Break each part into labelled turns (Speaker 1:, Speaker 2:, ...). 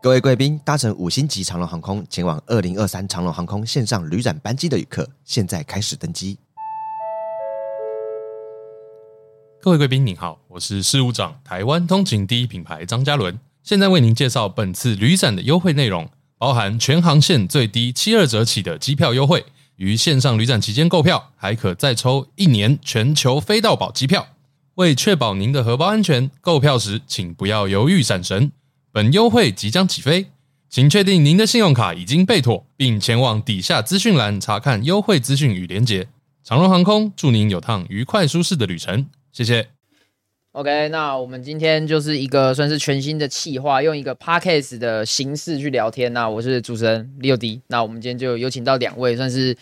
Speaker 1: 各位贵宾，搭乘五星级长龙航空前往二零二三长龙航空线上旅展班机的旅客，现在开始登机。
Speaker 2: 各位贵宾您好，我是事务长台湾通勤第一品牌张嘉伦，现在为您介绍本次旅展的优惠内容，包含全航线最低七二折起的机票优惠，于线上旅展期间购票，还可再抽一年全球飞到宝机票。为确保您的荷包安全，购票时请不要犹豫闪神。本优惠即将起飞，请确定您的信用卡已经被妥，并前往底下资讯栏查看优惠资讯与连结。长荣航空祝您有趟愉快舒适的旅程，谢谢。
Speaker 3: OK，那我们今天就是一个算是全新的企划，用一个 podcast 的形式去聊天。那我是主持人六迪，那我们今天就有请到两位，算是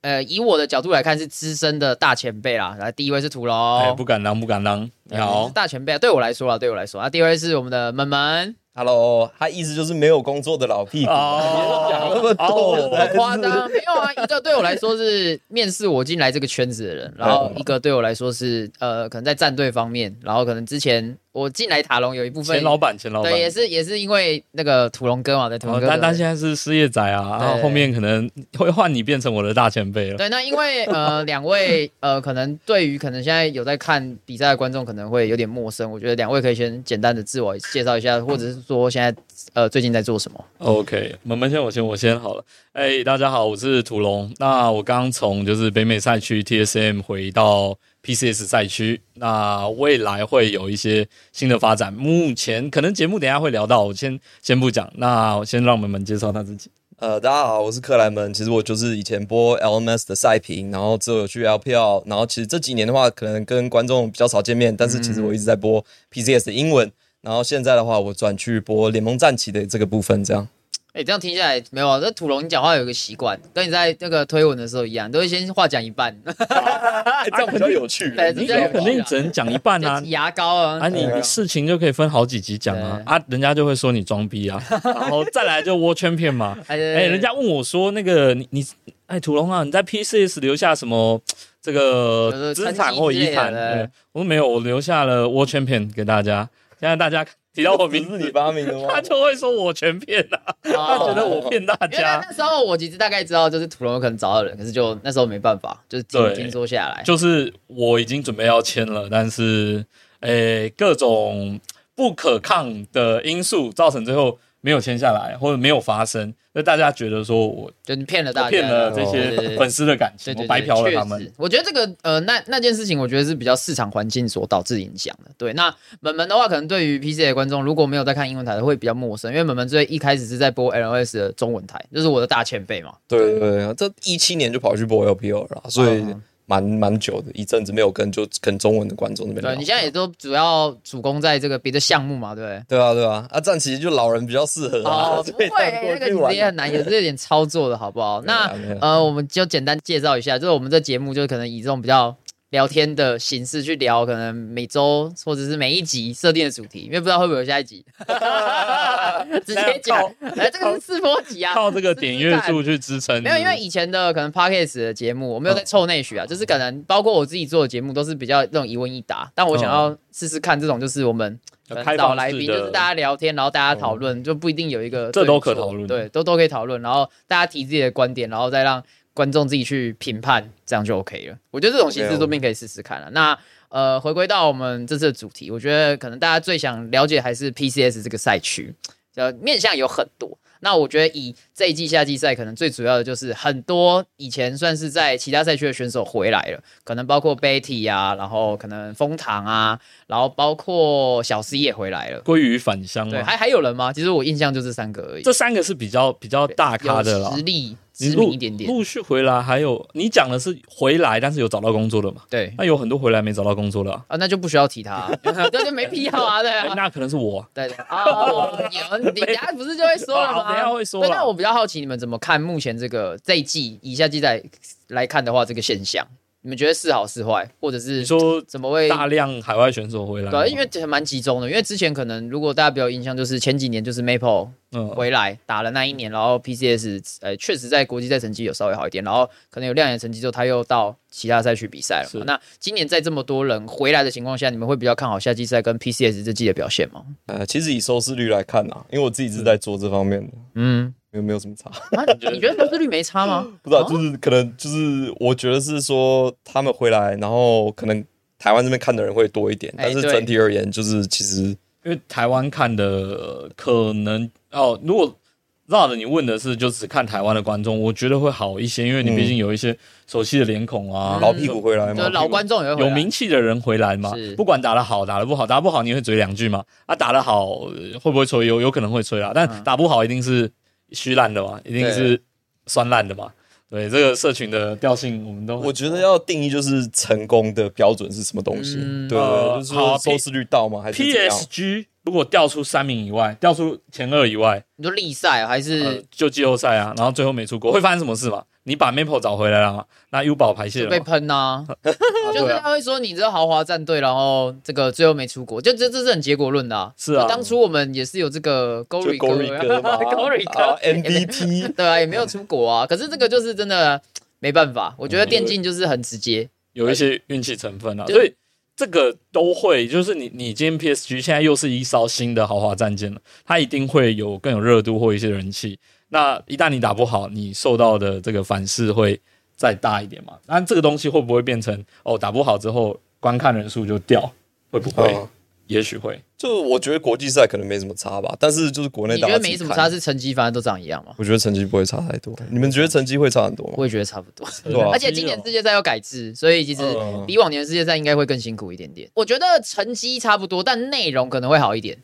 Speaker 3: 呃以我的角度来看是资深的大前辈啦。来，第一位是土龙，
Speaker 4: 哎，不敢当，不敢当。你
Speaker 3: 哦嗯
Speaker 4: 好
Speaker 3: 是大前辈啊，对我来说啊，对我来说啊。第二位是我们的门门，
Speaker 5: Hello，他意思就是没有工作的老屁股。啊
Speaker 4: 哦
Speaker 5: 讲那么多，
Speaker 3: 好夸张，啊没有啊，一个对我来说是面试我进来这个圈子的人，然
Speaker 4: 哦
Speaker 3: 后一个对我来说是呃可能在战队方面，然后可能之前我进来塔龙有一部分
Speaker 4: 前老板，前老板
Speaker 3: 对，。也是也是因为那个土龙哥嘛，对土龙
Speaker 4: 哦
Speaker 3: 哥。
Speaker 4: 但但现在是失业仔啊，然后
Speaker 3: 对
Speaker 4: 后面可能会换你变成我的大前辈了。
Speaker 3: 对，那因为 呃，两位呃，可能对于可能现在有在看比赛的观众可能会有点陌生，我觉得两位可以先简单的自我介绍一下，或者是说现在呃最近在做什么。
Speaker 4: OK，萌萌先我先我先好了。哎，大家好，我是屠龙。那我刚从就是北美赛区 TSM 回到 PCS 赛区，那未来会有一些新的发展。目前可能节目等一下会聊到，我先先不讲。那我先让萌萌介绍他自己。
Speaker 5: 呃，大家好，我是克莱门。其实我就是以前播 LMS 的赛评，然后之后有去 LPL，然后其实这几年的话，可能跟观众比较少见面，但是其实我一直在播 PCS 的英文。然后现在的话，我转去播联盟战旗的这个部分，这样。
Speaker 3: 哎、这样听下来没有啊？这土龙你讲话有一个习惯，跟你在那个推文的时候一样，都会先话讲一半，
Speaker 4: 啊
Speaker 5: 哎，这样比较有趣。
Speaker 3: 对
Speaker 4: 你
Speaker 3: 这样有趣啊
Speaker 4: 肯定只能讲一半 啊
Speaker 3: 就，挤牙膏啊。
Speaker 4: 啊，你你事情就可以分好几集讲啊，啊，人家就会说你装逼啊， 然后再来就窝圈片嘛。
Speaker 3: 哎、
Speaker 4: 哎、
Speaker 3: 对
Speaker 4: 人家问我说那个你你，哎，土龙啊，你在 PCS 留下什么这
Speaker 3: 就是
Speaker 4: 个资产或遗
Speaker 3: 传
Speaker 4: 产？
Speaker 3: 奇之类的
Speaker 4: 对我说没有，我留下了窝圈片给大家。现在大家提到我名
Speaker 5: 是
Speaker 4: 字，
Speaker 5: 你发明的吗？
Speaker 4: 他就会说我全骗了、啊，他
Speaker 3: 哦
Speaker 4: 觉得我骗大
Speaker 3: 因为那
Speaker 4: 家。
Speaker 3: 那时候我其实大概知道，就是土龙有可能找到人，可是就那时候没办法，就是听
Speaker 4: 对
Speaker 3: 听说下来，
Speaker 4: 就是我已经准备要签了，但是，诶、各种不可抗的因素造成最后没有签下来，或者没有发生，那大家觉得说我
Speaker 3: 就你骗了大
Speaker 4: 我
Speaker 3: 家，哦
Speaker 4: 骗了这
Speaker 3: 对对对
Speaker 4: 些粉丝的感情，
Speaker 3: 对对
Speaker 4: 我
Speaker 3: 对，
Speaker 4: 白嫖了他
Speaker 3: 确
Speaker 4: 们
Speaker 3: 实。。我觉得这个呃，那那件事情，我觉得是比较市场环境所导致影响的。对，那门门的话，可能对于 PC 的观众，如果没有在看英文台的，会比较陌生，因为门门最一开始是在播 LS 的中文台，就是我的大前辈嘛。
Speaker 5: 对对对，这一七年就跑去播 LPL 了啦，所以
Speaker 3: 嗯
Speaker 5: 蛮蛮久的，一阵子没有跟就跟中文的观众那
Speaker 4: 哦
Speaker 5: 边聊。
Speaker 3: 对你现在也都主要主攻在这个别的项目嘛，对不对？
Speaker 5: 对啊，对啊，啊，战旗就老人比较适合啊，
Speaker 3: 哦，不
Speaker 5: 所
Speaker 3: 会
Speaker 5: 以，
Speaker 3: 那
Speaker 5: 他过
Speaker 3: 个
Speaker 5: 去
Speaker 3: 其实
Speaker 5: 玩啊
Speaker 3: 也很难，也是有点操作的好不好？那
Speaker 5: 没有
Speaker 3: 呃，我们就简单介绍一下，就是我们这节目就是可能以这种比较聊天的形式去聊，可能每周或者是每一集设定的主题，因为不知道会不会有下一 集，直接讲
Speaker 4: 靠，
Speaker 3: 哎，这个是试播集啊。
Speaker 4: 靠这个点阅数去支撑，
Speaker 3: 没有，因为以前的可能 podcast 的节目，我没有
Speaker 4: 嗯
Speaker 3: 在凑内需啊，就是可能包括我自己做的节目都是比较那种一问一答，但我想要试试看这种，就是我们可能
Speaker 4: 嗯开
Speaker 3: 找
Speaker 4: 放
Speaker 3: 来
Speaker 4: 式
Speaker 3: 宾，
Speaker 4: 的嗯
Speaker 3: 就是大家聊天，然后大家讨论，就不一定有一个
Speaker 4: 这
Speaker 3: 对错
Speaker 4: 都可讨论
Speaker 3: 对，都都可以讨论，然后大家提自己的观点，然后再让观众自己去评判，这样就 OK 了。我觉得这种形式
Speaker 4: 啊
Speaker 5: OK，OK
Speaker 3: 说不定可以试试看了、啊那呃，回归到我们这次的主题，我觉得可能大家最想了解还是 PCS 这个赛区，呃，面向有很多。那我觉得以这一季夏季赛，可能最主要的就是很多以前算是在其他赛区的选手回来了，可能包括 Betty 啊，然后可能枫糖啊，然后包括小 C 也回来了。
Speaker 4: 归于返乡
Speaker 3: 对，
Speaker 4: 嘛。
Speaker 3: 还还有人吗？其实我印象就这三个而已。
Speaker 4: 这三个是比较比较大咖的啦
Speaker 3: 有实，力
Speaker 4: 你
Speaker 3: 知名
Speaker 4: 陆
Speaker 3: 一点点。
Speaker 4: 陆续回来，还有你讲的是回来，但是有找到工作的嘛？
Speaker 3: 对
Speaker 4: 那有很多回来没找到工作的 啊、
Speaker 3: 啊，那就不需要提他、 啊，这就没必要啊，对
Speaker 4: 哎
Speaker 3: 啊。
Speaker 4: 那可能是我啊、
Speaker 3: 对对啊， 哦有你等一下不是就会说了
Speaker 4: 哦好等一下
Speaker 3: 吗？
Speaker 4: 会说
Speaker 3: 对，
Speaker 4: 啦
Speaker 3: 那我比较好奇你们怎么看目前这个这一季以下季在来看的话，这个现象你们觉得是好是坏，或者是
Speaker 4: 你说
Speaker 3: 怎么会
Speaker 4: 大量海外选手回来吗，
Speaker 3: 对啊，因为这蛮集中的。因为之前可能如果大家比较有印象，就是前几年就是 Maple
Speaker 4: 嗯
Speaker 3: 回来打了那一年，然后 PCS 呃确实在国际赛成绩有稍微好一点，然后可能有亮眼的成绩之后，他又到其他赛区比赛了
Speaker 4: 是
Speaker 3: 嘛。那今年在这么多人回来的情况下，你们会比较看好夏季赛跟 PCS 这季的表现吗？
Speaker 5: 呃，其实以收视率来看啊，因为我自己是在做这方面的，
Speaker 3: 嗯，
Speaker 5: 没有没有什么差。
Speaker 3: 啊、你觉得收视率没差吗？
Speaker 5: 不知道，就是
Speaker 3: 哦
Speaker 5: 可能就是我觉得是说他们回来，然后可能台湾这边看的人会多一点，
Speaker 3: 哎
Speaker 5: 但是
Speaker 3: 对
Speaker 5: 整体而言，就是其实
Speaker 4: 因为台湾看的呃可能哦，如果 Rod 你问的是就只看台湾的观众，我觉得会好一些，因为你
Speaker 5: 嗯
Speaker 4: 毕竟有一些熟悉的脸孔啊，
Speaker 5: 老屁股回来
Speaker 3: 嗯就是
Speaker 5: 嘛，
Speaker 3: 老观众也会回
Speaker 4: 有
Speaker 3: 来
Speaker 4: 名气的人回来嘛
Speaker 3: 是，
Speaker 4: 不管打得好打得不好，打得不好你会嘴两句嘛，啊打得好呃会不会吹有有可能会吹啦，
Speaker 3: 嗯
Speaker 4: 但打不好一定是虚烂的嘛，一定是酸烂的嘛。对这个社群的调性，我们都
Speaker 5: 我觉得要定义就是成功的标准是什么东西，
Speaker 3: 嗯
Speaker 5: 对对
Speaker 4: 呃
Speaker 5: 对，就是
Speaker 4: 好啊
Speaker 5: 说收视率到吗？还是怎样？
Speaker 4: PSG 如果调出三名以外，调出前二以外，
Speaker 3: 你说立赛啊还是、
Speaker 4: 呃，就季后赛啊，然后最后没出国，会发生什么事嘛？你把 Maple 找回来了嘛？那 U 宝排泄了
Speaker 3: 被
Speaker 4: 嘛？
Speaker 3: 喷呐、就是
Speaker 4: 啊对啊
Speaker 3: 他会说你这豪华战队，然后这个最后没出国，就这这是很结果论的、啊。
Speaker 4: 是啊
Speaker 3: 就当初我们也是有这个 g o
Speaker 5: 就
Speaker 3: r y
Speaker 5: 狗 y 哥嘛
Speaker 3: Gory
Speaker 5: 啊
Speaker 3: 哥，
Speaker 5: ，MVP
Speaker 3: 对啊，也没有出国啊。可是这个就是真的没办法，我觉得
Speaker 4: 嗯
Speaker 3: 电竞就是很直接，
Speaker 4: 有一些运气成分啊，
Speaker 3: 对
Speaker 4: 所以这个都会，就是你你今天 PSG 现在又是一艘新的豪华战舰了，它一定会有更有热度或一些人气。那一旦你打不好，你受到的这个反噬会再大一点嘛？那这个东西会不会变成哦，打不好之后观看人数就掉？会不会？
Speaker 5: 嗯
Speaker 4: 也许会。
Speaker 5: 就我觉得国际赛可能没什么差吧，但是就是国内
Speaker 3: 你
Speaker 5: 大
Speaker 3: 觉
Speaker 5: 家
Speaker 3: 得
Speaker 5: 自己
Speaker 3: 没什么
Speaker 5: 看
Speaker 3: 差，？是成绩反正都长一样嘛？
Speaker 5: 我觉得成绩不会差太多。你们觉得成绩会差很多吗？
Speaker 3: 我也觉得差不多。
Speaker 5: 对啊
Speaker 3: 而且今年世界赛要改制，所以其实
Speaker 5: 嗯
Speaker 3: 比往年世界赛应该会更辛苦一点点。我觉得成绩差不多，但内容可能会好一点。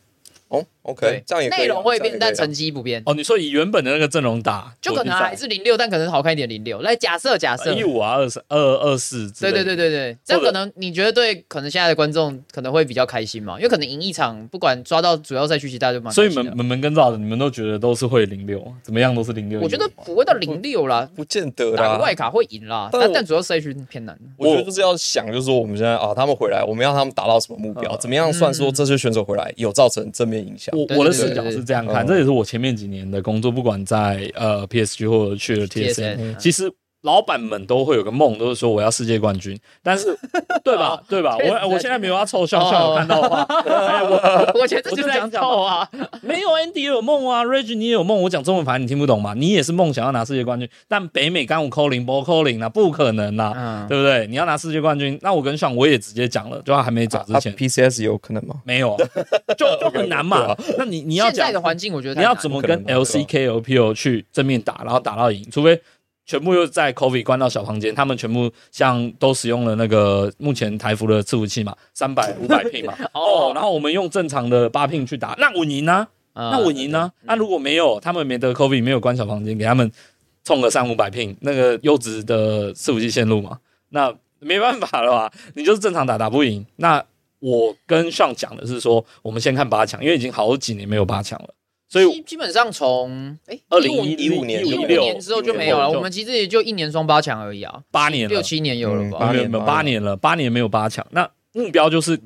Speaker 5: 哦，OK，这样也可以啊
Speaker 3: 内容会变，
Speaker 5: 这样
Speaker 3: 但
Speaker 5: 也可以啊
Speaker 3: 成绩不变。
Speaker 4: 哦，你说以原本的那个阵容打，
Speaker 3: 就可能还是零六，但可能好看一点零六。来假设假
Speaker 5: 哎
Speaker 3: 设，
Speaker 4: 一五啊，二三二二四之
Speaker 3: 对
Speaker 4: 类的，
Speaker 3: 对对对对，这样可能你觉得对可能现在的观众可能会比较开心嘛？因为可能赢一场，不管抓到主要赛区，其实大家就蛮
Speaker 4: 所以
Speaker 3: 开心
Speaker 4: 门
Speaker 3: 的
Speaker 4: 门门跟绕的，你们都觉得都是会零六，怎么样都是零六。啊
Speaker 3: 我觉得不会到零六啦，
Speaker 5: 不见得
Speaker 3: 打
Speaker 5: 啦
Speaker 3: 个。外卡会赢啦，
Speaker 5: 啊但
Speaker 3: 但
Speaker 5: 我
Speaker 3: 但主要赛区偏难。
Speaker 5: 我觉得就是要想，就是说我们现在啊，他们回来，我们要他们达到什么目
Speaker 3: 啊
Speaker 5: 标？怎么样算
Speaker 3: 嗯
Speaker 5: 说这些选手回来有造成正面影响？
Speaker 4: 我
Speaker 3: 对
Speaker 4: 我的
Speaker 3: 对对
Speaker 4: 视角
Speaker 3: 对
Speaker 4: 是
Speaker 3: 对
Speaker 4: 这样看，
Speaker 5: 嗯
Speaker 4: 这也是我前面几年的工作，不管在呃 PSG 或者去了
Speaker 3: TSM
Speaker 4: TSM，
Speaker 3: 嗯
Speaker 4: 其实老板们都会有个梦，都是说我要世界冠军，但是对吧对吧？
Speaker 3: 哦确实啊
Speaker 4: 我我现在没有要臭笑
Speaker 3: 哦
Speaker 4: 笑，我看到的话，哎 我
Speaker 3: 我觉得这就是
Speaker 4: 我就讲
Speaker 3: 在
Speaker 4: 讲
Speaker 3: 凑啊，
Speaker 4: 没有 Andy 也有梦啊，Reg 你也有梦，我讲中文反正你听不懂嘛，你也是梦想要拿世界冠军，但北美干五扣零不扣零啊，不可能啦、
Speaker 3: 嗯，
Speaker 4: 对不对？你要拿世界冠军，那我跟上我也直接讲了，就他还没走之
Speaker 5: 啊
Speaker 4: 前，
Speaker 5: PCS 有可能吗？
Speaker 4: 没有啊，就就很难 嘛。那你你要
Speaker 3: 现
Speaker 4: 讲
Speaker 3: 在的环境我觉得
Speaker 4: 你要怎
Speaker 3: 么
Speaker 4: 么跟
Speaker 5: 啊不可能嘛啊
Speaker 4: LCK、LPO 去正面打，然后打到赢，除非全部又在 COVID 关到小房间，他们全部像都使用了那个目前台服的伺服器嘛，三百、五百 P 嘛，哦，然后我们用正常的八 P 去打，那我赢啊，
Speaker 3: 呃嗯
Speaker 4: 那我赢啊。那如果没有，他们没得 COVID，没有关小房间，给他们冲个三五百 P，那个优质的伺服器线路嘛，那没办法了吧？ 你就是正常打打不赢。那我跟上讲的是说，我们先看八强，因为已经好几年没有八强了，所以
Speaker 3: 基基本上从哎
Speaker 4: 2015
Speaker 5: 年
Speaker 3: 一五
Speaker 5: 16
Speaker 3: 年之后就没有了，我们其实也就一年双八强而已啊，
Speaker 4: 八年了
Speaker 3: 六七年有了吧
Speaker 5: 嗯？
Speaker 4: 八年没有八年了，八年没有八强。那目标就是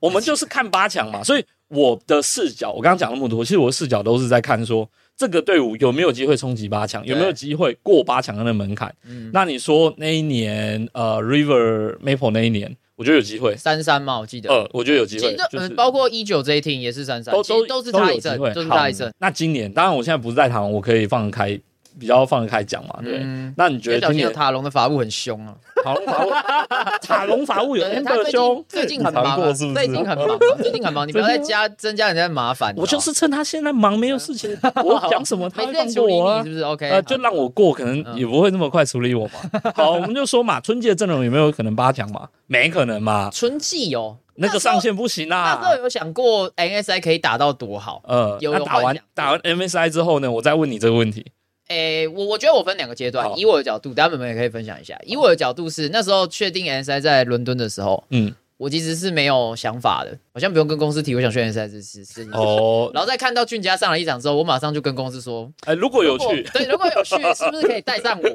Speaker 4: 我们就是看八强嘛，所以我的视角，我刚刚讲那么多，其实我的视角都是在看说这个队伍有没有机会冲击八强，有没有机会过八强的那门槛。那你说那一年呃，River Maple 那一年，我觉得有机会，
Speaker 3: 三三嘛，我记得。
Speaker 4: 呃，我觉得有机
Speaker 3: 其
Speaker 4: 会
Speaker 3: 实，
Speaker 4: 就
Speaker 3: 嗯，
Speaker 4: 是
Speaker 3: 包括一九这一 team 也是三三，
Speaker 4: 都
Speaker 3: 其
Speaker 4: 都
Speaker 3: 实都是
Speaker 4: 有
Speaker 3: 他一
Speaker 4: 机
Speaker 3: 阵，
Speaker 4: 会
Speaker 3: 都是
Speaker 4: 好
Speaker 3: 他一阵。
Speaker 4: 那今年当然我现在不是在台湾，我可以放得开，比较放得开讲嘛，对。
Speaker 3: 嗯
Speaker 4: 那你
Speaker 3: 因为
Speaker 4: 觉得
Speaker 3: 小
Speaker 4: 今
Speaker 3: 心有
Speaker 4: 年
Speaker 3: 塔隆的法务很凶啊，
Speaker 4: 塔龙法务， 塔龙法务有
Speaker 3: 对
Speaker 4: Amber
Speaker 3: 他最
Speaker 4: 兄
Speaker 3: 近最近很
Speaker 5: 你
Speaker 3: 忙
Speaker 5: 谈过
Speaker 3: 啊，
Speaker 5: 是不是
Speaker 3: 最近很忙啊，最近很忙，你不要再 加增加人家的麻烦。
Speaker 4: 我就是趁他现在忙没有 事情，我讲什么他
Speaker 3: 每
Speaker 4: 会
Speaker 3: 天
Speaker 4: 放
Speaker 3: 处
Speaker 4: 过
Speaker 3: 理你
Speaker 4: 我啊
Speaker 3: 是。不是？OK，嗯
Speaker 4: 呃，就让我过，可能也不会那么快处 理我嘛。好，我们就说嘛，春季的阵容有没有可能八强嘛？没可能嘛，
Speaker 3: 春季哦，
Speaker 4: 那个
Speaker 3: 时候
Speaker 4: 上啊限不行
Speaker 3: 那时候
Speaker 4: 啦。
Speaker 3: 有想过 NSI 可以打到多好？
Speaker 4: 呃，
Speaker 3: 有
Speaker 4: 那
Speaker 3: 有
Speaker 4: 打
Speaker 3: 幻
Speaker 4: 完
Speaker 3: 想
Speaker 4: 打完 MSI 之后呢，我再问你这个问题。
Speaker 3: 诶，我我觉得我分两个阶
Speaker 4: 好
Speaker 3: 段，以我的角度，大家们也可以分享一下。以我的角度是那时候确定 NSI 在伦敦的时候，
Speaker 4: 嗯，
Speaker 3: 我其实是没有想法的，好像不用跟公司提我想去 S S 是是。
Speaker 4: 哦，
Speaker 3: 然后在看到俊佳上了一场之后，我马上就跟公司说，
Speaker 4: 哎，如果有去
Speaker 3: 如果，对，如果有去，是不是可以带上我？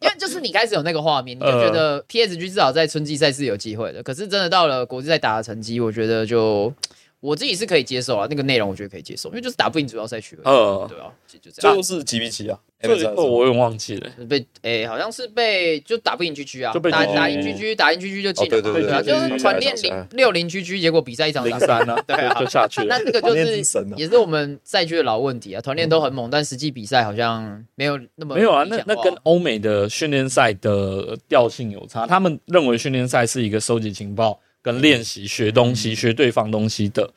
Speaker 3: 因为就是你开始有那个画面，你就觉得 PSG 至少在春季赛是有机会的。可是真的到了国际赛打的成绩，我觉得就我自己是可以接受啊，那个内容我觉得可以接受，因为就是打不赢主要赛区而已。
Speaker 4: 呃
Speaker 3: 对啊，就就这
Speaker 5: 最
Speaker 3: 样
Speaker 5: 后。是几比几啊？
Speaker 4: 这一个我也忘记了。
Speaker 3: 就是被诶、好像是被就打不赢区区啊，
Speaker 4: 就被
Speaker 3: 打
Speaker 4: 局
Speaker 3: 打赢区区，打赢区区就进了嘛、
Speaker 5: 哦对对
Speaker 4: 对
Speaker 3: 啊，
Speaker 4: 对对
Speaker 3: 就是传练
Speaker 5: 对对对
Speaker 3: 零六零区区，结果比赛一场打
Speaker 4: 零三呢，
Speaker 3: 对啊
Speaker 4: 就就下去
Speaker 3: 那
Speaker 4: 了。
Speaker 3: 这个就
Speaker 5: 团练
Speaker 3: 是
Speaker 5: 之神啊
Speaker 3: 也是我们赛区的老问题啊，团练都很猛，但实际比赛好像没有那么
Speaker 4: 没有啊，那
Speaker 3: 理想化
Speaker 4: 那跟欧美的训练赛的调性有差。他们认为训练赛是一个收集情报、跟练习、学东西、学对方东西的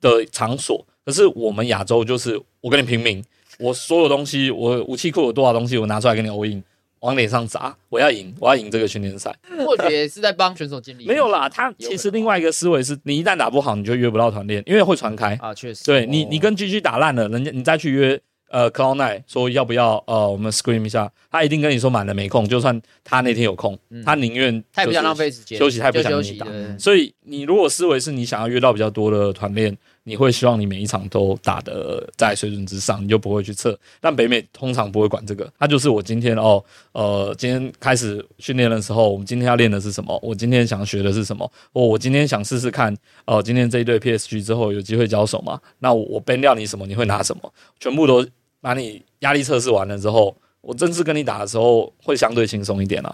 Speaker 4: 的场所。可是我们亚洲就是我跟你平民，我所有东西，我武器库有多少东西，我拿出来给你 all in，往脸上砸，我要赢，我要赢这个训练赛。
Speaker 3: 或许也是在帮选手建立
Speaker 4: 没有啦，他其实另外一个思维是你一旦打不好，你就约不到团练，因为会传开。
Speaker 3: 啊，确实
Speaker 4: 对你，你跟 GG 打烂了，人家你再去约呃 Cloud Nine 说要不要呃我们 Scream 一下，他一定跟你说满了没空，就算他那天有空，他宁愿
Speaker 3: 嗯他也不想
Speaker 4: 就是
Speaker 3: 浪费时间
Speaker 4: 休息他也不
Speaker 3: 就
Speaker 4: 想
Speaker 3: 休
Speaker 4: 跟
Speaker 3: 息
Speaker 4: 你打嗯
Speaker 3: 对对对
Speaker 4: 所以你如果思维是你想要约到比较多的团练，你会希望你每一场都打的在水准之上，你就不会去测。但北美通常不会管这个，他就是我今天哦，呃，今天开始训练的时候，我们今天要练的是什么？我今天想学的是什么？哦，我今天想试试看，哦、今天这一队 PSG 之后有机会交手吗？那我我 ban 掉你什么？你会拿什么？全部都把你压力测试完了之后，我正式跟你打的时候会相对轻松一点啊。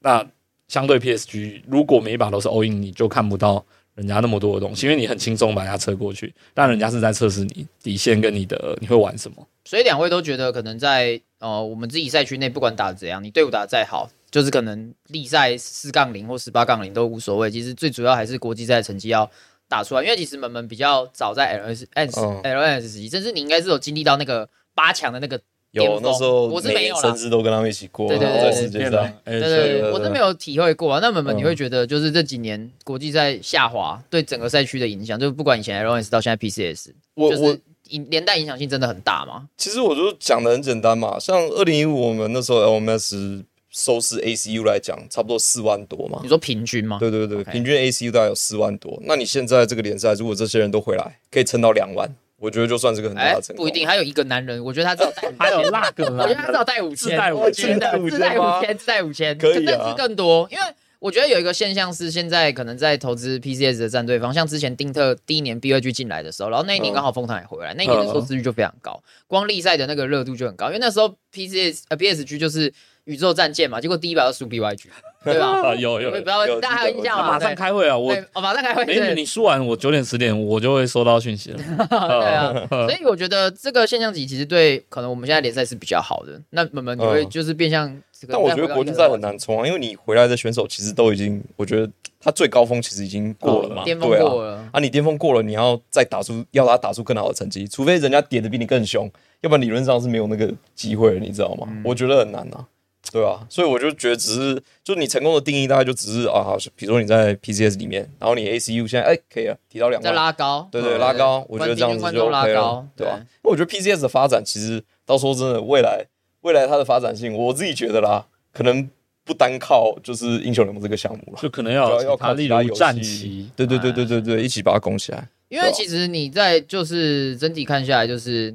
Speaker 4: 那相对 PSG，如果每一把都是 all in，你就看不到人家那么多的东西，因为你很轻松把人家测过去，但人家是在测试你底线跟你的你会玩什么。
Speaker 3: 所以两位都觉得可能在呃我们自己赛区内，不管打得怎样，你队伍打得再好，就是可能例赛四杠零或十八杠零都无所谓。其实最主要还是国际赛的成绩要打出来，因为其实门门比较早在 LS S
Speaker 5: 嗯
Speaker 4: 哦
Speaker 3: LS 时期，甚至你应该是有经历到那个八强的那个巅
Speaker 5: 有
Speaker 3: 峰。
Speaker 5: 那时候
Speaker 3: 我是
Speaker 5: 每
Speaker 3: 没
Speaker 5: 年
Speaker 3: 有
Speaker 5: 生
Speaker 3: 啦。
Speaker 5: 日都跟他们一起过，
Speaker 3: 对对对
Speaker 5: 然后在
Speaker 3: 对
Speaker 5: 世界
Speaker 4: 了
Speaker 5: 上，，
Speaker 4: 哎
Speaker 3: 对对
Speaker 5: 对
Speaker 3: 对，我是没有体会过啊。那门门，
Speaker 5: 嗯
Speaker 3: 你会觉得就是这几年国际赛下滑对整个赛区的影响，就是不管以前 LNS 到现在 PCS，
Speaker 5: 我
Speaker 3: 就
Speaker 5: 我
Speaker 3: 是影连带影响性真的很大嘛？
Speaker 5: 其实我就讲的很简单嘛，像二零一五我们那时候 LMS 收视 ACU 来讲，差不多四万多嘛
Speaker 3: 你。说平均吗？
Speaker 5: 对对对
Speaker 3: OK
Speaker 5: 平均 ACU 大概有四万多。那你现在这个联赛，如果这些人都回来，可以撑到两万，我觉得就算是个很大
Speaker 3: 哎
Speaker 5: 的成功。
Speaker 3: 不一定，还有一个男人，我觉得他至少带五千，
Speaker 4: 还有
Speaker 3: 我
Speaker 4: 那个
Speaker 3: 觉得他 至少
Speaker 4: 啦，
Speaker 3: 带五
Speaker 4: 自
Speaker 3: 千，
Speaker 4: 带五
Speaker 3: 我觉
Speaker 4: 千
Speaker 3: 得
Speaker 5: 自
Speaker 3: 自
Speaker 5: 带
Speaker 3: 带
Speaker 5: 五千吗
Speaker 3: 五千，自带五千，
Speaker 5: 可以啊
Speaker 3: 甚至更多，因为。我觉得有一个现象是，现在可能在投资 PCS 的战队方，像之前丁特第一年 B 二 G 进来的时候，然后那一年
Speaker 5: 嗯
Speaker 3: 刚好丰台也回来，那一年的收视率就非常高，光立赛的那个热度就很高，因为那时候 PCS 呃 BSG 就是宇宙战舰嘛，结果第一把就输 BYG，对吧？
Speaker 4: 啊有
Speaker 3: 我也
Speaker 4: 有
Speaker 3: 不知
Speaker 4: 有，
Speaker 5: 有
Speaker 3: 道大家还有印象
Speaker 5: 有
Speaker 3: 吗？
Speaker 4: 马上开会啊，我
Speaker 3: 对，对，我马上开会，
Speaker 4: 美
Speaker 3: 对
Speaker 4: 女你输完，我九点十点我就会收到讯息了。
Speaker 3: 对
Speaker 5: 嗯
Speaker 3: 啊，所以我觉得这个现象级其实对可能我们现在联赛是比较好的。那我们你会
Speaker 5: 嗯
Speaker 3: 就是变相这个，
Speaker 5: 但我觉得国际赛很难冲啊，因为你回来的选手其实都已经，我觉得他最高峰其实已经过了嘛，
Speaker 3: 巅峰
Speaker 5: 对啊
Speaker 3: 过了
Speaker 5: 啊，你巅峰过了，你要再打出，要他打出更好的成绩，除非人家跌的比你更凶，要不然理论上是没有那个机会的，你知道吗？
Speaker 3: 嗯
Speaker 5: 我觉得很难啊，对啊，所以我就觉得只是，就你成功的定义大概就只是啊，好比如说你在 PCS 里面，然后你 ACU 现在哎可以了，提到两
Speaker 3: 再
Speaker 5: 万，
Speaker 3: 拉高，嗯
Speaker 5: 对对，拉高，我觉
Speaker 3: 观
Speaker 5: 得
Speaker 3: 众
Speaker 5: 这样
Speaker 3: 观
Speaker 5: 子就
Speaker 3: 众拉
Speaker 5: OK 了
Speaker 3: 高，，
Speaker 5: 对吧、因为我觉得 PCS 的发展其实到时候真的未来未来它的发展性，我自己觉得啦，可能不单靠就是英雄联盟这个项目了。
Speaker 4: 就可能要
Speaker 5: 要
Speaker 4: 有
Speaker 5: 要
Speaker 4: 其他
Speaker 5: 靠
Speaker 4: 例
Speaker 5: 其他
Speaker 4: 如
Speaker 5: 游戏
Speaker 4: 战哎旗，
Speaker 5: 对对对对对对，一起把它拱起来。
Speaker 3: 因为其实你在就是整体看下来，就是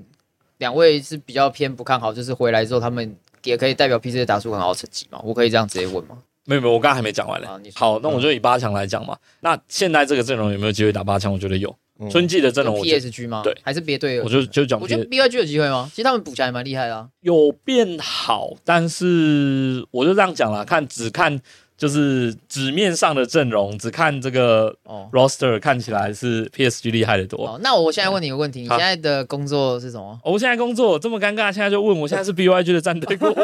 Speaker 3: 两位是比较偏不看好，就是回来之后他们也可以代表 PC 打出很好的成绩嘛。我可以这样直接问吗？
Speaker 4: 没有没有，我刚刚还没讲完嘞
Speaker 3: 啊你。说
Speaker 4: 好，那我就以八强来讲嘛。那现在这个阵容有没有机会打八强？我觉得有。春季的阵容，我觉得
Speaker 3: PSG 吗？
Speaker 4: 对
Speaker 3: 还是别队？
Speaker 4: 我就就讲
Speaker 3: 我觉得
Speaker 4: P-
Speaker 3: B 二 G 有机会吗？其实他们补强也蛮厉害的啊。
Speaker 4: 有变好，但是我就这样讲啦，看只看就是纸面上的阵容，只看这个
Speaker 3: 哦
Speaker 4: roster 看起来是 PSG 厉害的多。
Speaker 3: 好，那我
Speaker 5: 嗯
Speaker 3: 现在问你一个问题，你
Speaker 4: 好
Speaker 3: 现在的工作是什么？
Speaker 4: 哦我现在工作这么尴尬，现在就问我现在是 BYG 的战队顾问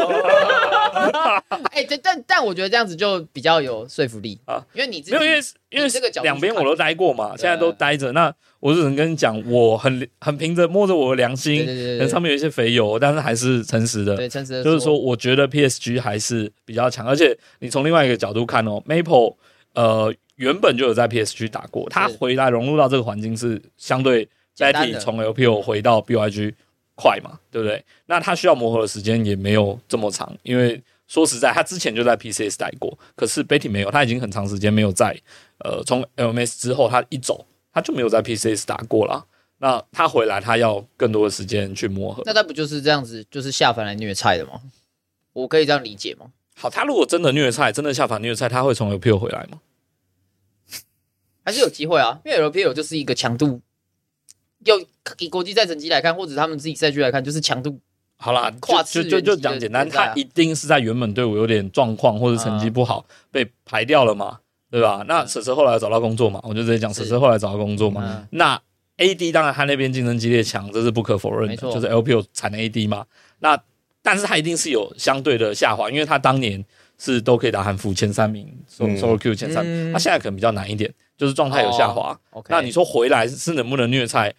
Speaker 3: 哎、对，但但我觉得这样子就比较有说服力
Speaker 4: 啊
Speaker 3: 啊，因为 你自
Speaker 4: 没有，因为
Speaker 3: 己
Speaker 4: 因为
Speaker 3: 这个角度
Speaker 4: 两边
Speaker 3: 去看啊
Speaker 4: 我都待过嘛，现在都待着。那我只能跟你讲，我很很凭着摸着我的良心，
Speaker 3: 对对对对
Speaker 4: 可能上面有一些肥油，但是还是诚实的。
Speaker 3: 对诚实的
Speaker 4: 就是说，我觉得 PSG 还是比较强，而且你从另外一个角度看哦，Maple 呃原本就有在 PSG 打过，他回来融入到这个环境是相对
Speaker 3: 简
Speaker 4: b
Speaker 3: 单
Speaker 4: e
Speaker 3: 的
Speaker 4: 从 LPL 回到 BYG 快嘛，对不对？那他需要磨合的时间也没有这么长，因为说实在，他之前就在 PCS 待过，可是 Betty 没有，他已经很长时间没有在呃，从 LMS 之后他一走，他就没有在 PCS 打过了。那他回来，他要更多的时间去磨合。
Speaker 3: 那他不就是这样子，就是下凡来虐菜的吗？我可以这样理解吗？
Speaker 4: 好，他如果真的虐菜，真的下凡虐菜，他会从 LPL 回来吗？
Speaker 3: 还是有机会啊，因为 LPL 就是一个强度，又以国际赛成绩来看，或者他们自己赛区来看，就是强度
Speaker 4: 好啦，
Speaker 3: 嗯跨次
Speaker 4: 就
Speaker 3: 元
Speaker 4: 就就
Speaker 3: 级
Speaker 4: 就
Speaker 3: 的
Speaker 4: 讲简单，
Speaker 3: 联赛啊
Speaker 4: 他一定是在原本队伍有点状况或者成绩不
Speaker 3: 嗯
Speaker 4: 好、被排掉了嘛，对吧？那婶婶后来找到工作嘛，我就直接讲
Speaker 3: 是
Speaker 4: 婶婶后来找到工作嘛。
Speaker 3: 嗯
Speaker 4: 那 AD 当然他那边竞争激烈强，这是不可否认
Speaker 3: 没
Speaker 4: 的，
Speaker 3: 错
Speaker 4: 就是 LPL 产 AD 嘛。那但是他一定是有相对的下滑，因为他当年是都可以打韩服前三名
Speaker 5: 嗯
Speaker 4: ，solo Q 前三
Speaker 3: 嗯
Speaker 4: 名，他现在可能比较难一点，就是状态有下滑。
Speaker 3: OK，
Speaker 4: 那你说回来是能不能虐菜？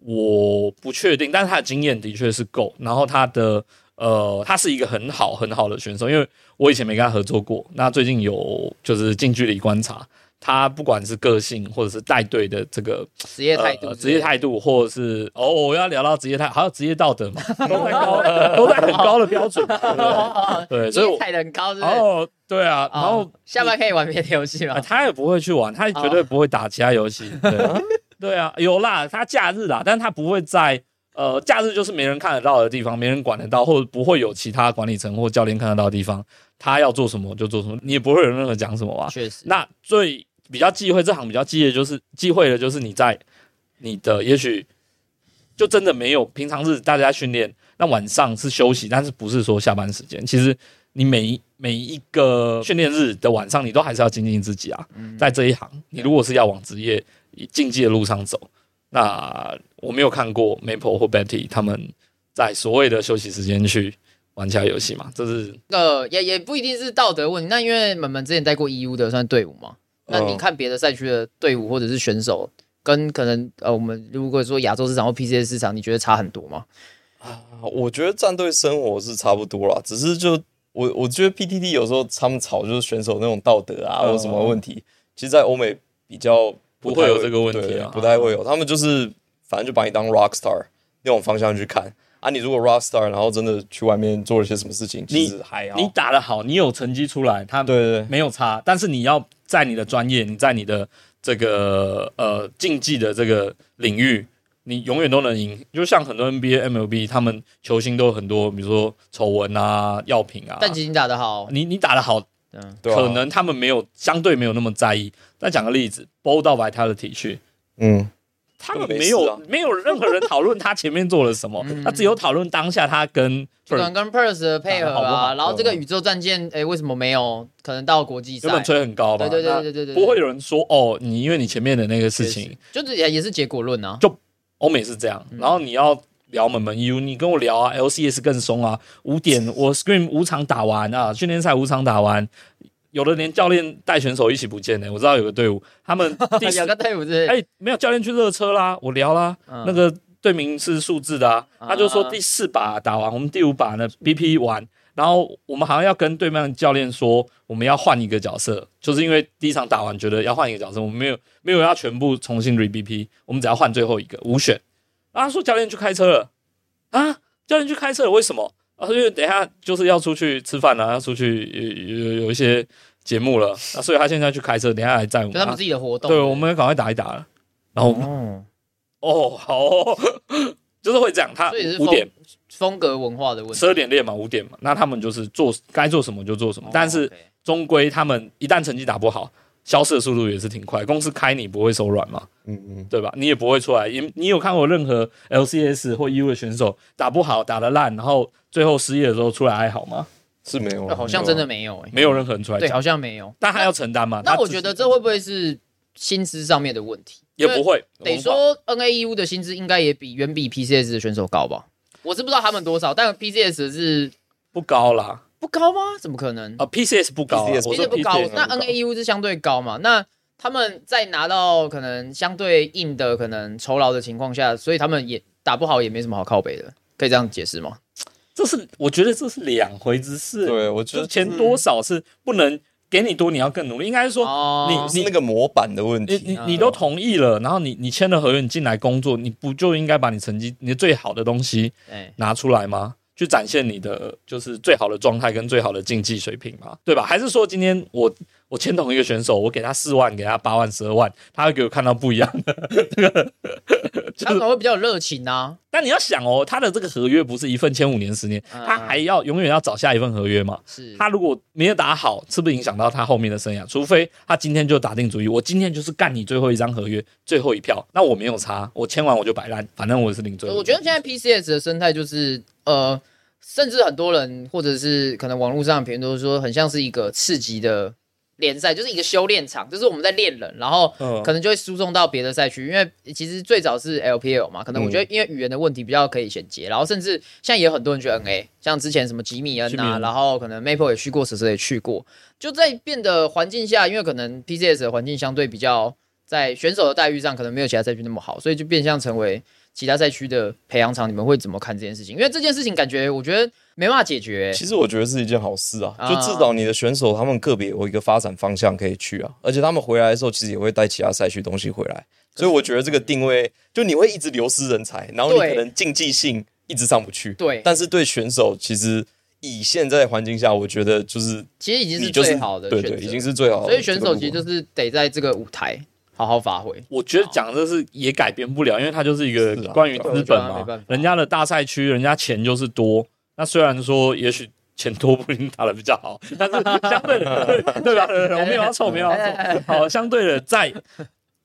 Speaker 4: 我不确定，但是他的经验的确是够，然后他的呃，他是一个很好很好的选手，因为我以前没跟他合作过，那最近有就是近距离观察他，不管是个性或者是带队的这个
Speaker 3: 职业态度
Speaker 4: 呃
Speaker 3: 之
Speaker 4: 职
Speaker 3: 类的，
Speaker 4: 业态度，或者是哦，我要聊到职业态，还有职业道德嘛，都在高、呃、都在很高的标准，对不对
Speaker 3: 哦，
Speaker 4: 对
Speaker 3: 职
Speaker 4: 所以
Speaker 3: 业
Speaker 4: 我
Speaker 3: 态度很高，是不是？
Speaker 4: 哦，对啊，
Speaker 3: 哦
Speaker 4: 然后
Speaker 3: 下班可以玩别的游戏
Speaker 4: 啊，
Speaker 3: 吗？
Speaker 4: 他也不会去玩，他也绝对不会打其他游戏。对对啊，有啦，他假日啦，但他不会在呃假日就是没人看得到的地方，没人管得到，或者不会有其他管理层或教练看得到的地方，他要做什么就做什么，你也不会有任何讲什么啊吧？
Speaker 3: 确实，
Speaker 4: 那最比较忌讳这行比较忌讳的就是忌讳的就是你在你的也许就真的没有平常日大家训练，那晚上是休息，但是不是说下班时间？其实你每一每一个训练日的晚上，你都还是要精进自己啊。在这一行，你如果是要往职业竞技的路上走，那我没有看过 Maple 或 Betty 他们在所谓的休息时间去玩其他游戏嘛，这是
Speaker 3: 那个呃也也不一定是道德问题。那因为门门之前带过 EU 的算队伍嘛，那
Speaker 4: 嗯
Speaker 3: 你看别的赛区的队伍或者是选手，跟可能呃我们如果说亚洲市场或 PCS 市场，你觉得差很多吗？
Speaker 5: 我觉得战队生活是差不多啦，只是就我我觉得 PTT 有时候他们吵就是选手那种道德啊、
Speaker 4: 嗯
Speaker 5: 或什么问题，其实，在欧美比较
Speaker 4: 不
Speaker 5: 太
Speaker 4: 会有这个问题啊
Speaker 5: 对不太会有。他们就是反正就把你当 rock star 那种方向去看啊。你如果 rock star，然后真的去外面做了些什么事情，其实还好。
Speaker 4: 你打得好，你有成绩出来，他
Speaker 5: 对对对
Speaker 4: 没有差，但是你要在你的专业，你在你的这个呃竞技的这个领域，你永远都能赢。就像很多 NBA、MLB 他们球星都有很多，比如说丑闻啊、药品啊。
Speaker 3: 但其实你打得好，
Speaker 4: 你你打得好，
Speaker 3: 嗯，
Speaker 5: 对啊
Speaker 4: 可能他们没有相对没有那么在意。再讲个例子，BO 到 Vitality 去，
Speaker 5: 嗯，
Speaker 4: 他们
Speaker 5: 都没
Speaker 4: 没有
Speaker 5: 事啊
Speaker 4: 没有任何人讨论他前面做了什么，他只有讨论当下他跟
Speaker 3: 可能嗯跟 Purse 的配合
Speaker 4: 打得好不
Speaker 3: 啊，
Speaker 4: 好
Speaker 3: 然后这个宇宙战舰，哎，为什么没有？可能到国际赛
Speaker 4: 原，本吹很高嘛，
Speaker 3: 对对对
Speaker 4: 那
Speaker 3: 对对对对
Speaker 4: 不会有人说哦，你因为你前面的那个事
Speaker 3: 确实
Speaker 4: 情，
Speaker 3: 就是也也是结果论啊。
Speaker 4: 欧美是这样，然后你要聊门门 U，你跟我聊啊，LCS 更松啊，五点我 Scream 五场打完啊，训练赛五场打完，有的连教练带选手一起不见呢、我知道有个队伍，他们第 四
Speaker 3: 有个队伍是
Speaker 4: 哎、没有教练去热车啦，我聊啦，
Speaker 3: 嗯
Speaker 4: 那个队名是数字的啊，他就说第四把打完，我们第五把呢 BP 完，然后我们好像要跟对面教练说我们要换一个角色，就是因为第一场打完觉得要换一个角色，我们没有没有要全部重新 re BP，我们只要换最后一个五选。然后他说教练去开车了啊，教练去开车了，为什么？啊，因为等一下就是要出去吃饭了、啊，要出去有有有一些节目了，那所以他现在去开车，等一下来载我
Speaker 3: 就
Speaker 4: 们。啊
Speaker 3: 他们自己的活动。
Speaker 4: 对，我们要赶快打一打了。然后我们
Speaker 3: 哦，
Speaker 4: 哦，好哦就是会这样。他
Speaker 3: 所以是
Speaker 4: 啊五
Speaker 3: 风
Speaker 4: 点
Speaker 3: 风格文化的问
Speaker 4: 十
Speaker 3: 题。
Speaker 4: 二点练嘛，五点嘛，那他们就是做该做什么就做什么。
Speaker 3: 哦
Speaker 4: 但是
Speaker 3: OK
Speaker 4: 终归他们一旦成绩打不好，消失的速度也是挺快。公司开你不会手软嘛，
Speaker 5: 嗯嗯，
Speaker 4: 对吧？你也不会出来。你你有看过任何 LCS 或 EU 的选手打不好、打得烂，然后最后失业的时候出来哀嚎吗？
Speaker 5: 是没有啊，
Speaker 3: 呃好像真的没有哎、
Speaker 4: 哦没有任何人出来
Speaker 3: 对，
Speaker 4: 讲。
Speaker 3: 好像没有。
Speaker 4: 但他要承担嘛？
Speaker 3: 那
Speaker 4: 啊他
Speaker 3: 我
Speaker 4: 自
Speaker 3: 觉
Speaker 4: 己
Speaker 3: 得这会不会是薪资上面的问题？
Speaker 4: 也不会，
Speaker 3: 得说 NAEU 的薪资应该也比远比 PCS 的选手高吧？我是不知道他们多少，但 PCS 是
Speaker 4: 不高啦。
Speaker 3: 不高吗？怎么可能？
Speaker 4: 啊，PCS 不高啊，
Speaker 5: PCS
Speaker 4: 我
Speaker 3: 其实
Speaker 4: 说
Speaker 3: 不高
Speaker 4: PCS，
Speaker 3: 那 NAU 是相对高嘛？那他们在拿到可能相对硬的可能酬劳的情况下，所以他们也打不好，也没什么好靠北的，可以这样解释吗？
Speaker 4: 这是我觉得这是两回之事。
Speaker 5: 对，我觉
Speaker 4: 就是
Speaker 5: 得
Speaker 4: 钱多少是不能给你多，你要更努力。应该是说
Speaker 3: 哦
Speaker 4: 你、
Speaker 5: 是
Speaker 4: 你
Speaker 5: 那个模板的问
Speaker 4: 你
Speaker 5: 题
Speaker 4: 你。你都同意了，然后你你签了合约，你进来工作，你不就应该把你成绩你最好的东西
Speaker 3: 哎、
Speaker 4: 拿出来吗？去展现你的就是最好的状态跟最好的竞技水平嘛，对吧？还是说今天我我签同一个选手，我给他四万，给他八万、十二万，他会给我看到不一样 的这个，就
Speaker 3: 他可
Speaker 4: 是
Speaker 3: 能会比较有热情啊。
Speaker 4: 但你要想哦，他的这个合约不是一份签五年、十年，
Speaker 3: 嗯
Speaker 5: 啊
Speaker 4: 他还要永远要找下一份合约嘛。
Speaker 3: 是，
Speaker 4: 他如果没有打好，是不是影响到他后面的生涯？除非他今天就打定主意，我今天就是干你最后一张合约，最后一票，那我没有差，我签完我就摆烂，反正我是领最后一票。
Speaker 3: 我觉得现在 PCS 的生态就是呃，甚至很多人或者是可能网络上的评论都说，很像是一个次级的联赛，就是一个修炼场，就是我们在练人，然后
Speaker 4: 嗯
Speaker 3: 可能就会输送到别的赛区。因为其实最早是 LPL 嘛，可能我
Speaker 4: 嗯
Speaker 3: 觉得因为语言的问题比较可以衔接，然后甚至现在也有很多人去 NA，像之前什么吉米恩
Speaker 4: 吉米
Speaker 3: 啊，
Speaker 4: 恩
Speaker 3: 然后可能 Maple 也去过，蛇蛇也去过，就在变的环境下，因为可能 PCS 的环境相对比较。在选手的待遇上，可能没有其他赛区那么好，所以就变相成为其他赛区的培养场，你们会怎么看这件事情？因为这件事情感觉我觉得没办法解决、
Speaker 5: 其实我觉得是一件好事啊，
Speaker 3: 啊
Speaker 5: 就至少你的选手他们个别有一个发展方向可以去啊，而且他们回来的时候其实也会带其他赛区东西回来，所以我觉得这个定位就你会一直流失人才，然后你
Speaker 3: 对
Speaker 5: 可能竞技性一直上不去，
Speaker 3: 对
Speaker 5: 但是对选手其实以现在的环境下，我觉得就是
Speaker 3: 其实已经
Speaker 5: 你
Speaker 3: 是
Speaker 5: 就是
Speaker 3: 最好的
Speaker 5: 对
Speaker 3: 选择，
Speaker 5: 对，已经是最好的
Speaker 3: 所
Speaker 5: 这
Speaker 3: 以
Speaker 5: 个路了，
Speaker 3: 选手其实就是得在这个舞台好好发挥。
Speaker 4: 我觉得讲这是也改变不了，因为它就是一个
Speaker 5: 是啊
Speaker 4: 关于资
Speaker 3: 对
Speaker 4: 本
Speaker 3: 啊没
Speaker 4: 嘛
Speaker 3: 办法，
Speaker 4: 人家的大赛区，人家钱就是多。那虽然说也许钱多不一定打的比 较好，但是相对的，对对吧？对对对我没有要凑，没有 要凑。好，相对的，在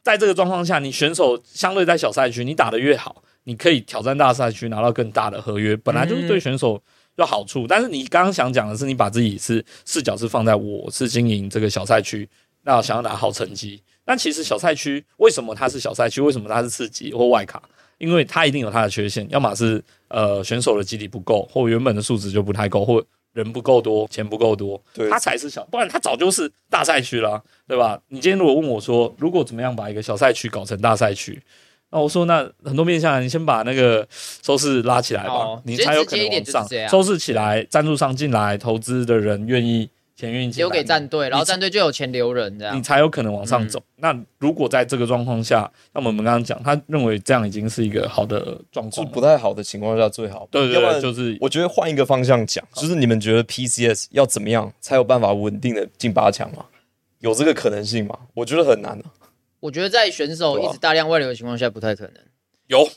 Speaker 4: 在这个状况下，你选手相对在小赛区，你打得越好，你可以挑战大赛区，拿到更大的合约，本来
Speaker 3: 嗯
Speaker 4: 就是对选手有好处。但是你刚刚想讲的是，你把自己是视角是放在我是经营这个小赛区，那想要拿好成绩。但其实小赛区为什么它是小赛区？为什么它是次级或外卡？因为它一定有它的缺陷，要么是呃选手的基底不够，或原本的素质就不太够，或人不够多，钱不够多，
Speaker 5: 对
Speaker 4: 它才是小，不然它早就是大赛区了啊、对吧？你今天如果问我说，如果怎么样把一个小赛区搞成大赛区，那我说那很多面向，啊你先把那个收视拉起来吧，
Speaker 3: 哦
Speaker 4: 你
Speaker 3: 直接
Speaker 4: 才有
Speaker 3: 直
Speaker 4: 可
Speaker 3: 接啊一
Speaker 4: 能
Speaker 3: 点
Speaker 4: 往
Speaker 3: 就是
Speaker 4: 上
Speaker 3: 这样
Speaker 4: 收视起来，赞助商进来，投资的人愿意钱愿意进
Speaker 3: 留
Speaker 4: 来
Speaker 3: 给战队，然后
Speaker 4: 你才
Speaker 3: 战队就有钱留人这
Speaker 4: 你
Speaker 3: 样。
Speaker 4: 才有可能往上走。
Speaker 3: 嗯
Speaker 4: 那如果在这个状况下，那么我们刚刚讲，他认为这样已经是一个好的状
Speaker 5: 是
Speaker 4: 况了，
Speaker 5: 不太好的情况下最好，
Speaker 4: 对对
Speaker 5: 要不
Speaker 4: 对，
Speaker 5: 然
Speaker 4: 就是
Speaker 5: 我觉得换一个方向讲，就是你们觉得 PCS 要怎么样才有办法稳定的进八强吗？有这个可能性吗？我觉得很难啊。
Speaker 3: 我觉得在选手
Speaker 5: 啊
Speaker 3: 一直大量外流的情况下不太可能。
Speaker 4: 有，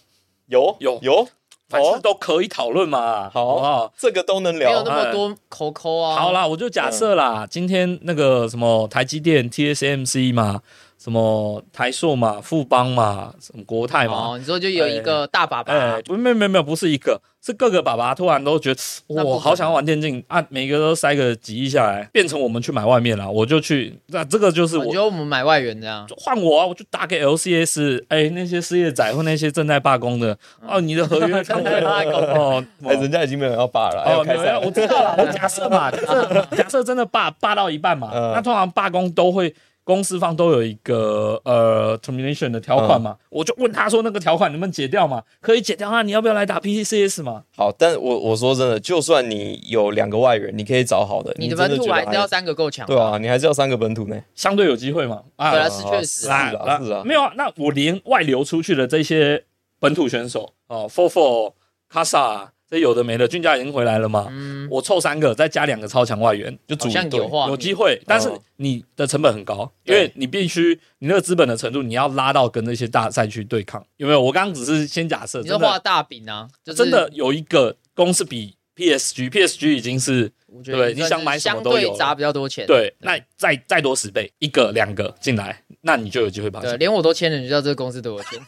Speaker 5: 有
Speaker 4: 有
Speaker 5: 有，哦
Speaker 4: 反正都可以讨论嘛，好不好？
Speaker 5: 这个都能
Speaker 3: 没有
Speaker 5: 聊
Speaker 3: 那。么多口口啊，
Speaker 4: 好，啦，我就假设啦，今天那个什么台积电、TSMC 嘛，什么台硕嘛、富邦嘛、什么国泰嘛，
Speaker 3: 哦，你说就有一个大啊粑粑，，
Speaker 4: 哎不，没有没有没有，不是一个，是各个爸爸突然都觉得
Speaker 3: 那不可
Speaker 4: 我
Speaker 3: 能
Speaker 4: 好想要玩电竞啊，每个都塞个几亿下来，变成我们去买外面啦，我就去，那这个就是
Speaker 3: 我
Speaker 4: 我
Speaker 3: 觉得哦我们买外援这样，
Speaker 4: 换我啊，我就打给 LCS，哎、那些失业仔或那些正在罢工的，哦，你的合约
Speaker 3: 嗯 正在罢工
Speaker 4: 哦，
Speaker 5: 哎，人家已经没有人要罢了，
Speaker 4: 哦
Speaker 5: 要，
Speaker 4: 没
Speaker 5: 哎开
Speaker 4: 有
Speaker 5: 赛
Speaker 4: 我
Speaker 5: 了。
Speaker 4: 知道了， 我假设嘛，假设假设真的罢罢到一半嘛，
Speaker 5: 嗯
Speaker 4: 那通常罢工都会。公司方都有一个呃 termination 的条款
Speaker 5: 嗯
Speaker 4: 嘛，我就问他说那个条款能不能解掉嘛？可以解掉啊，你要不要来打 PCCS 嘛？
Speaker 5: 好，但我我说真的，就算你有两个外援，你可以找好的，
Speaker 3: 你
Speaker 5: 的
Speaker 3: 的本土还
Speaker 5: 还
Speaker 3: 是要三个够强吧。
Speaker 5: 对啊，你还是要三个本土呢。
Speaker 4: 相对有机会嘛？啊，
Speaker 3: 对啊，是确实
Speaker 5: 是
Speaker 3: 啊，
Speaker 5: 啊
Speaker 4: 那
Speaker 5: 是啊
Speaker 4: 没有啊，那我连外流出去的这些本土选手哦，Fofo、Casa 这有的没的，俊佳已经回来了嘛，
Speaker 3: 嗯，
Speaker 4: 我凑三个，再加两个超强外援，
Speaker 5: 就
Speaker 3: 好
Speaker 5: 组
Speaker 3: 像有
Speaker 5: 队。
Speaker 3: 话，嗯
Speaker 4: 有机会，但是
Speaker 5: 哦
Speaker 4: 你的成本很高，因
Speaker 3: 对
Speaker 4: 为你必须你那个资本的程度，你要拉到跟那些大赛去对抗，有没有？我刚刚只是先假设，
Speaker 3: 你就
Speaker 4: 真
Speaker 3: 画
Speaker 4: 的
Speaker 3: 大饼啊，就是
Speaker 4: 真的有一个公司比 PSG，PSG 已经是
Speaker 3: 我觉得
Speaker 4: 对
Speaker 3: 也
Speaker 4: 你
Speaker 3: 算
Speaker 4: 想
Speaker 3: 是
Speaker 4: 买什么
Speaker 3: 相
Speaker 4: 都
Speaker 3: 对
Speaker 4: 有了
Speaker 3: 砸比较多钱。
Speaker 4: 对，那再再多十倍，一个两个进来，那你就有机会把
Speaker 3: 对，连我都签了，你就知道这个公司对我 签。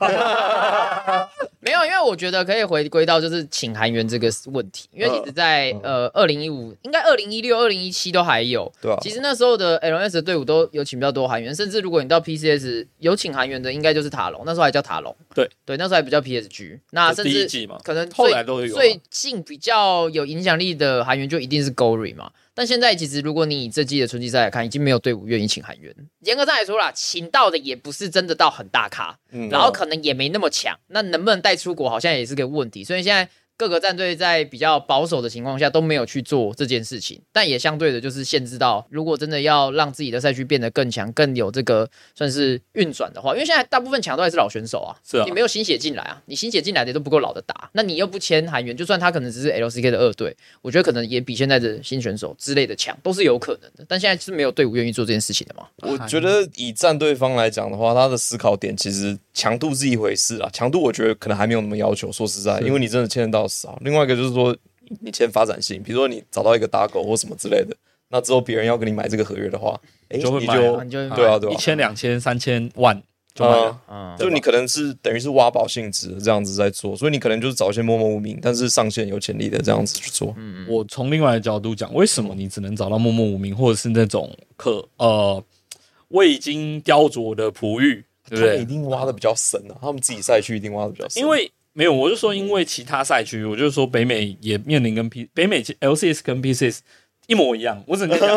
Speaker 3: 没有，因为我觉得可以回归到就是请韩元这个问题，因为其
Speaker 4: 嗯
Speaker 3: 实在呃二零一五，应该二零一六、二零一七都还有。
Speaker 5: 对啊，
Speaker 3: 其实那时候的 LNS 的队伍都有请比较多韩元，甚至如果你到 PCS 有请韩元的，应该就是塔龙，那时候还叫塔龙。
Speaker 4: 对
Speaker 3: 对，那时候还不叫 PSG。那
Speaker 4: 就
Speaker 3: 甚
Speaker 4: 第一
Speaker 3: 至
Speaker 4: 季嘛，
Speaker 3: 可能最
Speaker 4: 后来都有啊
Speaker 3: 最近比较有影响力的韩援就一定是 Gory 嘛。但现在其实如果你以这季的春季赛来看，已经没有队伍愿意请韩援。严格上来说啦，请到的也不是真的到很大咖，
Speaker 5: 嗯
Speaker 3: 然后可能也没那么强，那能不能带出国好像也是个问题。所以现在各个战队在比较保守的情况下都没有去做这件事情，但也相对的就是限制到，如果真的要让自己的赛区变得更强、更有这个算是运转的话，因为现在大部分强都还是老选手啊，
Speaker 4: 是啊
Speaker 3: 你没有新血进来啊，你新血进来的都不够老的打，那你又不签韩援，就算他可能只是 LCK 的二队，我觉得可能也比现在的新选手之类的强，都是有可能的，但现在是没有队伍愿意做这件事情的嘛。
Speaker 5: 我
Speaker 4: 哎
Speaker 5: 觉得以战队方来讲的话，他的思考点其实强度是一回事啊，强度我觉得可能还没有那么要求。说实在，因为你真的签得到少。另外一个就是说，你签发展性，比如说你找到一个打狗或什么之类的，那之后别人要跟你买这个合约的话，哎，
Speaker 4: 就会
Speaker 5: 你
Speaker 4: 买
Speaker 5: 就
Speaker 4: 啊
Speaker 3: 你就
Speaker 5: 对啊，对啊，
Speaker 4: 一千、两千、三千万就买了。
Speaker 3: 嗯，
Speaker 5: 就你可能是等于是挖宝性质这样子在做，所以你可能就是找一些默默无名但是上线有潜力的这样子去做。
Speaker 3: 嗯
Speaker 4: 我从另外的角度讲，为什么你只能找到默默无名，或者是那种可呃未经雕琢的璞玉，对不
Speaker 5: 他们
Speaker 4: 对
Speaker 5: 一？定挖的比较深啊，他们自己赛区一定挖的比较深，
Speaker 4: 因为没有，我就说因为其他赛区，我就说北美也面临跟 P 北美 LCS 跟 PCS 一模一样，我只能 讲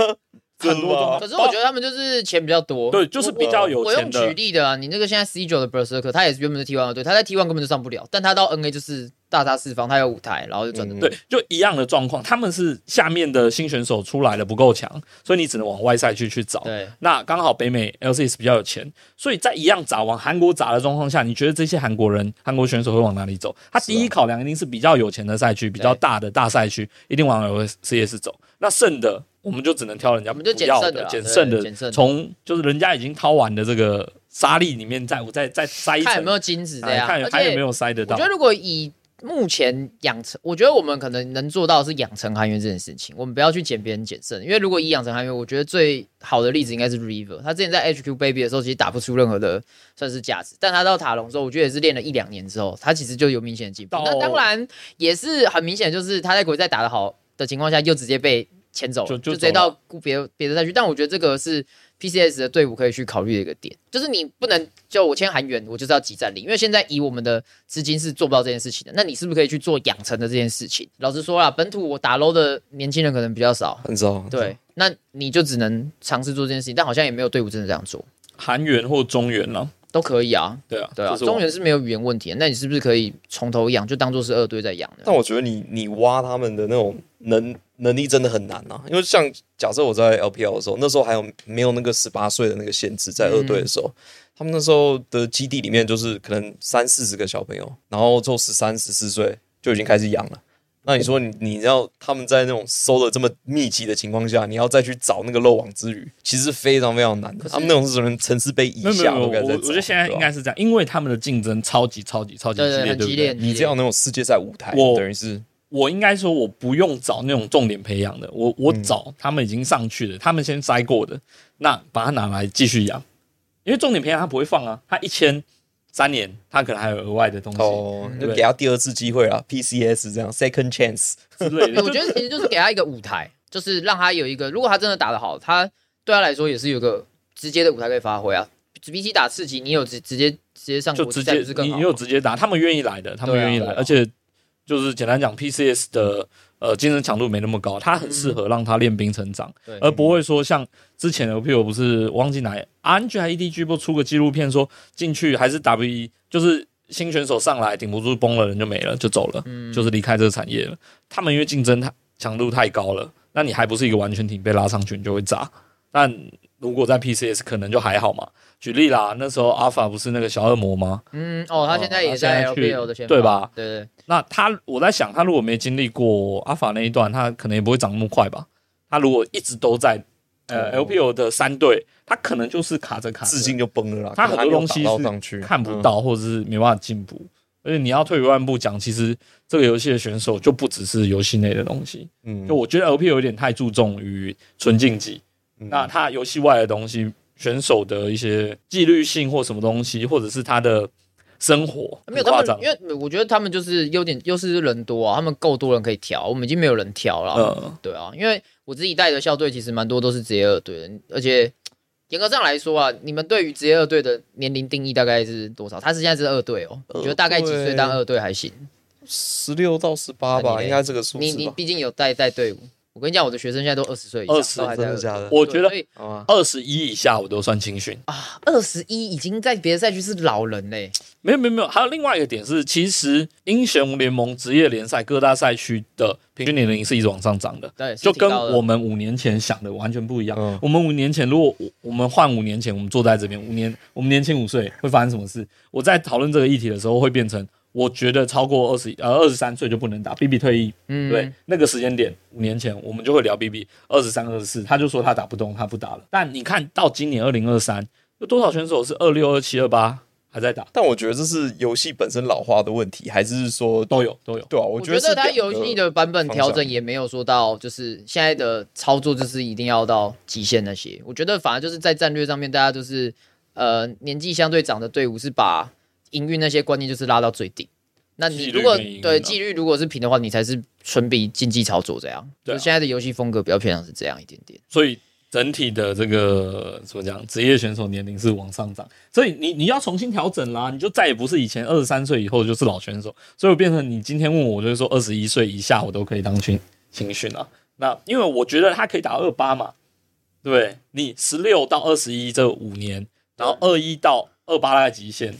Speaker 4: 很多
Speaker 5: 真的
Speaker 4: 种，
Speaker 5: 吗
Speaker 3: 可是我觉得他们就是钱比较多，
Speaker 4: 对，就是比较有
Speaker 3: 我
Speaker 4: 钱
Speaker 3: 用举
Speaker 4: 的。
Speaker 3: 例的啊，你那个现在 C 九的 Berserker，他也是原本是 T one 的队，他在 T one 根本就上不了，但他到 NA 就是大杀四方，他有舞台，然后就转正。
Speaker 5: 嗯
Speaker 4: 对，就一样的状况，他们是下面的新选手出来的不够强，所以你只能往外赛区去找。
Speaker 3: 对，
Speaker 4: 那刚好北美 LCS 比较有钱，所以在一样砸往韩国砸的状况下，你觉得这些韩国人、韩国选手会往哪里走？他第一考量一定是比较有钱的赛区，比较大的大赛区，一定往 LCS 走。那剩的我们就只能挑人家
Speaker 3: 我们就
Speaker 4: 不要
Speaker 3: 捡剩的啦
Speaker 4: 捡剩
Speaker 3: 对捡剩
Speaker 4: 的，
Speaker 3: 的
Speaker 4: 从就是人家已经掏完的这个沙粒里面再我再再塞一层，
Speaker 3: 看有没有金子这
Speaker 4: 哎
Speaker 3: 样。
Speaker 4: 看
Speaker 3: 而
Speaker 4: 还有
Speaker 3: 且
Speaker 4: 没有塞得
Speaker 3: 我
Speaker 4: 到
Speaker 3: 觉。得如果以目前养成，我觉得我们可能能做到的是养成韩元这件事情，我们不要去捡别人捡剩，因为如果以养成韩元，我觉得最好的例子应该是 River，他之前在 HQ Baby 的时候其实打不出任何的算是价值，但他到塔隆之后，我觉得也是练了一两年之后，他其实就有明显的进步
Speaker 4: 到。
Speaker 3: 那当然也是很明显，就是他在国际赛打得好的情况下，又直接被牵走了，
Speaker 4: 就就
Speaker 3: 直接
Speaker 4: 走了
Speaker 3: 到顾别别的赛区。但我觉得这个是 PCS 的队伍可以去考虑的一个点，就是你不能就我签韩元，我就是要集战力，因为现在以我们的资金是做不到这件事情的。那你是不是可以去做养成的这件事情？老实说啦，本土我打 low 的年轻人可能比较少，
Speaker 5: 很少，
Speaker 3: 对，那你就只能尝试做这件事情，但好像也没有队伍真的这样做，
Speaker 4: 韩元或中元呢、
Speaker 3: 都可以啊。
Speaker 4: 对啊，
Speaker 3: 对啊，
Speaker 4: 就是我
Speaker 3: 中原是没有语言问题的，那你是不是可以从头养，就当做是二队在养呢？
Speaker 5: 但我觉得你你挖他们的那种能能力真的很难啊，因为像假设我在 LPL 的时候，那时候还有没有那个十八岁的那个限制，在二队的时
Speaker 4: 嗯
Speaker 5: 候，他们那时候的基地里面就是可能三四十个小朋友，然后就十三十四岁就已经开始养了。那你说你你要他们在那种搜的这么密集的情况下，你要再去找那个漏网之鱼，其实非常非常难的。他们那种是什么城市杯以
Speaker 4: 没有没有
Speaker 5: 下
Speaker 4: 没有，
Speaker 5: 都
Speaker 4: 我
Speaker 5: 该在
Speaker 4: 我
Speaker 5: 找。
Speaker 4: 觉得现在
Speaker 5: 对吧
Speaker 4: 应该是这样，因为他们的竞争超级超级超级
Speaker 3: 对
Speaker 4: 激烈，
Speaker 3: 对，很
Speaker 4: 不
Speaker 3: 激烈。很激烈
Speaker 5: 你这样那种世界赛舞台，
Speaker 4: 我
Speaker 5: 等于是
Speaker 4: 我应该说，我不用找那种重点培养的，我我找他们已经上去的，他们先筛过的，那把它拿来继续养，因为重点培养他不会放啊，他一签三年，他可能还有额外的东西
Speaker 5: 哦，
Speaker 4: 嗯对
Speaker 5: 就给他第二次机会啦 p c s 这样，second chance。
Speaker 4: 之类的。
Speaker 3: 哎我
Speaker 4: 就
Speaker 3: 觉得其实就是给他一个舞台，就是让他有一个，如果他真的打得好，他对他来说也是有个直接的舞台可以发挥啊。比起打刺激，你有直直接直接上
Speaker 4: 就
Speaker 3: 国
Speaker 4: 直
Speaker 3: 际赛
Speaker 4: 接
Speaker 3: 不是更
Speaker 4: 你
Speaker 3: 好
Speaker 4: 你有直接打，他们愿意来的，他们
Speaker 3: 对啊
Speaker 4: 愿意来，
Speaker 3: 对啊
Speaker 4: 而且就是简单讲，PCS 的呃竞争强度没那么高，它很适合让他练兵成长，
Speaker 3: 对
Speaker 4: 而不会说像之前的，譬如不是忘记哪 RNG 还 EDG 不出个纪录片说进去还是 WE 就是。新选手上来顶不住崩了，人就没了，就走了，
Speaker 3: 嗯
Speaker 4: 就是离开这个产业了。他们因为竞争太强度太高了，那你还不是一个完全体被拉上去，你就会炸。但如果在 PCS 可能就还好嘛。举例啦，那时候 Alpha 不是那个小恶魔吗？
Speaker 3: 嗯哦，他现在也在
Speaker 4: 哦他现在去
Speaker 3: LPL 的前
Speaker 4: 对吧？
Speaker 3: 对对，
Speaker 4: 那他，我在想，他如果没经历过阿法那一段，他可能也不会长那么快吧。他如果一直都在
Speaker 5: 哦
Speaker 4: 呃 LPL 的三队，他可能就是卡着卡着，
Speaker 5: 致敬就崩了啦。
Speaker 4: 啊他很多东
Speaker 5: 可
Speaker 4: 西
Speaker 5: 能还没有打到上去嗯
Speaker 4: 是看不到，或者是没办法进步。而且你要退一万步讲，其实这个游戏的选手就不只是游戏内的东西。
Speaker 5: 嗯，
Speaker 4: 就我觉得 LPL 有点太注重于纯竞技，
Speaker 5: 嗯
Speaker 4: 那他游戏外的东西，选手的一些纪律性或什么东西，或者是他的生活，
Speaker 3: 没有
Speaker 4: 很
Speaker 3: 他
Speaker 4: 夸
Speaker 3: 们
Speaker 4: 张，
Speaker 3: 因。为我觉得他们就是优点，优势是人多啊，他们够多人可以调，我们已经没有人调了。
Speaker 4: 呃，
Speaker 3: 对啊，因为我自己带的校队其实蛮多都是职业二队的，而且严格上来说啊，你们对于职业二队的年龄定义大概是多少？他是现在是二队哦，我觉得大概几岁当二队还行。
Speaker 5: 十六到十八
Speaker 3: 那
Speaker 5: 吧，
Speaker 3: 你嘞
Speaker 5: 应该这个数
Speaker 3: 你
Speaker 5: 字
Speaker 3: 你
Speaker 5: 吧。
Speaker 3: 毕竟有带带队伍，我跟你讲，我的学生现在都二十岁以上，
Speaker 4: 20
Speaker 3: 都还在
Speaker 5: 真的假的
Speaker 3: 对
Speaker 4: 我觉得
Speaker 3: 所以
Speaker 5: 好啊，
Speaker 4: 二十一以下我都算青训。
Speaker 3: 二十一已经在别的赛区是老人嘞、
Speaker 4: 没有没有没有，还有另外一个点是，其实英雄联盟职业联赛各大赛区的平均年龄是一直往上涨的，
Speaker 3: 对，是
Speaker 4: 就
Speaker 3: 提
Speaker 4: 跟
Speaker 3: 高了
Speaker 4: 我们五年前想的完全不一样。
Speaker 5: 嗯
Speaker 4: 我们五年前，如果我我们换五年前，我们坐在这边，五年我们年轻五岁，会发生什么事？我在讨论这个议题的时候，会变成我觉得超过二十呃二十三岁就不能打，B B 退役。
Speaker 3: 嗯
Speaker 4: 对，那个时间点五年前，我们就会聊 B B 二十三、二十四，他就说他打不动，他不打了。但你看到今年二零二三，有多少选手是二六、二七、二八还在打？
Speaker 5: 但我觉得这是游戏本身老化的问题，还是说
Speaker 4: 都有都有。
Speaker 5: 对啊？
Speaker 3: 呃
Speaker 5: 我
Speaker 3: 我
Speaker 5: 觉
Speaker 3: 觉
Speaker 5: 得
Speaker 3: 得
Speaker 5: 是
Speaker 3: 它
Speaker 5: 两
Speaker 3: 游
Speaker 5: 个
Speaker 3: 戏的版本
Speaker 5: 方
Speaker 3: 调
Speaker 5: 向
Speaker 3: 整也没有说到，就是现在的操作就是一定要到极限那些。我觉得反而就是在战略上面，大家就是呃年纪相对长的队伍是把营运那些观念就是拉到最顶。那你
Speaker 4: 纪律
Speaker 3: 如果
Speaker 4: 跟营运
Speaker 3: 对
Speaker 4: 啊
Speaker 3: 纪律如果是平的话，你才是纯比竞技操作这样。
Speaker 4: 对啊
Speaker 3: 就现在的游戏风格比较偏向是这样一点点。
Speaker 4: 所以整体的这个怎么讲，职业选手年龄是往上涨，所以你你要重新调整啦，你就再也不是以前二十三岁以后就是老选手，所以我变成你今天问我，我就是说二十一岁以下我都可以当青青训啊，那因为我觉得他可以打二八嘛，对不对？你十六到二十一这五年，然后二一到二八大概极限，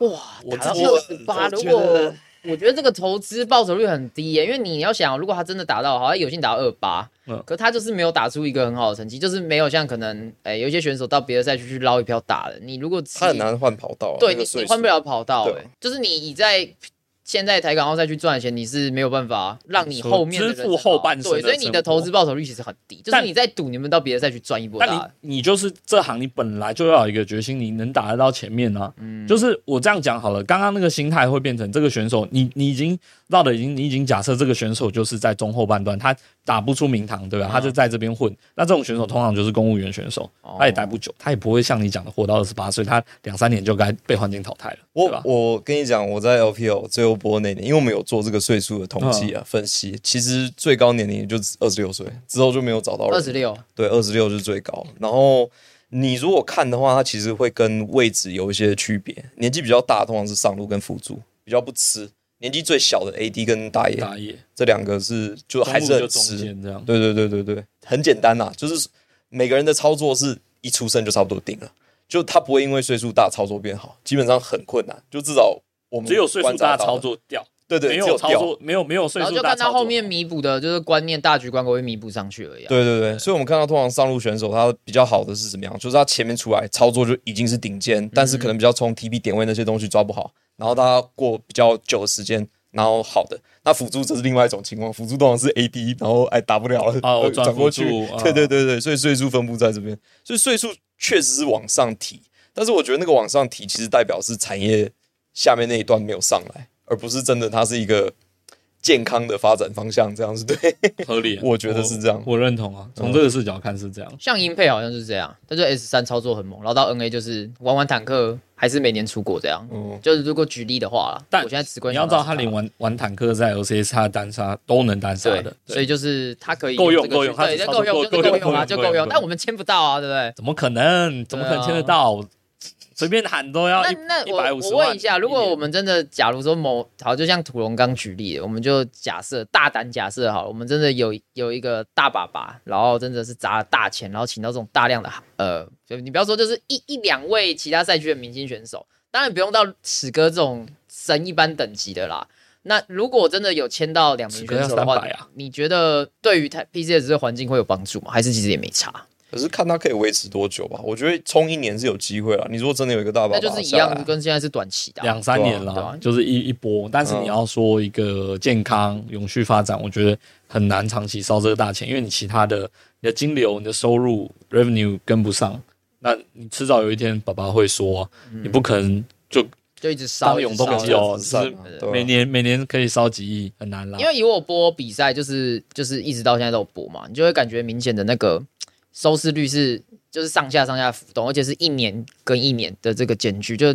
Speaker 3: 哇，
Speaker 4: 我
Speaker 3: 打到
Speaker 4: 自己
Speaker 3: 二十八，
Speaker 5: 我
Speaker 3: 如
Speaker 5: 觉得
Speaker 3: 果我觉得这个投资报酬率很低耶、因为你要想，如果他真的打到，好像有幸打到二八、
Speaker 4: 嗯
Speaker 3: 可他就是没有打出一个很好的成绩，就是没有像可能诶、有一些选手到别的赛区去捞一票打的。你如果
Speaker 5: 他很
Speaker 3: 自己，
Speaker 5: 难换跑道啊，
Speaker 3: 对
Speaker 5: 那个
Speaker 3: 你
Speaker 5: 岁
Speaker 3: 你
Speaker 5: 数
Speaker 3: 换不了跑道、
Speaker 5: 对
Speaker 3: 诶，就是你你在。现在台港澳赛区赚的钱，你是没有办法让你
Speaker 4: 说
Speaker 3: 后面的人
Speaker 4: 支
Speaker 3: 生
Speaker 4: 付后半生
Speaker 3: 对，
Speaker 4: 的
Speaker 3: 所以你的
Speaker 4: 生活
Speaker 3: 投资报酬率其实很低，就是
Speaker 4: 但
Speaker 3: 你在赌你们到别的赛区赚一波
Speaker 4: 那
Speaker 3: 大
Speaker 4: 你
Speaker 3: 的。
Speaker 4: 你就是这行，你本来就要有一个决心，你能打得到前面啊。
Speaker 5: 嗯
Speaker 4: 就是我这样讲好了，刚刚那个心态会变成这个选手，你你已经绕的已经，你已经假设这个选手就是在中后半段，他打不出名堂，对
Speaker 5: 嗯
Speaker 4: 吧？他就在这边混。那这种选手通常就是公务员选手，
Speaker 5: 哦
Speaker 4: 他也待不久，他也不会像你讲的活到二十八岁，他两三年就该被环境淘汰了，对
Speaker 5: 我
Speaker 4: 吧？
Speaker 5: 我跟你讲，我在 LPL 最后播那年，因为我们有做这个岁数的统计啊、
Speaker 4: 嗯
Speaker 5: 分析，其实最高年龄也就二十六岁，之后就没有找到人。
Speaker 3: 二十六，
Speaker 5: 对，二十六是最高。然后你如果看的话，它其实会跟位置有一些区别。年纪比较大，通常是上路跟辅助，比较不吃。年纪最小的 AD 跟打野，
Speaker 4: 打野
Speaker 5: 这两个是就还是
Speaker 4: 中路就
Speaker 5: 很
Speaker 4: 中
Speaker 5: 吃。
Speaker 4: 间这样。
Speaker 5: 对对对对对，很简单啦，就是每个人的操作是一出生就差不多定了，就他不会因为岁数大操作变好，基本上很困难。就至少我们
Speaker 4: 只有岁数
Speaker 5: 观
Speaker 4: 大
Speaker 5: 察到的
Speaker 4: 操，作掉，
Speaker 5: 对对，
Speaker 4: 没
Speaker 5: 只
Speaker 4: 有操
Speaker 5: 掉。
Speaker 4: 作，没有没有岁
Speaker 3: 然后
Speaker 4: 数
Speaker 3: 就
Speaker 4: 大
Speaker 3: 看
Speaker 4: 操
Speaker 3: 到
Speaker 4: 作
Speaker 3: 后面弥补的，就是观念大局观会弥补上去而已、啊。
Speaker 5: 对对对，所以我们看到通常上路选手他比较好的是怎么样？就是他前面出来操作就已经是顶
Speaker 4: 嗯
Speaker 5: 尖，但是可能比较冲 TP 点位那些东西抓不好，然后他过比较久的时间，然后好的。那辅助这是另外一种情况，辅助通常是 AD，然后哎打不了了，
Speaker 4: 啊我
Speaker 5: 呃
Speaker 4: 转
Speaker 5: 转过去
Speaker 4: 辅助啊，
Speaker 5: 对对对对，所以岁数分布在这边，所以岁数确实是往上提，但是我觉得那个往上提其实代表是产业下面那一段没有上来，而不是真的它是一个健康的发展方向，这样是对。
Speaker 4: 合理啊，
Speaker 5: 我觉得是这样嗯
Speaker 4: 我我认同啊。从这个视角看是这样。
Speaker 3: 像英配好像就是这样，但是 S 三操作很猛，然后到 NA 就是玩玩坦克，还是每年出国这样。
Speaker 5: 嗯
Speaker 3: 就是如果举例的话啦，
Speaker 4: 但
Speaker 3: 我现在直观
Speaker 4: 你要
Speaker 3: 想
Speaker 4: 知
Speaker 3: 到
Speaker 4: 道，
Speaker 3: 是
Speaker 4: 他连玩玩坦克在 LCS 他单杀都能单杀
Speaker 3: 对
Speaker 4: 的，
Speaker 3: 所以就是他可以
Speaker 4: 够用
Speaker 3: 这个去
Speaker 4: 够用他
Speaker 3: 对，
Speaker 4: 只
Speaker 3: 够
Speaker 4: 操作
Speaker 3: 用
Speaker 4: 够
Speaker 3: 就
Speaker 4: 够
Speaker 3: 够
Speaker 4: 用
Speaker 3: 用啊，
Speaker 4: 够
Speaker 3: 就
Speaker 4: 用
Speaker 3: 够
Speaker 4: 够
Speaker 3: 用。
Speaker 4: 用
Speaker 3: 但我们签不到啊，对不对？
Speaker 4: 怎么可能？怎么可能签得到？随便喊都要
Speaker 3: 那
Speaker 4: 一
Speaker 3: 那
Speaker 4: 一百
Speaker 3: 我
Speaker 4: 五十
Speaker 3: 我
Speaker 4: 万。
Speaker 3: 问一下，如果我们真的，假如说某好，就像土龙刚举例的，我们就假设大胆假设好了，我们真的有有一个大爸爸，然后真的是砸了大钱，然后请到这种大量的呃，就你不要说就是一一两位其他赛区的明星选手，当然不用到史哥这种神一般等级的啦。那如果真的有签到两名
Speaker 4: 史哥要
Speaker 3: 选手的话，
Speaker 4: 300啊
Speaker 3: 你觉得对于台 PCS 的环境会有帮助吗？还是其实也没差？
Speaker 5: 可是看他可以维持多久吧。我觉得冲一年是有机会了。你如果真的有一个大
Speaker 3: 那
Speaker 5: 把把
Speaker 3: 就是一
Speaker 5: 下来
Speaker 3: 样，跟现在是短期的啊、
Speaker 4: 两三年
Speaker 3: 对啊对嗯啊
Speaker 4: 了，就是一一波。但是你要说一个健康、永续发展，我觉得很难长期烧这个大钱，因为你其他的你的金流、你的收入 revenue 跟不上，那你迟早有一天爸爸会说啊，
Speaker 3: 嗯
Speaker 4: 你不可能就
Speaker 3: 就一直烧
Speaker 4: 当永动
Speaker 3: 一直
Speaker 4: 机
Speaker 3: 烧
Speaker 4: 哦，
Speaker 5: 一
Speaker 4: 只
Speaker 5: 直烧
Speaker 4: 是
Speaker 5: 对啊
Speaker 4: 每年每年可以烧几亿，很难啦
Speaker 3: 因。为以我播比赛，就是就是一直到现在都有播嘛，你就会感觉明显的那个收视率是就是上下上下浮动，而且是一年跟一年的这个间距，就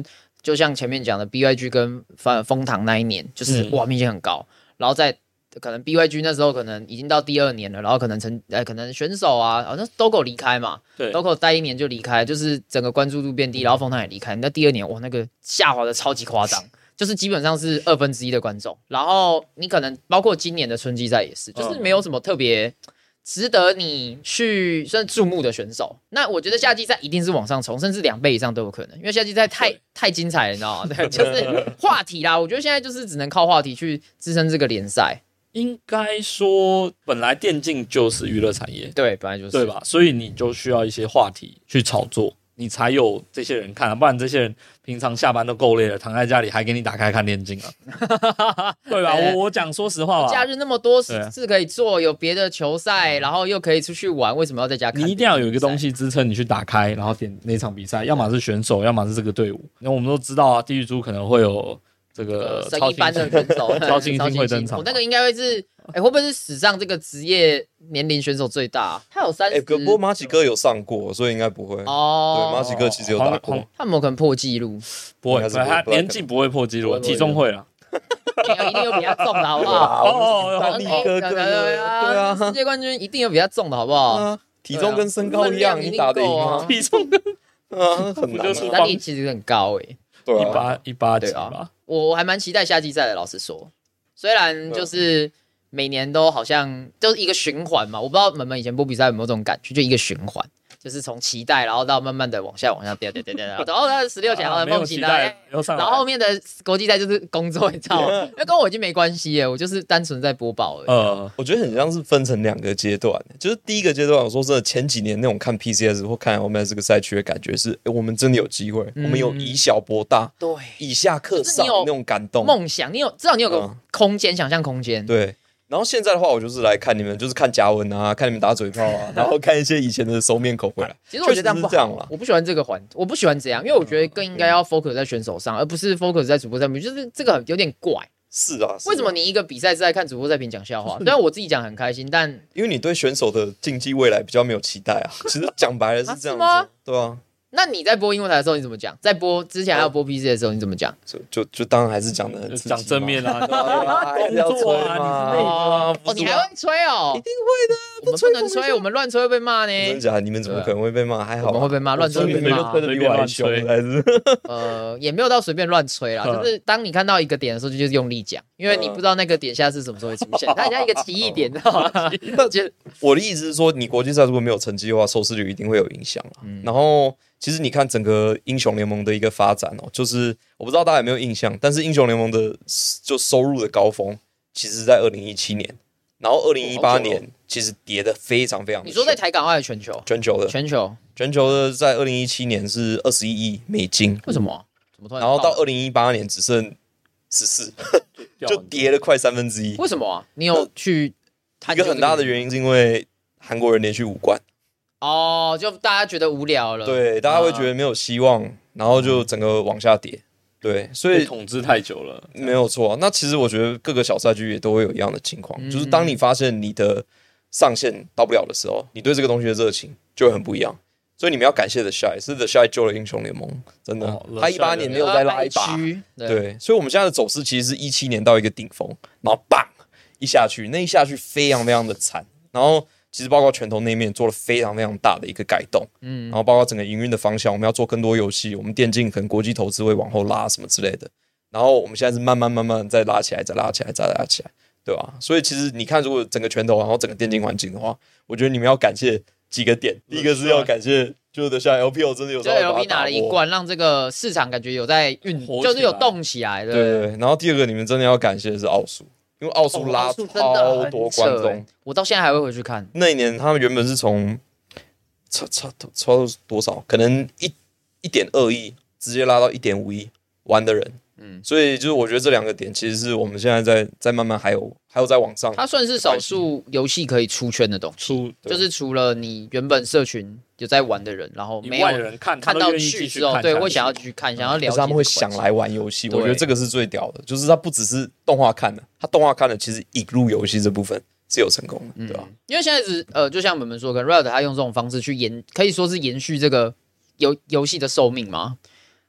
Speaker 3: 就像前面讲的 BYG 跟反封堂那一年，就是、
Speaker 4: 嗯
Speaker 3: 哇明显很高，然后在可能 BYG 那时候可能已经到第二年了，然后可能成呃可能选手啊，好像 Dogo 离开嘛
Speaker 4: 对
Speaker 3: ，Dogo 待一年就离开，就是整个关注度变低，然后封堂也离开，那第二年哇那个下滑的超级夸张。就是基本上是二分之一的观众。然后你可能包括今年的春季赛也是，
Speaker 4: 嗯
Speaker 3: 就是没有什么特别值得你去算注目的选手。那我觉得夏季赛一定是往上冲，甚至两倍以上都有可能，因为夏季赛太太精彩了，你知道 吗？对，就是话题啦。我觉得现在就是只能靠话题去支撑这个联赛。
Speaker 4: 应该说，本来电竞就是娱乐产业，
Speaker 3: 对，本来就是
Speaker 4: 对？吧？所以你就需要一些话题去炒作，你才有这些人看、啊，不然这些人平常下班都够累了，躺在家里还给你打开看电竞啊，对吧？
Speaker 3: 对
Speaker 4: 我我讲说实话
Speaker 3: 假
Speaker 4: 吧，
Speaker 3: 日那么多
Speaker 4: 对啊嗯
Speaker 3: 事是可以做，有别的球赛，然后又可以出去玩，为什么要在家看？
Speaker 4: 你一定要有一个东。西支撑你去打开，然后点那场比赛，要么是选手，要么是这个队伍。那我们都知道啊，地狱猪可能会有这个
Speaker 3: 神
Speaker 4: 呃超
Speaker 3: 一般的
Speaker 4: 新星
Speaker 3: 选 手，
Speaker 4: 超新星会登 场
Speaker 3: 我那个应该会是，哎，会不会是史上这个职业年龄选手最大？他有三
Speaker 5: 哎，
Speaker 3: 十，
Speaker 5: 不过马奇哥有上过，所以应该不会。对，
Speaker 3: 哦，
Speaker 5: 马奇哥其实有打
Speaker 4: 黄
Speaker 5: 过
Speaker 4: 黄。
Speaker 3: 他们有可能破纪录，
Speaker 4: 不会，
Speaker 5: 应该是不会
Speaker 4: 他
Speaker 5: 不太可能
Speaker 4: 年纪不会破纪录，
Speaker 3: 不会
Speaker 4: 体重会了。
Speaker 3: 没有一定有比他重的，好不 好？
Speaker 4: 哦
Speaker 5: 大力哥哥，
Speaker 3: 对
Speaker 5: 对
Speaker 3: 啊，，
Speaker 5: 啊
Speaker 3: 世界冠军一定有比他重的，好不好？
Speaker 4: 嗯
Speaker 5: 啊体重跟身高一样，
Speaker 3: 对啊
Speaker 5: 你打得赢吗？
Speaker 4: 体重跟
Speaker 5: 啊， 很难
Speaker 4: 不就是
Speaker 5: 啊。
Speaker 3: 那力其实很高哎诶。
Speaker 5: 对
Speaker 4: 一
Speaker 5: 啊，
Speaker 4: 八一八几
Speaker 3: 对
Speaker 4: 吧
Speaker 3: 啊，我我还蛮期待夏季赛的，老实说，虽
Speaker 5: 嗯
Speaker 3: 然就是每年都好像就是一个循环嘛，我不知道门门以前播比赛有没有这种感觉，就一个循环，就是从期待，然后到慢慢的往下往下掉掉掉掉掉，然后到十六强，然
Speaker 4: 啊
Speaker 3: 后
Speaker 4: 没有
Speaker 3: 梦
Speaker 4: 期
Speaker 3: 期
Speaker 4: 待
Speaker 3: 待。，
Speaker 4: 又
Speaker 5: 啊
Speaker 4: 上
Speaker 3: 然
Speaker 4: 来
Speaker 3: 后后面的国际赛就是工作，你知道 吗？因为跟我已经没关系耶，我就是单纯在播报而已。
Speaker 5: 哦
Speaker 4: 呃，
Speaker 5: 我觉得很像是分成两个阶段，就是第一个阶段，我说真的，前几年那种看 PCS 或看 LMS 这个赛区的感觉是，诶哎我们真的有机会，我们有以小博大，
Speaker 3: 对，
Speaker 5: 以下
Speaker 3: 嗯
Speaker 5: 克
Speaker 3: 就是
Speaker 5: 上
Speaker 3: 你有
Speaker 5: 那种感动。
Speaker 3: 梦想，你有至少你有个
Speaker 5: 嗯
Speaker 3: 空间，想象空间。
Speaker 5: 对。然后现在的话，我就是来看你们，就是看嘉文啊，看你们打嘴炮 啊，然后看一些以前的熟面孔回来。
Speaker 3: 其实我觉得这
Speaker 5: 确
Speaker 3: 样不
Speaker 5: 实是
Speaker 3: 好
Speaker 5: 这样啦。嗯
Speaker 3: 我不喜欢这个环，我不喜欢这样，因为我觉得更应该要 focus 在选手上，而不是 focus 在主播上面，就是这个有点怪。
Speaker 5: 是啊，是啊
Speaker 3: 为什么？你一个比赛是在看主播在评讲笑 话？虽然我自己讲很开心，但
Speaker 5: 因为你对选手的竞技未来比较没有期待 啊。其实讲白了是这样子啊
Speaker 3: 啊是吗，
Speaker 5: 对啊，
Speaker 3: 那你在播英文台的时候你怎么讲？在播之前还有播 PC 的时候你怎么讲？
Speaker 5: 就就就当然还是讲的很
Speaker 4: 就
Speaker 5: 刺激
Speaker 4: 讲正
Speaker 5: 嘛
Speaker 4: 面 啊，
Speaker 5: 对啊，还是要吹嘛
Speaker 4: 工作
Speaker 3: 哦，
Speaker 5: 不
Speaker 3: 哦
Speaker 5: 是
Speaker 3: 你
Speaker 5: 吗
Speaker 3: 还会吹哦？一定会的，我们不能吹，我们乱吹会被骂呢。
Speaker 5: 真的假的？你们怎么可能会被骂？还
Speaker 3: 我
Speaker 5: 好吧，
Speaker 3: 们会被骂，乱
Speaker 5: 所
Speaker 3: 吹
Speaker 5: 以
Speaker 3: 会
Speaker 5: 你
Speaker 3: 被
Speaker 5: 们就
Speaker 3: 骂
Speaker 5: 吹。的比我还凶，还是
Speaker 3: 呃，也没有到随便乱吹啦，
Speaker 4: 嗯
Speaker 3: 就是当你看到一个点的时候，就就是用力讲，因为你不知道那个点下是什么时候会出现， 它人家一个奇异点，知道吗？ 就
Speaker 5: 我的意思是说，你国际赛如果没有成绩的话，收视率一定会有影响啦。
Speaker 3: 嗯
Speaker 5: 然后，其实你看整个英雄联盟的一个发展哦，就是我不知道大家有没有印象，但是英雄联盟的就收入的高峰，其实在二零一七年，然后二零一
Speaker 3: 哦
Speaker 5: 八年其实跌的非常非常地
Speaker 3: 你
Speaker 5: 凶。
Speaker 3: 说在台港澳还是全球？
Speaker 5: 全球的
Speaker 3: 全球
Speaker 5: 全球的在二零一七年是二十一亿美金，
Speaker 3: 为什么？啊怎么突然
Speaker 5: 然
Speaker 3: 爆了？
Speaker 5: 后到二零一八年只剩 十四，就跌了快三分之一。
Speaker 3: 为什么啊？你有去
Speaker 5: 一
Speaker 3: 探究
Speaker 5: 个
Speaker 3: 这
Speaker 5: 很大的原因是因为韩国人连续五冠，
Speaker 3: 哦，就大家觉得无聊
Speaker 4: 嗯
Speaker 3: 了。
Speaker 5: 对，大家会觉得没有希望，然后就整个往下跌。对，所
Speaker 4: 被
Speaker 5: 以
Speaker 4: 统治太久了，
Speaker 5: 没有错。啊那其实我觉得各个小赛区也都会有一样的情况，就是当
Speaker 4: 嗯
Speaker 5: 你发现你的上限到不了的时候，你对这个东西的热情就会很不一样。所以你们要感谢 The Shy，是 The Shy 救了英雄联盟，真的
Speaker 4: 哦。The
Speaker 5: 他一八
Speaker 4: Shy
Speaker 5: 年
Speaker 4: 的
Speaker 5: 没有再拉一把，
Speaker 3: 区，对，
Speaker 5: 对，所以我们现在的走势其实是一七年到一个顶峰，然后棒一下去，那一下去非常非常的惨，然后其实包括拳头那面做了非常非常大的一个改动，嗯，然后包括整个营运的方向，我们要做更多游戏，我们电竞可能国际投资会往后拉什么之类的，然后我们现在是慢慢慢慢再拉起来，再拉起来，再拉起来，对吧？所以其实你看，如果整个拳头，然后整个电竞环境的话，我觉得你们要感谢几个点，第一个是要感谢。就是像 LPL 真的有
Speaker 3: 就
Speaker 5: 稍微把它
Speaker 3: LV 拿了一
Speaker 5: 打破
Speaker 3: 冠，让这个市场感觉有在运，
Speaker 4: 活起
Speaker 3: 就是有
Speaker 4: 来
Speaker 3: 动起来的。
Speaker 5: 对对对，然后第二个你们真的要感谢的是奥数，因为奥数
Speaker 3: 哦，
Speaker 5: 拉
Speaker 3: 奥数真的
Speaker 5: 超
Speaker 3: 很
Speaker 5: 多
Speaker 3: 扯
Speaker 5: 观众。
Speaker 3: 欸我到现在还会回去看。
Speaker 5: 那一年他们原本是从超超超多少，可能一一点二亿，直接拉到一点五亿玩的人。嗯，所以就是我觉得这两个点其实是我们现在在在慢慢还有还有在往上。
Speaker 3: 它算是少数游戏可以出圈的东西，
Speaker 4: 出
Speaker 3: 就是除了你原本社群有在玩的人，然后没
Speaker 4: 以
Speaker 3: 有
Speaker 4: 外的人看
Speaker 3: 看
Speaker 4: 他都
Speaker 3: 到
Speaker 4: 愿意继
Speaker 3: 剧
Speaker 4: 续
Speaker 3: 之后，
Speaker 4: 看
Speaker 3: 对，
Speaker 4: 下去
Speaker 3: 会想要去看，想要了
Speaker 5: 就
Speaker 3: 解，
Speaker 5: 是他们会想来。玩游戏，
Speaker 3: 对
Speaker 5: 我觉得这个是最屌的，就是他不只是动画看的，他动画看的其实引入游戏这部分是有成功的，对吧？
Speaker 3: 因为现在只呃，就像我们说，可能 Riot 他用这种方式去延，可以说是延续这个游游戏的寿命嘛，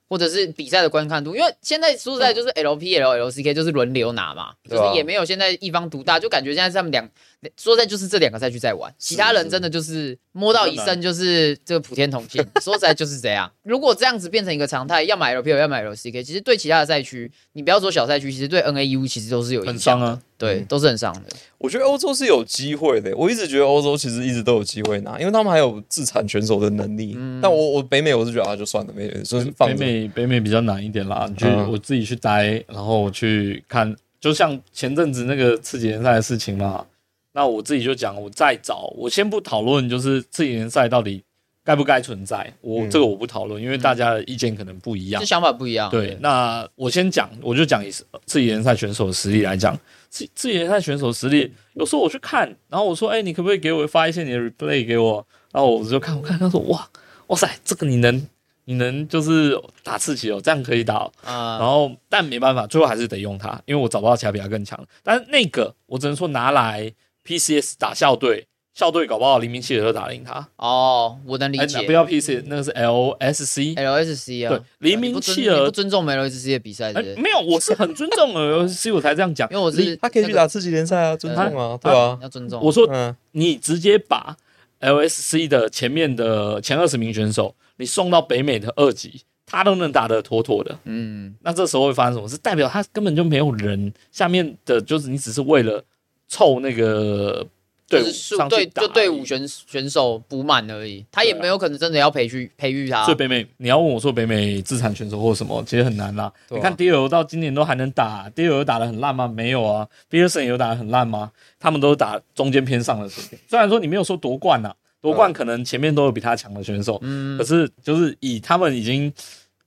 Speaker 3: 或者是比赛的观看度。因为现在说实
Speaker 4: 嗯
Speaker 3: 在，就是 LPL、LCK 就是轮流拿嘛，
Speaker 5: 对
Speaker 3: 就
Speaker 5: 啊
Speaker 3: 是也没有现在一方独大，就感觉现在是他们两说在就是这两个赛区在玩，其他人真的就是摸到一
Speaker 4: 比较难
Speaker 3: 胜就是这个普天同庆。说实在就是这样。如果这样子变成一个常态，要买 LPL 要买 LCK，其实对其他的赛区，你不要说小赛区，其实对 NAU 其实都是有
Speaker 4: 很
Speaker 3: 影
Speaker 4: 伤
Speaker 3: 响，
Speaker 4: 啊。
Speaker 3: 对，都是很伤的。
Speaker 5: 我觉得欧洲是有机会的，欸我一直觉得欧洲其实一直都有机会拿，因为他们还有自产选手的能力。但我我北美我是觉得啊，就算了，没就是放
Speaker 4: 嗯北
Speaker 5: 着
Speaker 4: 美北美比较难一点啦，你去、
Speaker 5: 嗯
Speaker 4: 我自己去待，然后我去看，就像前阵子那个次级联赛的事情嘛。那我自己就讲，我再找，我先不讨论，就是次级联赛到底该不该存在，我、
Speaker 5: 嗯
Speaker 4: 这个我不讨论，因为大家的意见可能不一样
Speaker 3: 就。想法不一样。
Speaker 4: 对，那我先讲，我就讲以自己联赛选手的实力来讲，自自己联赛选手的实力，有时候我去看，然后我说，哎、你可不可以给我发一些你的 replay 给我？然后我就看，我看，他说，哇，哇塞，这个你能，你能就是打刺激哦，这样可以打、哦。
Speaker 3: 啊、
Speaker 4: 然后但没办法，最后还是得用它，因为我找不到其他比它更强的。但是那个我只能说拿来 PCS 打校队，校队搞不好黎明希尔就打得赢他。
Speaker 3: 哦，我能理
Speaker 4: 哎，
Speaker 3: 解。
Speaker 4: 不要 PCS，那个是 LSC。
Speaker 3: LSC 啊，
Speaker 4: 对黎明
Speaker 3: 你不尊
Speaker 4: 弃儿
Speaker 3: 你不尊重 LSC 的比赛，
Speaker 4: 哎
Speaker 3: 对不对，？
Speaker 4: 没有，我是很尊 重 LSC，我才这样讲。
Speaker 3: 因为我是
Speaker 5: 他可以去打次级联赛啊，尊重
Speaker 4: 呃
Speaker 5: 啊，对啊，
Speaker 3: 要尊重。
Speaker 4: 我说
Speaker 5: 嗯，
Speaker 4: 你直接把 LSC 的前面的前二十名选手，你送到北美的二级，他都能打得妥妥的。
Speaker 3: 嗯，
Speaker 4: 那这时候会发生什么？是代表他根本就没有人，下面的就是你只是为了凑那个队
Speaker 3: 就
Speaker 4: 伍
Speaker 3: 是数
Speaker 4: 上去
Speaker 3: 队
Speaker 4: 打
Speaker 3: 就队伍
Speaker 4: 而已。
Speaker 3: 选选手补满而已，他也
Speaker 4: 对啊
Speaker 3: 没有可能真的要培训培育他
Speaker 4: 所以。北美，你要问我说北美自产选手或什么，其实很难啦。
Speaker 5: 对啊
Speaker 4: 你看 D L 到今年都还能打，D L 打得很烂吗？没有啊。b e r s o n 有打得很烂吗？他们都打中间偏上的水平。虽然说你没有说夺冠呐、夺冠可能前面都有比他强的选手，
Speaker 3: 嗯
Speaker 4: 可，是就是以他们已经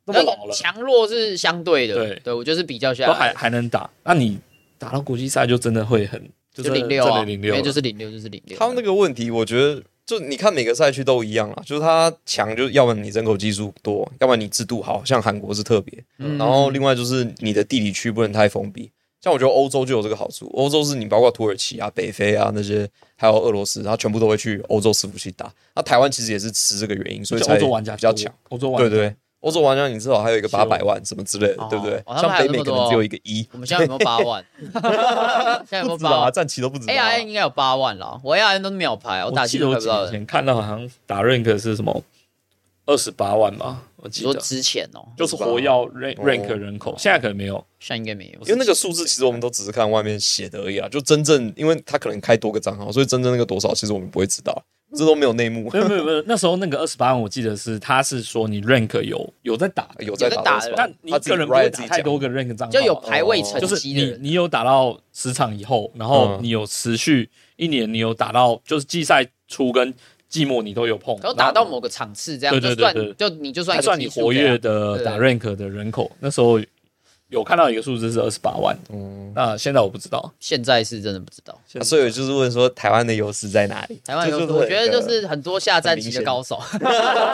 Speaker 4: 那么
Speaker 3: 那
Speaker 4: 老了，
Speaker 3: 强弱是相对的，
Speaker 4: 对
Speaker 3: 对我就是比较下
Speaker 4: 都还
Speaker 3: 来，
Speaker 4: 还能打，那你打到国际赛就真的会很就
Speaker 3: 就是零六啊，
Speaker 4: 零
Speaker 3: 因
Speaker 4: 六
Speaker 3: 为就是零六就是零六。啊
Speaker 5: 他们那个问题，我觉得就你看每个赛区都一样啊，就是他强，就是要么你人口基数多，要么你制度好，像韩国是特别，
Speaker 3: 嗯
Speaker 5: 然后另外就是你的地理区不能太封闭。像我觉得欧洲就有这个好处，欧洲是你包括土耳其啊、北非啊那些，还有俄罗斯，它全部都会去欧洲伺服器打。那台湾其实也是吃这个原因，所以
Speaker 4: 就
Speaker 5: 才
Speaker 4: 欧洲玩家
Speaker 5: 比较
Speaker 4: 多
Speaker 5: 强。，
Speaker 4: 欧洲玩
Speaker 5: 对
Speaker 4: 家
Speaker 5: 对对，欧洲玩家你至少还有一个八百万什么之类的
Speaker 3: 哦，
Speaker 5: 对不对
Speaker 3: 哦？他们
Speaker 5: 像
Speaker 3: 还有那
Speaker 5: 北美
Speaker 3: 么
Speaker 5: 可
Speaker 3: 多
Speaker 5: 能只有一个一，
Speaker 3: 我们现在有没有八 万？ 现在有没
Speaker 5: 不
Speaker 3: 有
Speaker 5: 知
Speaker 3: 八
Speaker 5: 道啊，
Speaker 3: 万
Speaker 5: 战旗都不知道
Speaker 3: ？A
Speaker 5: 啊。
Speaker 3: I 应该有八万了，我 A I 都秒排，我打
Speaker 4: 记
Speaker 3: 击
Speaker 4: 得
Speaker 3: 都
Speaker 4: 我
Speaker 3: 排不
Speaker 4: 几
Speaker 3: 到
Speaker 4: 年
Speaker 3: 人。
Speaker 4: 前看到好像打 rank 是什么二十八万吧，我
Speaker 3: 你
Speaker 4: 记
Speaker 3: 说
Speaker 4: 得
Speaker 3: 之前哦，
Speaker 4: 就是活跃 rank
Speaker 5: 哦
Speaker 4: rank 人口，现在可能 没有。
Speaker 3: 现在应该没有
Speaker 5: 因为那个数字其实我们都只是看外面写的而已啊，就真正因为他可能开多个账号，所以真正那个多少其实我们不会知道，这都没有内幕
Speaker 4: 没。有没有没有，那时候那个二十八万，我记得是他是说你 rank 有有在打，
Speaker 5: 有在
Speaker 3: 有在
Speaker 5: 打
Speaker 3: 打
Speaker 5: 的，
Speaker 3: 的
Speaker 4: 但你一
Speaker 5: 他自己
Speaker 4: 个人不会
Speaker 5: Riot 自
Speaker 4: 打
Speaker 5: 己
Speaker 4: 太
Speaker 5: 讲啊
Speaker 4: 多个 rank 账号，
Speaker 3: 就有排位成
Speaker 4: 就是
Speaker 3: 绩的
Speaker 4: 你
Speaker 3: 人，
Speaker 4: 你有打到十场以后，然后
Speaker 5: 嗯
Speaker 4: 你有持续一年，你有打到就是季赛初跟季末你都有碰，
Speaker 3: 然后打到
Speaker 4: 然
Speaker 3: 某个场次这样，
Speaker 4: 对对
Speaker 3: 就
Speaker 4: 对
Speaker 3: 算
Speaker 4: 对
Speaker 3: 就你就算
Speaker 4: 还
Speaker 3: 一个
Speaker 4: 算
Speaker 3: 基
Speaker 4: 你
Speaker 3: 数
Speaker 4: 活
Speaker 3: 给他
Speaker 4: 跃的
Speaker 3: 对
Speaker 4: 打 rank 的人口，那时候有看到一个数字是二十八万，那现在我不知道，
Speaker 3: 现在是真的不知道。
Speaker 4: 现
Speaker 5: 嗯啊
Speaker 4: 在
Speaker 5: 所以我就是问说台湾的优势在哪里？
Speaker 3: 台湾
Speaker 5: 这
Speaker 3: 有
Speaker 5: 就是
Speaker 3: 我觉得
Speaker 5: 一个
Speaker 3: 就是很多下战棋的 高手，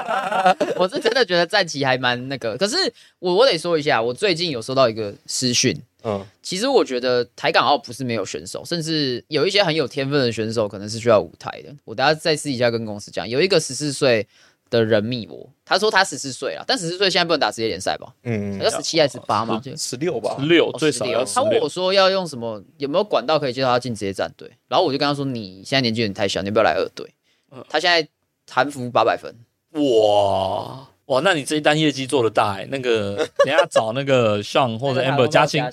Speaker 3: 我是真的觉得战棋还蛮那个。可是我我得说一下，我最近有收到一个私讯，
Speaker 5: 嗯，
Speaker 3: 其实我觉得台港澳不是没有选手，甚至有一些很有天分的选手可能是需要舞台的。我等下再私底下跟公司讲，有一个十四岁的人密我，他说他十四岁了，但十四岁现在不能打职业联赛吧？
Speaker 5: 嗯
Speaker 3: 要十七还是十八嘛？就
Speaker 5: 十六吧，
Speaker 4: 十六
Speaker 3: 哦
Speaker 4: 最少
Speaker 3: 16
Speaker 4: 要十
Speaker 3: 他问
Speaker 4: 六
Speaker 3: 我，说要用什么，有没有管道可以介绍他进职业战队？然后我就跟他说，你现在年纪有点太小，你要不要来二队？
Speaker 4: 呃
Speaker 3: 他现在韩服八百分，
Speaker 4: 哇哇，那你这一单业绩做的大哎，那个等一下找那个 Sean 或者 Amber 嘉庆，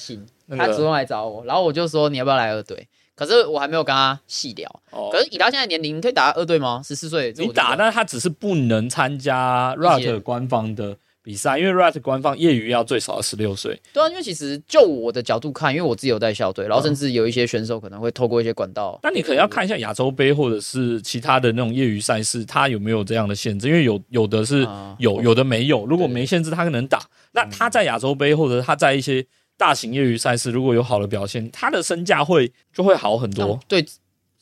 Speaker 4: 那
Speaker 3: 他主
Speaker 4: 个
Speaker 3: 动来找我，然后我就说你要不要来二队？可是我还没有跟他细聊。
Speaker 4: 哦
Speaker 3: 可是以他现在年龄，可以打二队吗？十四岁，这
Speaker 4: 你
Speaker 3: 我就不
Speaker 4: 打，
Speaker 3: 知道
Speaker 4: 但他只是不能参加
Speaker 3: 理解
Speaker 4: Riot 官方的比赛，因为 Riot 官方业余要最少十六岁，
Speaker 3: 对啊，因为其实就我的角度看，因为我自己有带校
Speaker 4: 嗯
Speaker 3: 队，然后甚至有一些选手可能会透过一些管道，
Speaker 4: 那你可能要看一下亚洲杯或者是其他的那种业余赛事，它有没有这样的限制？因为有有的是
Speaker 3: 啊
Speaker 4: 有，有的没有。如果没限制，他可能打。那他在亚洲杯或者他在一些大型业余赛事，如果有好的表现，他的身价会就会好很多。
Speaker 3: 对，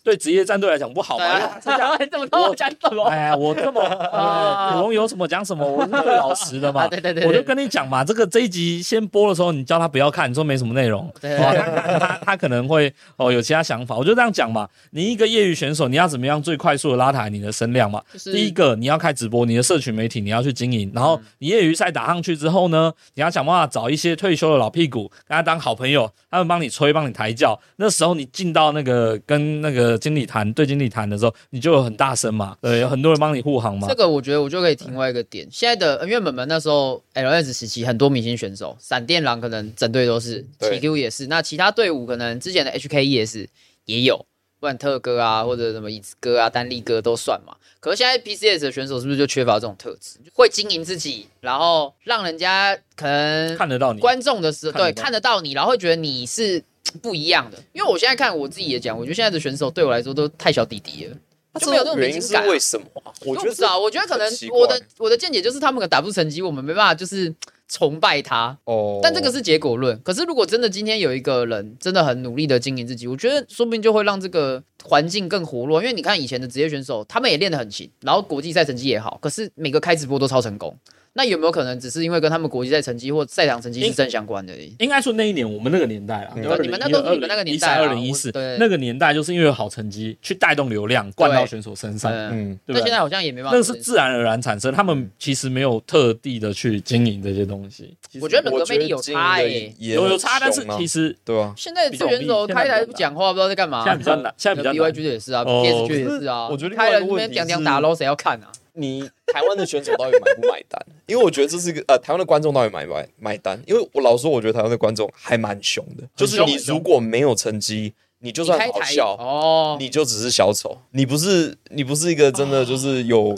Speaker 4: 对职业战队来讲不好嘛？因
Speaker 3: 啊
Speaker 4: 为他身 价
Speaker 3: 怎么都讲什么？
Speaker 4: 哎呀，我 这么
Speaker 3: 啊
Speaker 4: 古龙有什么讲什么，我是最老实的嘛
Speaker 3: 啊 ，。对对对，
Speaker 4: 我就
Speaker 3: 对
Speaker 4: 跟你讲嘛，这个这一集先播的时候，你叫他不要看，你说没什么 内容，
Speaker 3: 对
Speaker 4: 哦，他他他可能会哦有其他想法，我就这样讲嘛。你一个业余选手，你要怎么样最快速的拉抬你的声量嘛？
Speaker 3: 就是嗯
Speaker 4: 第一个，你要开直播，你的社群媒体你要去经营，然后你业余赛打上去之后呢，你要想办法找一些退休的老屁股，跟他当好朋友，他们帮你吹，帮你抬轿。那时候你进到那个跟那个个经理谈对经理谈的时候，你就有很大声 嘛，对，有很多人帮你护航嘛
Speaker 3: 这。个我觉得我就可以停外一个点。现在的呃因为门门那时候 LS 时期很多明星选手，闪电狼可能整队都是
Speaker 4: 嗯
Speaker 5: 对
Speaker 3: ，TQ 也是，那其他队伍可能之前的 HKE 也是也有，不然特哥
Speaker 4: 嗯
Speaker 3: 啊或者什么椅子哥啊、丹力哥都算嘛。可是现在 PCS 的选手是不是就缺乏这种特质，会经营自己，然后让人家可能
Speaker 4: 看得到你，
Speaker 3: 观众的时候，
Speaker 4: 看得
Speaker 3: 对
Speaker 4: 到
Speaker 3: 看得到你，然后会觉得你是不一样的。因为我现在看我自己也讲，我觉得现在的选手对我来说都太小弟弟了，就没有那种
Speaker 5: 原
Speaker 3: 明
Speaker 5: 因
Speaker 3: 星
Speaker 5: 是
Speaker 3: 感啊、
Speaker 5: 为什么啊？我觉
Speaker 3: 不
Speaker 5: 得
Speaker 3: 知道，我觉得可能
Speaker 5: 很奇怪
Speaker 3: 我的我的见解就是他们可能打不出成绩，我们没办法就是崇拜他，
Speaker 5: 哦，
Speaker 3: 但这个是结果论。可是如果真的今天有一个人真的很努力的经营自己，我觉得说不定就会让这个环境更活络。因为你看以前的职业选手，他们也练得很勤，然后国际赛成绩也好，可是每个开直播都超成功。那有没有可能只是因为跟他们国际赛成绩或赛场成绩是正相关的而已？
Speaker 4: 应该说那一年我们那个年代啦，
Speaker 5: 嗯
Speaker 3: 对你们那都是你们那个年代啊
Speaker 4: 二零一四
Speaker 3: 我对
Speaker 4: 那个年代，就是因为有好成绩去带动流量灌到选手身上，
Speaker 3: 嗯，
Speaker 5: 嗯，
Speaker 3: 那
Speaker 4: 对不
Speaker 3: 现
Speaker 4: 对
Speaker 3: 在？好像也没办
Speaker 4: 那
Speaker 3: 法。
Speaker 4: 个是自然而然产生，他
Speaker 3: 嗯
Speaker 4: 们其实没有特地的去经营这些东西。
Speaker 3: 我觉得人
Speaker 5: 我
Speaker 3: 格
Speaker 5: 觉
Speaker 3: 魅
Speaker 5: 得
Speaker 3: 力有
Speaker 5: 经
Speaker 3: 差哎、
Speaker 5: 营的也
Speaker 4: 有有
Speaker 5: 很
Speaker 4: 差，但是
Speaker 5: 凶啊
Speaker 4: 其实
Speaker 5: 对啊，
Speaker 3: 现在的职业选手开台不讲话，不知道在干嘛。
Speaker 4: 现在比较难现在比较难
Speaker 3: BYG 的也是啊
Speaker 4: 哦
Speaker 3: ，PSG 也是啊。
Speaker 5: 可是我觉得另
Speaker 3: 开
Speaker 5: 外一
Speaker 3: 了
Speaker 5: 个
Speaker 3: 那边
Speaker 5: 问题是
Speaker 3: 讲讲打 low，谁要看啊？
Speaker 5: 你台湾的选手到底买不买单？因为我觉得这是一个呃，台湾的观众到底买不买买单？因为我老实说，我觉得台湾的观众还蛮凶的，就是你如果没有成绩，你就
Speaker 3: 你
Speaker 5: 算
Speaker 3: 开
Speaker 5: 好
Speaker 3: 台
Speaker 5: 笑，
Speaker 3: 哦，
Speaker 5: 你就只是小丑，你不是你不是一个真的就是有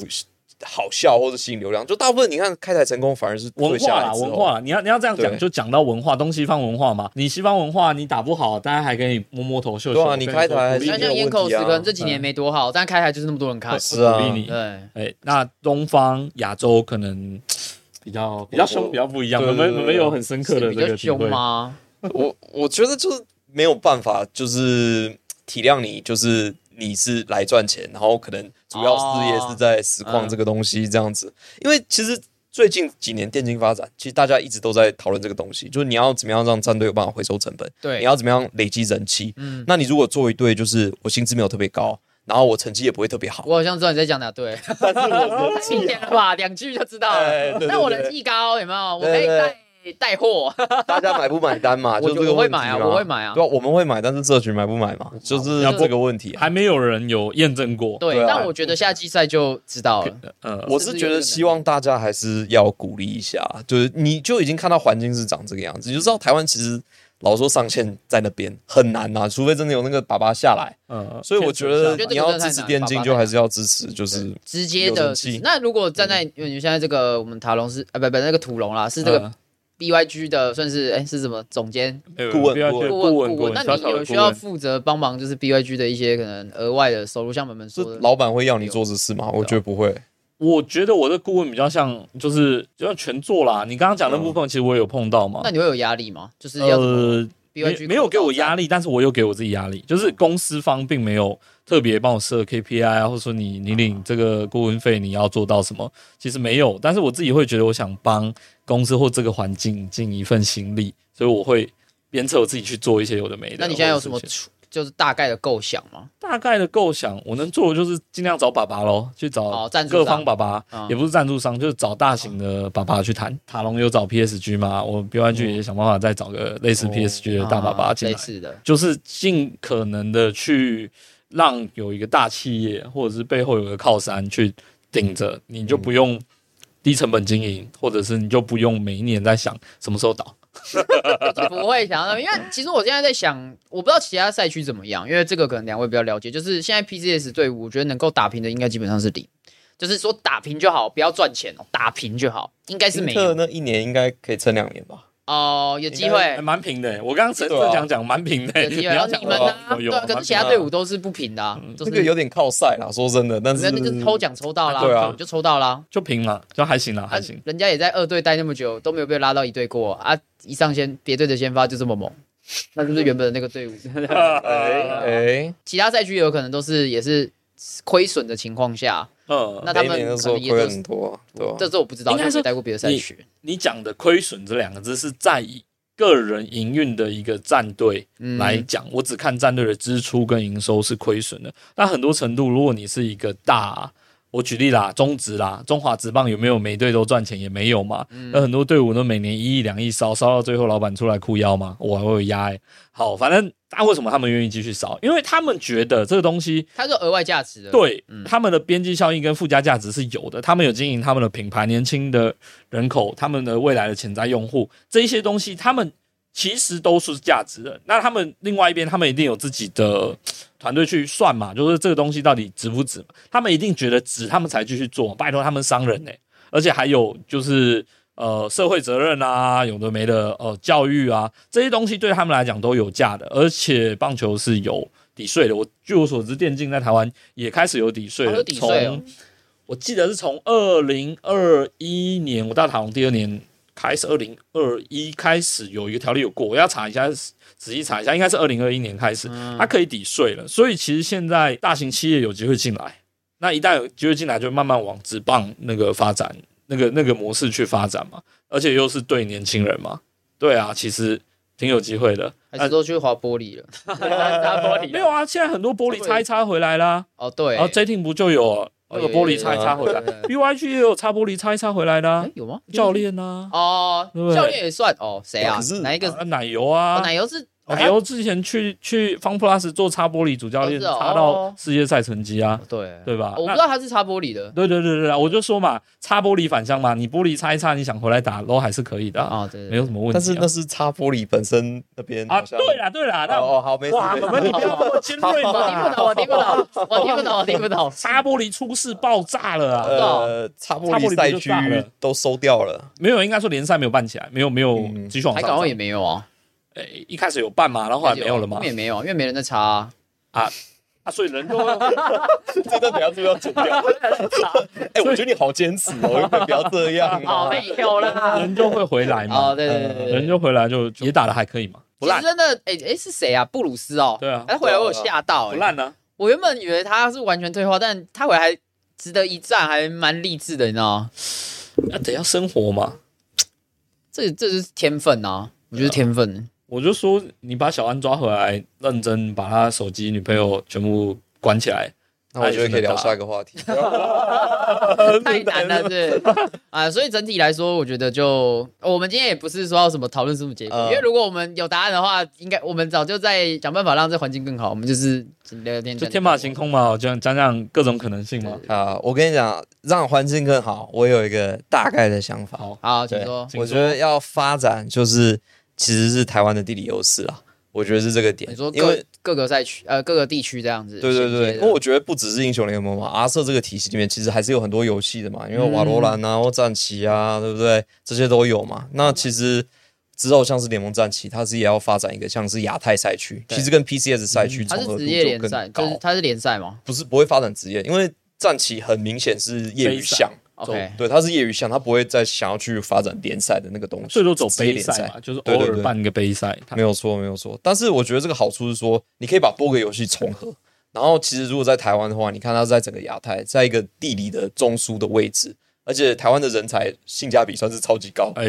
Speaker 5: 好笑或者吸引流量，就大部分你看开台成功反而是
Speaker 4: 文
Speaker 5: 退下
Speaker 4: 化
Speaker 5: 来
Speaker 4: 啦，
Speaker 5: 之后
Speaker 4: 文化啦，你要你要这样讲，
Speaker 5: 对
Speaker 4: 就讲到文化，东西方文化嘛。你西方文化你打不好，大家还给你摸摸头秀秀。
Speaker 5: 对啊你
Speaker 4: 跟
Speaker 5: 开
Speaker 4: 说
Speaker 5: 台
Speaker 4: 鼓励
Speaker 3: 那像
Speaker 4: 你
Speaker 5: 还是没有
Speaker 3: 烟
Speaker 5: 问
Speaker 3: 口
Speaker 5: 题
Speaker 3: 石
Speaker 5: 啊
Speaker 3: 可能这几年没多好，但开台就是那么多人看。
Speaker 5: 是啊
Speaker 4: 鼓励你。
Speaker 3: 对，
Speaker 4: 哎，那东方亚洲可能比较比较凶，比较不一样。
Speaker 5: 对
Speaker 4: 我们
Speaker 5: 对对
Speaker 4: 我们有很深刻
Speaker 3: 是
Speaker 4: 的
Speaker 3: 比
Speaker 4: 这
Speaker 3: 较
Speaker 4: 个体会
Speaker 3: 凶。吗？
Speaker 5: 我我觉得就是没有办法，就是体谅你，就是你是来赚钱，然后可能主要事业是在实况这个东西这样子。因为其实最近几年电竞发展，其实大家一直都在讨论这个东西，就是你要怎么样让战队有办法回收成本，
Speaker 3: 对
Speaker 5: 你要怎么样累积人气。嗯，那你如果做一队，就是我薪资没有特别高，然后我成绩也不会特别好，
Speaker 3: 我好像知道你在讲哪对，
Speaker 5: 但是我
Speaker 3: 太明显了吧？两句就知道
Speaker 5: 哎
Speaker 3: 了
Speaker 5: 对对。对
Speaker 3: 但我人气高，有没有？我可以
Speaker 5: 对对
Speaker 3: 带带 货。
Speaker 5: 大家买不买单嘛，
Speaker 3: 我
Speaker 5: 就这个
Speaker 3: 我会
Speaker 5: 问题
Speaker 3: 买啊
Speaker 5: 嘛
Speaker 3: 我会买啊
Speaker 5: 对我们会买，但是社群买不买嘛，就是
Speaker 4: 要不
Speaker 5: 这个问题啊。
Speaker 4: 还没有人有验证过。
Speaker 3: 对
Speaker 5: 对，啊
Speaker 3: 但我觉得夏季赛就知道了。
Speaker 4: 呃，
Speaker 5: 我是觉得希望大家还是要鼓励一下，就是你就已经看到环境是长这个样子，你就知道台湾其实老实说上限在那边很难呐、除非真的有那个爸爸下来。
Speaker 3: 啊
Speaker 4: 呃，
Speaker 5: 所以我觉得
Speaker 3: 我觉得这
Speaker 5: 你
Speaker 3: 个真
Speaker 5: 要
Speaker 3: 的
Speaker 5: 支
Speaker 3: 太
Speaker 5: 持
Speaker 3: 难
Speaker 5: 电
Speaker 3: 爸
Speaker 5: 竞，
Speaker 3: 爸
Speaker 5: 就
Speaker 3: 太
Speaker 5: 还
Speaker 3: 难
Speaker 5: 是要支持，就是
Speaker 3: 直接
Speaker 5: 有
Speaker 3: 的
Speaker 5: 人气。嗯
Speaker 3: 那如果站在因为你现在这个我们塔龙是啊，不不，那个土龙啦，是这个
Speaker 4: 呃
Speaker 3: BYG 的算是哎是什么总监
Speaker 5: 顾问
Speaker 4: 嗯不要
Speaker 5: 顾
Speaker 4: 对
Speaker 5: 问
Speaker 4: 顾问
Speaker 3: 顾问？那
Speaker 4: 小
Speaker 3: 你
Speaker 4: 小的
Speaker 3: 有需
Speaker 4: 顾
Speaker 3: 要
Speaker 4: 问
Speaker 3: 负责帮忙，就是 BYG 的一些可能额外的收入，像门门
Speaker 5: 是
Speaker 3: 说的，
Speaker 5: 老板会要你做这事吗？我觉
Speaker 3: 啊
Speaker 5: 得不会。
Speaker 4: 我觉得我的顾问比较像，就是就像全做啦。你刚刚
Speaker 5: 嗯
Speaker 4: 讲那部分，其实我也有碰到嘛
Speaker 3: 那。你会有压力吗？就是要怎么
Speaker 4: 呃，没
Speaker 3: BYG
Speaker 4: 没有给我压
Speaker 3: 力，
Speaker 4: 力，但是我有给我自己压力，就是公司方并没有特别帮我设 KPI 啊，或者说你你领这个顾问费你要做到什么，其实没有，但是我自己会觉得我想帮公司或这个环境尽一份心力，所以我会鞭策我自己去做一些有的没的。
Speaker 3: 那你现在有什
Speaker 4: 或
Speaker 3: 么
Speaker 4: 者是
Speaker 3: 出就是大概的构想吗？
Speaker 4: 大概的构想？我能做的就是尽量找爸爸咯，去找
Speaker 3: 哦赞助商
Speaker 4: 各方爸爸，
Speaker 3: 嗯
Speaker 4: 也不是赞助商，就是找大型的爸爸去谈。塔龙有找 PSG 嘛，我 BYG 也想办法再找个类似 PSG 的大爸爸
Speaker 3: 哦啊
Speaker 4: 进来
Speaker 3: 类。似的，
Speaker 4: 就是尽可能的去让有一个大企业或者是背后有个靠山去顶着，你就不用低成本经营，或者是你就不用每一年在想什么时候倒。
Speaker 3: 我不会想到，因为其实我现在在想，我不知道其他赛区怎么样，因为这个可能两位比较了解。就是现在 PCS 队伍，我觉得能够打平的，应该基本上是零，就是说打平就好，不要赚钱哦，打平就好，应该是没
Speaker 5: 英特
Speaker 3: 有
Speaker 5: 那一年应该可以撑两年吧？
Speaker 3: 哦、有机
Speaker 4: 还
Speaker 3: 会。
Speaker 4: 哎蛮平的、我刚刚陈
Speaker 5: 对啊
Speaker 4: 正讲讲蛮平的、
Speaker 3: 有
Speaker 4: 你
Speaker 3: 机会，
Speaker 4: 要
Speaker 3: 然
Speaker 4: 讲
Speaker 3: 后你们
Speaker 4: 的
Speaker 3: 呢
Speaker 4: 话？
Speaker 3: 对
Speaker 4: 有
Speaker 3: 啊，
Speaker 4: 蛮
Speaker 3: 可是
Speaker 4: 平
Speaker 3: 其他
Speaker 4: 的嗯
Speaker 3: 队伍都是不平的啊，都
Speaker 5: 这
Speaker 3: 是
Speaker 5: 个有点靠赛啦，说真的，但
Speaker 3: 没有
Speaker 5: 是
Speaker 3: 那就是抽奖抽到啦，
Speaker 5: 对啊
Speaker 3: 就抽到啦，
Speaker 4: 就平了，就还行了，
Speaker 3: 啊
Speaker 4: 还行。
Speaker 3: 人家也在二队待那么久，都没有被拉到一队过啊，一上先别队的先发就这么猛，那就是原本的那个队 伍。
Speaker 5: 哎，
Speaker 3: 其他赛区有可能都是也是亏损的情况下，
Speaker 4: 嗯，
Speaker 3: 那他
Speaker 5: 每一
Speaker 3: 们
Speaker 5: 年的时
Speaker 3: 可
Speaker 5: 候
Speaker 3: 能也
Speaker 5: 亏
Speaker 3: 都
Speaker 5: 很
Speaker 3: 是，
Speaker 5: 多啊，对吧？
Speaker 3: 这是我不知道，因
Speaker 4: 应该
Speaker 3: 为
Speaker 4: 说
Speaker 3: 没待过别的赛区。
Speaker 4: 你讲的亏损这两个字是在以个人营运的一个战队
Speaker 3: 嗯
Speaker 4: 来讲，我只看战队的支出跟营收是亏损的。那很多程度，如果你是一个大我举例啦，中职啦，中华职棒有没有每队都赚钱也没有嘛？那很多队伍都每年一亿两亿烧，烧到最后老板出来哭腰嘛，我还会有压哎、好，反正那、为什么他们愿意继续烧？因为他们觉得这个东西
Speaker 3: 它是有额外价值的。，
Speaker 4: 对、
Speaker 3: 嗯
Speaker 4: 他们的边际效应跟附加价值是有的，他们有经营他们的品牌、年轻的人口、他们的未来的潜在用户这一些东西，他们其实都是价值的。那他们另外一边，他们一定有自己的团队去算嘛，就是这个东西到底值不值嘛？他们一定觉得值，他们才继续做。拜托，他们商人呢、欸而且还有就是呃社会责任啊，有的没的，呃教育啊这些东西对他们来讲都有价的，而且棒球是有抵税的。我据我所知，电竞在台湾也开始有抵税
Speaker 3: 哦
Speaker 4: 了，
Speaker 3: 有抵税哦
Speaker 4: 从我记得是从二零二一年我到台湾第二年开始，二零二一开始有一个条例有过，我要查一下，仔细查一下，应该是二零二一年开始，
Speaker 3: 嗯
Speaker 4: 它可以抵税了。所以其实现在大型企业有机会进来，那一旦有机会进来，就慢慢往直棒那个发展，那个那个模式去发展嘛，而且又是对年轻人嘛，对啊，其实挺有机会的。
Speaker 3: 还是都去划玻璃了， 擦玻 璃
Speaker 4: 没有啊，现在很多玻璃擦一擦回来啦，
Speaker 3: 哦，对，
Speaker 4: 然后 JT 不就有那
Speaker 3: 有
Speaker 4: 个玻璃擦一擦回来
Speaker 3: 有有有有
Speaker 4: ，BYG 也有擦玻璃擦一擦回来的啊
Speaker 3: 哎，有吗？
Speaker 4: 教练啊，
Speaker 3: 哦
Speaker 4: 对不，对
Speaker 3: 教练也算哦，谁啊
Speaker 5: 可是？
Speaker 3: 哪一个？
Speaker 4: 啊奶油
Speaker 3: 哦
Speaker 4: 啊，
Speaker 3: 奶油是
Speaker 4: 奶油之前去去方 plus 做擦玻璃主教
Speaker 3: 哦
Speaker 4: 练，
Speaker 3: 是哦
Speaker 4: 擦到世界赛成绩啊
Speaker 3: 哦，对
Speaker 4: 对吧？
Speaker 3: 我不
Speaker 4: 那
Speaker 3: 知道他是擦玻璃的
Speaker 4: 对对对对对，我就说嘛，擦玻璃反向嘛，你玻璃擦一擦，你想回来打 LO 还是可以的啊，
Speaker 3: 哦，对对，
Speaker 4: 没有什么问题啊。
Speaker 5: 但是那是擦玻璃本身那边
Speaker 4: 啊，
Speaker 5: 好像
Speaker 4: 对啦对啦，那
Speaker 5: 哦哦好，没事。
Speaker 4: 哇，
Speaker 5: 没事
Speaker 4: 我们你不要那么尖
Speaker 3: 我听
Speaker 4: 锐
Speaker 3: 不
Speaker 4: 嘛，
Speaker 3: 懂，我听 不懂，我听不懂，我听不懂。
Speaker 4: 擦玻璃出事爆炸了啊！
Speaker 5: 呃，擦玻
Speaker 4: 擦玻璃
Speaker 5: 璃赛
Speaker 4: 不就炸了
Speaker 5: 区都收 掉了，
Speaker 4: 没有，应该说联赛没有办起来，没有没有
Speaker 5: 嗯
Speaker 4: 继续往
Speaker 3: 海
Speaker 4: 上
Speaker 3: 港澳
Speaker 4: 涨。
Speaker 3: 也没有啊，
Speaker 4: 诶一开始有办嘛，然后后来没有了嘛
Speaker 3: 后面，也没有，因为没人在查啊。
Speaker 4: 啊，所以人都
Speaker 5: 这段等下是不是要 剪掉？哎，我觉得你好坚持哦，你不要这样
Speaker 3: 哦，
Speaker 5: 啊。
Speaker 3: 没有啦。
Speaker 4: 人就会回来
Speaker 3: 哦，
Speaker 4: 嘛，嗯
Speaker 3: 对对对对
Speaker 4: 人
Speaker 3: 对。
Speaker 4: 就回来就就也打的还可以嘛，不
Speaker 3: 其实
Speaker 4: 烂
Speaker 3: 真的，哎哎，是谁啊？布鲁斯哦。
Speaker 4: 对啊
Speaker 3: 他回来我有吓到，
Speaker 4: 不
Speaker 3: 哎，
Speaker 4: 烂
Speaker 5: 啊
Speaker 4: 呢。
Speaker 3: 我原本以为他是完全退化，但他回来还值得一战，还蛮励志的，你知道吗？
Speaker 4: 啊，等一下生活嘛，
Speaker 3: 这这就是天分啊，我觉得天分。
Speaker 4: 我就说你把小安抓回来，认真把他手机女朋友全部关起来，
Speaker 5: 那
Speaker 3: 哎
Speaker 5: 我觉得可以聊下一个话题。
Speaker 3: 太难了，是啊，所以整体来说，我觉得就我们今天也不是说要什么讨论什么结果，
Speaker 5: 嗯
Speaker 3: 因为如果我们有答案的话，应该我们早就在想办法让这环境更好，我们就是聊聊天，
Speaker 5: 嗯
Speaker 4: 就天马行空嘛，就讲讲各种可能性嘛。
Speaker 5: 啊，我跟你讲，让环境更好，我有一个大概的想法。
Speaker 4: 好，
Speaker 3: 好，请
Speaker 5: 对
Speaker 3: 说，
Speaker 4: 请
Speaker 5: 我觉得要发展就是其实是台湾的地理优势啦，我觉得是这个点。
Speaker 3: 你说
Speaker 5: 因
Speaker 3: 各
Speaker 5: 为
Speaker 3: 各个赛区呃各个地区这样子衔
Speaker 5: 对
Speaker 3: 接
Speaker 5: 对
Speaker 3: 的，
Speaker 5: 对，因为我觉得不只是英雄联盟嘛，阿瑟这个体系里面其实还是有很多游戏的嘛，因为瓦罗兰
Speaker 3: 嗯
Speaker 5: 啊、或战旗啊，对不对？这些都有嘛。那其实之后像是联盟战旗，它是也要发展一个像是亚太赛区，
Speaker 3: 对嗯
Speaker 5: 其实跟 PCS 赛区
Speaker 3: 它
Speaker 5: 重
Speaker 3: 是
Speaker 5: 合度
Speaker 3: 职业
Speaker 5: 就
Speaker 3: 联赛，
Speaker 5: 更
Speaker 3: 就是
Speaker 5: 高，
Speaker 3: 它是联赛嘛
Speaker 5: 不是不会发展职业，因为战旗很明显是业余
Speaker 4: 非赛
Speaker 5: 项。
Speaker 3: ，OK，
Speaker 5: 对，它是业余项，它不会再想要去发展联赛的那个东西，
Speaker 4: 最多走
Speaker 5: 职业
Speaker 4: 杯
Speaker 5: 联
Speaker 4: 赛
Speaker 5: 赛
Speaker 4: 嘛，就是
Speaker 5: 对
Speaker 4: 偶
Speaker 5: 对
Speaker 4: 尔
Speaker 5: 对
Speaker 4: 办个杯赛。他
Speaker 5: 没有错，没有错。但是我觉得这个好处是说，你可以把多个游戏重合。然后其实如果在台湾的话，你看它是在整个亚太，在一个地理的中枢的位置，而且台湾的人才性价比算是超级高，
Speaker 4: 哎，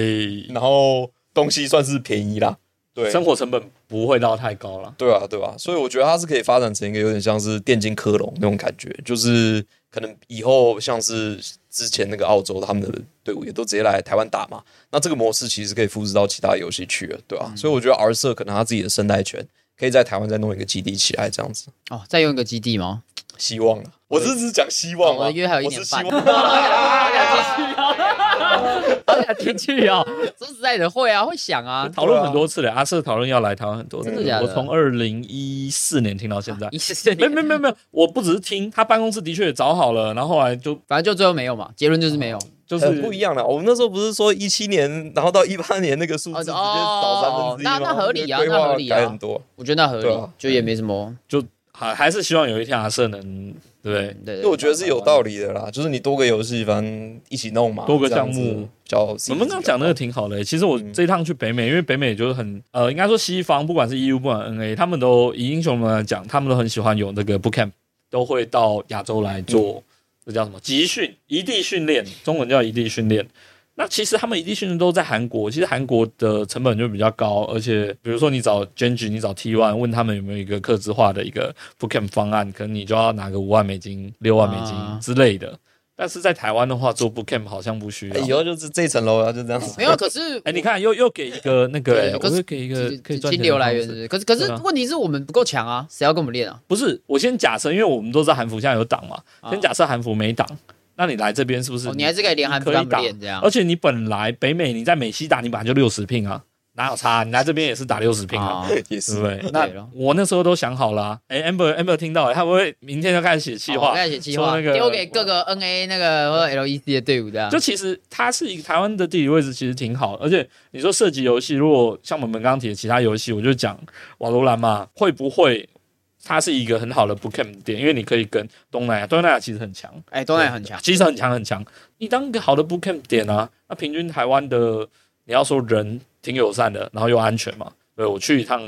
Speaker 5: 然后东西算是便宜啦。对，
Speaker 4: 生活成本不会到太高了。
Speaker 5: 对啊，对啊，所以我觉得它是可以发展成一个有点像是电竞科隆那种感觉，就是可能以后像是之前那个澳洲他们的队伍也都直接来台湾打嘛，那这个模式其实可以复制到其他游戏去了，对啊，所以我觉得 R 社可能他自己的生态圈可以在台湾再弄一个基地起来，这样子，
Speaker 3: 哦，再用一个基地吗？
Speaker 5: 希望啊，我这只是讲希望
Speaker 3: 我
Speaker 5: 啊，
Speaker 3: 的约还有一
Speaker 5: 我
Speaker 3: 年
Speaker 5: 是希
Speaker 3: 半，
Speaker 5: 望，
Speaker 3: 好想进去哦，说实在的会啊，会想啊，
Speaker 4: 讨论很多次了，阿瑟讨论要来台湾很多次
Speaker 3: 真的假，的啊
Speaker 4: 我从二零一四年听到现在
Speaker 3: 一，四
Speaker 4: 没
Speaker 3: 年，
Speaker 4: 没没没有，我不只是听，他办公室的确也找好了，然后后来就
Speaker 3: 反正就最后没有嘛，结论就是没有。
Speaker 4: 就是
Speaker 5: 很不一样了。啊我们那时候不是说一七年，然后到一八年那个数字直接少三分之一
Speaker 3: 哦那
Speaker 5: 吗？
Speaker 3: 那合理啊
Speaker 5: 规划
Speaker 3: 那合理啊
Speaker 5: 改很多。
Speaker 3: 我觉得那合
Speaker 5: 对
Speaker 3: 理
Speaker 5: 啊，
Speaker 3: 就也没什么。
Speaker 4: 就还还是希望有一天阿瑟能对不对？
Speaker 3: 对对
Speaker 5: 因为我觉得是有道理的啦，就是你多个游戏，反正一起弄嘛，
Speaker 4: 多个
Speaker 5: 这样
Speaker 4: 项目
Speaker 5: 子比较。嗯
Speaker 4: 我们刚刚讲那个挺好的、欸其实我这一趟去北美，因为北美就是很呃，应该说西方不管是 EU 不管 NA，他们都以英雄们来讲，他们都很喜欢有那个 boot camp，都会到亚洲
Speaker 5: 嗯
Speaker 4: 来做，这叫什么集训、异地训练，中文叫异地训练。那其实他们一地训练都在韩国，其实韩国的成本就比较高，而且比如说你找 g e n g i 你找 T One，问他们有没有一个客制化的一个 bootcamp 方案，可能你就要拿个五万美金、六万美金
Speaker 3: 啊
Speaker 4: 之类的。但是在台湾的话，做 bootcamp 好像不需要。
Speaker 5: 哎以后就是这层楼，然后就这 样子。
Speaker 3: 没有，可是
Speaker 4: 哎，你看又又给一个那个，
Speaker 3: 对
Speaker 4: 哎
Speaker 3: 可
Speaker 4: 我
Speaker 3: 是
Speaker 4: 又给一个可以
Speaker 3: 金
Speaker 4: 赚钱
Speaker 3: 流
Speaker 4: 的
Speaker 3: 来
Speaker 4: 方
Speaker 3: 源
Speaker 4: 式
Speaker 3: 是不是？可是可是
Speaker 4: 对啊
Speaker 3: 问题是我们不够强啊，谁要跟我们练啊？
Speaker 4: 不是，我先假设，因为我们都知道韩服现在有档嘛，先假设韩服没档，那你来这边是不是
Speaker 3: 哦，你还是可以连韩服
Speaker 4: 可以
Speaker 3: 单不
Speaker 4: 打
Speaker 3: 练这样
Speaker 4: 而。且你本来北美你在美西打，你本来就六十拼啊，哪有差、你来这边也是打六十拼啊，
Speaker 3: 啊，
Speaker 5: 也
Speaker 4: 对不对？
Speaker 3: 对
Speaker 4: 那
Speaker 3: 咯
Speaker 4: 我那时候都想好了、啊，哎，amber amber 听到、哎，他会不会明天就开始写计划？
Speaker 3: 哦开始写计
Speaker 4: 说
Speaker 3: 划，
Speaker 4: 那个
Speaker 3: 丢给各个 NA 那个或者 LEC 的队伍这样。
Speaker 4: 就其实它是一个台湾的地理位置，其实挺好的。而且你说射击游戏，如果像我们刚刚提的其他游戏，我就讲瓦罗兰嘛，会不会它是一个很好的 bootcamp 点？因为你可以跟东南亚，东南亚其实很强，
Speaker 3: 哎，东南亚很强，
Speaker 4: 其实很强很强。你当一个好的 bootcamp 点啊，那平均台湾的你要说人挺友善的，然后又安全嘛。对，我去一趟，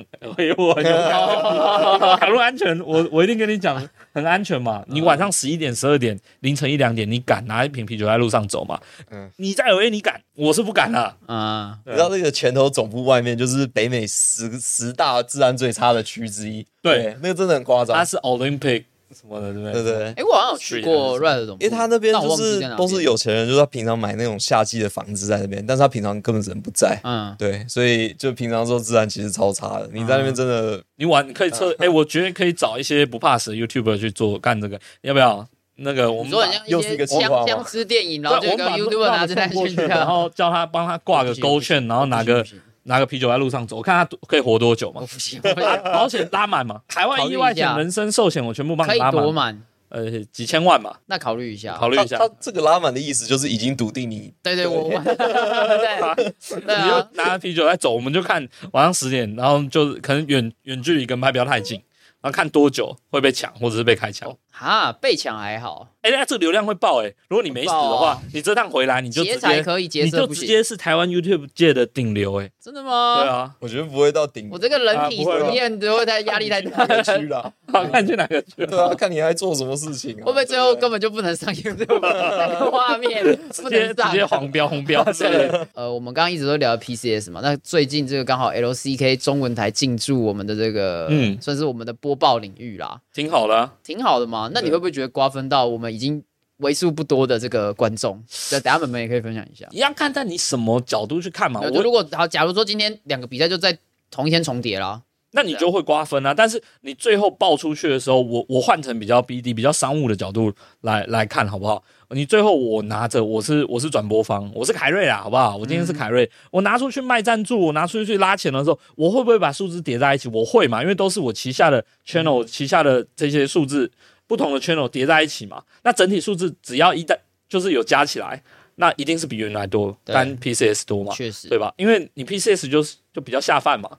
Speaker 4: 我很友善。卡路安全，我我一定跟你讲，很安全嘛。你晚上十一点、十二点、凌晨一两点，你敢拿一瓶啤酒在路上走吗？
Speaker 5: 嗯
Speaker 4: 你在 LA 你敢，我是不敢啦。
Speaker 3: 嗯，
Speaker 5: 你知道那个拳头总部外面就是北美十十大治安最差的区之一，
Speaker 4: 对，
Speaker 5: 那个真的很夸张
Speaker 4: 它，是 Olympic 什么的，对不
Speaker 5: 对
Speaker 4: 对？
Speaker 5: 不对？
Speaker 3: 哎，我好像有去过 Red 的总部，
Speaker 5: 因为他那边
Speaker 3: 但我
Speaker 5: 就
Speaker 3: 忘记
Speaker 5: 是
Speaker 3: 在哪
Speaker 5: 都
Speaker 3: 边
Speaker 5: 是，有钱人，就是他平常买那种夏季的房子在那边，但是他平常根本人不在，
Speaker 3: 嗯，
Speaker 5: 对，所以就平常说治安其实超差的。你
Speaker 4: 嗯
Speaker 5: 在那边真的，
Speaker 4: 你玩你可以测，哎，我觉得可以找一些不怕死的 YouTuber 去做干这个，要不要？那个我
Speaker 3: 你
Speaker 4: 们
Speaker 3: 说
Speaker 4: 把
Speaker 3: 很像
Speaker 5: 又是一个
Speaker 3: 些
Speaker 5: 计划
Speaker 3: 僵
Speaker 5: 嘛
Speaker 3: 僵尸电影，然
Speaker 4: 对，
Speaker 3: 后就有一
Speaker 4: 我
Speaker 3: 个
Speaker 4: 们把
Speaker 3: YouTube 拿着
Speaker 4: 那
Speaker 3: 在
Speaker 4: 个送过
Speaker 3: 去
Speaker 4: 去，
Speaker 3: 这
Speaker 4: 然
Speaker 3: 样，
Speaker 4: 后叫他帮他挂个勾券，然后拿个
Speaker 3: 不行
Speaker 4: 拿个啤酒在路上走，我看他可以活多久 嘛
Speaker 3: 我。不行，我不
Speaker 4: 啊
Speaker 3: 行
Speaker 4: 保险拉满嘛，台湾意外
Speaker 3: 考
Speaker 4: 险、
Speaker 3: 虑一下
Speaker 4: 人身寿险我全部帮
Speaker 3: 可
Speaker 4: 你
Speaker 3: 以
Speaker 4: 拉
Speaker 3: 躲
Speaker 4: 满，
Speaker 3: 满，
Speaker 4: 呃，几千万嘛，
Speaker 3: 那考虑一下。
Speaker 4: 考虑
Speaker 5: 他
Speaker 4: 一下
Speaker 5: 他。这个拉满的意思就是已经笃定你
Speaker 3: 对对，我 我对对
Speaker 4: 你就
Speaker 3: 啊，
Speaker 4: 拿着啤酒在走，我们就看晚上十点，然后就可能远远距离跟拍不要太近，然后看多久会被抢或者是被开
Speaker 3: 哦
Speaker 4: 枪。
Speaker 3: 哈，被抢还好，
Speaker 4: 哎、那这个流量会爆哎、如果你没死的
Speaker 3: 爆
Speaker 4: 话，
Speaker 3: 啊
Speaker 4: 你这趟回来你就
Speaker 3: 劫
Speaker 4: 直
Speaker 3: 财
Speaker 4: 接
Speaker 3: 可以，劫
Speaker 4: 你
Speaker 3: 色
Speaker 4: 就
Speaker 3: 不
Speaker 4: 直
Speaker 3: 行，哦
Speaker 4: 接是台湾 YouTube 界的顶流哎、
Speaker 3: 真的吗？
Speaker 4: 对，啊，
Speaker 5: 我觉得不会到顶
Speaker 3: 我这个人
Speaker 4: 啊
Speaker 3: 体
Speaker 4: 不会吧啊
Speaker 3: 实验都会太压力太大
Speaker 5: 哪个
Speaker 3: 了，
Speaker 5: 区 啦。
Speaker 4: 看去哪个去了。
Speaker 5: 对啊，看你还做什么事情、
Speaker 3: 会
Speaker 5: 啊。
Speaker 3: 不会最后
Speaker 5: 对
Speaker 3: 根本就不能上 YouTube 那个画面，不
Speaker 4: 直接
Speaker 3: 能
Speaker 4: 直接
Speaker 3: 上？
Speaker 4: 黄标红标之类的。
Speaker 3: 呃，我们刚刚一直都聊 PCS 嘛，那最近这个刚好 LCK 中文台进驻我们的这个，
Speaker 4: 嗯
Speaker 3: 算是我们的播报领域啦，
Speaker 4: 挺好的、啊。
Speaker 3: 挺好的嘛。那你会不会觉得瓜分到我们已经为数不多的这个观众？那等下们们也可以分享一下。
Speaker 4: 一样看在你什么角度去看嘛。
Speaker 3: 那就
Speaker 4: 啊我
Speaker 3: 如果好，假如说今天两个比赛就在同一天重叠啦，
Speaker 4: 那你就会瓜分啊。但是你最后爆出去的时候，我我换成比较 BD、比较商务的角度来来看，好不好？你最后我拿着，我是我是转播方，我是凯瑞啦，啊好不好？我今天是凯瑞，我拿出去卖赞助，我拿出去拉钱的时候，我会不会把数字叠在一起？我会嘛，因为都是我旗下的 channel、旗下的这些数字，不同的 channel 叠在一起嘛。那整体数字只要一旦就是有加起来，那一定是比原来多，
Speaker 3: 对
Speaker 4: 单 PCS 多嘛。
Speaker 3: 确实
Speaker 4: 对吧？因为你 PCS 就是就比较下饭嘛，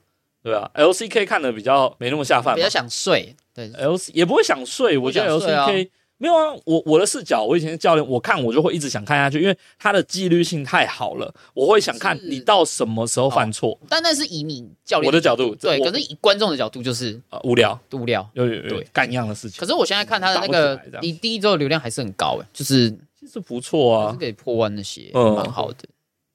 Speaker 4: 对啊 LCK 看的比较没那么下饭嘛，
Speaker 3: 比较想睡，对，
Speaker 4: L C 也不会想睡，我觉得
Speaker 3: 不想睡啊
Speaker 4: LCK、没有啊。我我的视角，我以前是教练，我看我就会一直想看下去，因为它的纪律性太好了，我会想看
Speaker 3: 是
Speaker 4: 你到什么时候犯错，
Speaker 3: 但那是以你教练
Speaker 4: 我的角度
Speaker 3: 对，
Speaker 4: 我
Speaker 3: 可是以观众的角度就是
Speaker 4: 呃无聊，
Speaker 3: 无聊。
Speaker 4: 有有有
Speaker 3: 对
Speaker 4: 干一样的事情
Speaker 3: 可，是我现在看他的那
Speaker 4: 打不起来这
Speaker 3: 个，
Speaker 4: 样
Speaker 3: 你第一周的流量还是很高哎，就是
Speaker 4: 其实不错
Speaker 3: 还
Speaker 4: 啊
Speaker 3: 是。可以破万那些，
Speaker 4: 嗯
Speaker 3: 蛮好的。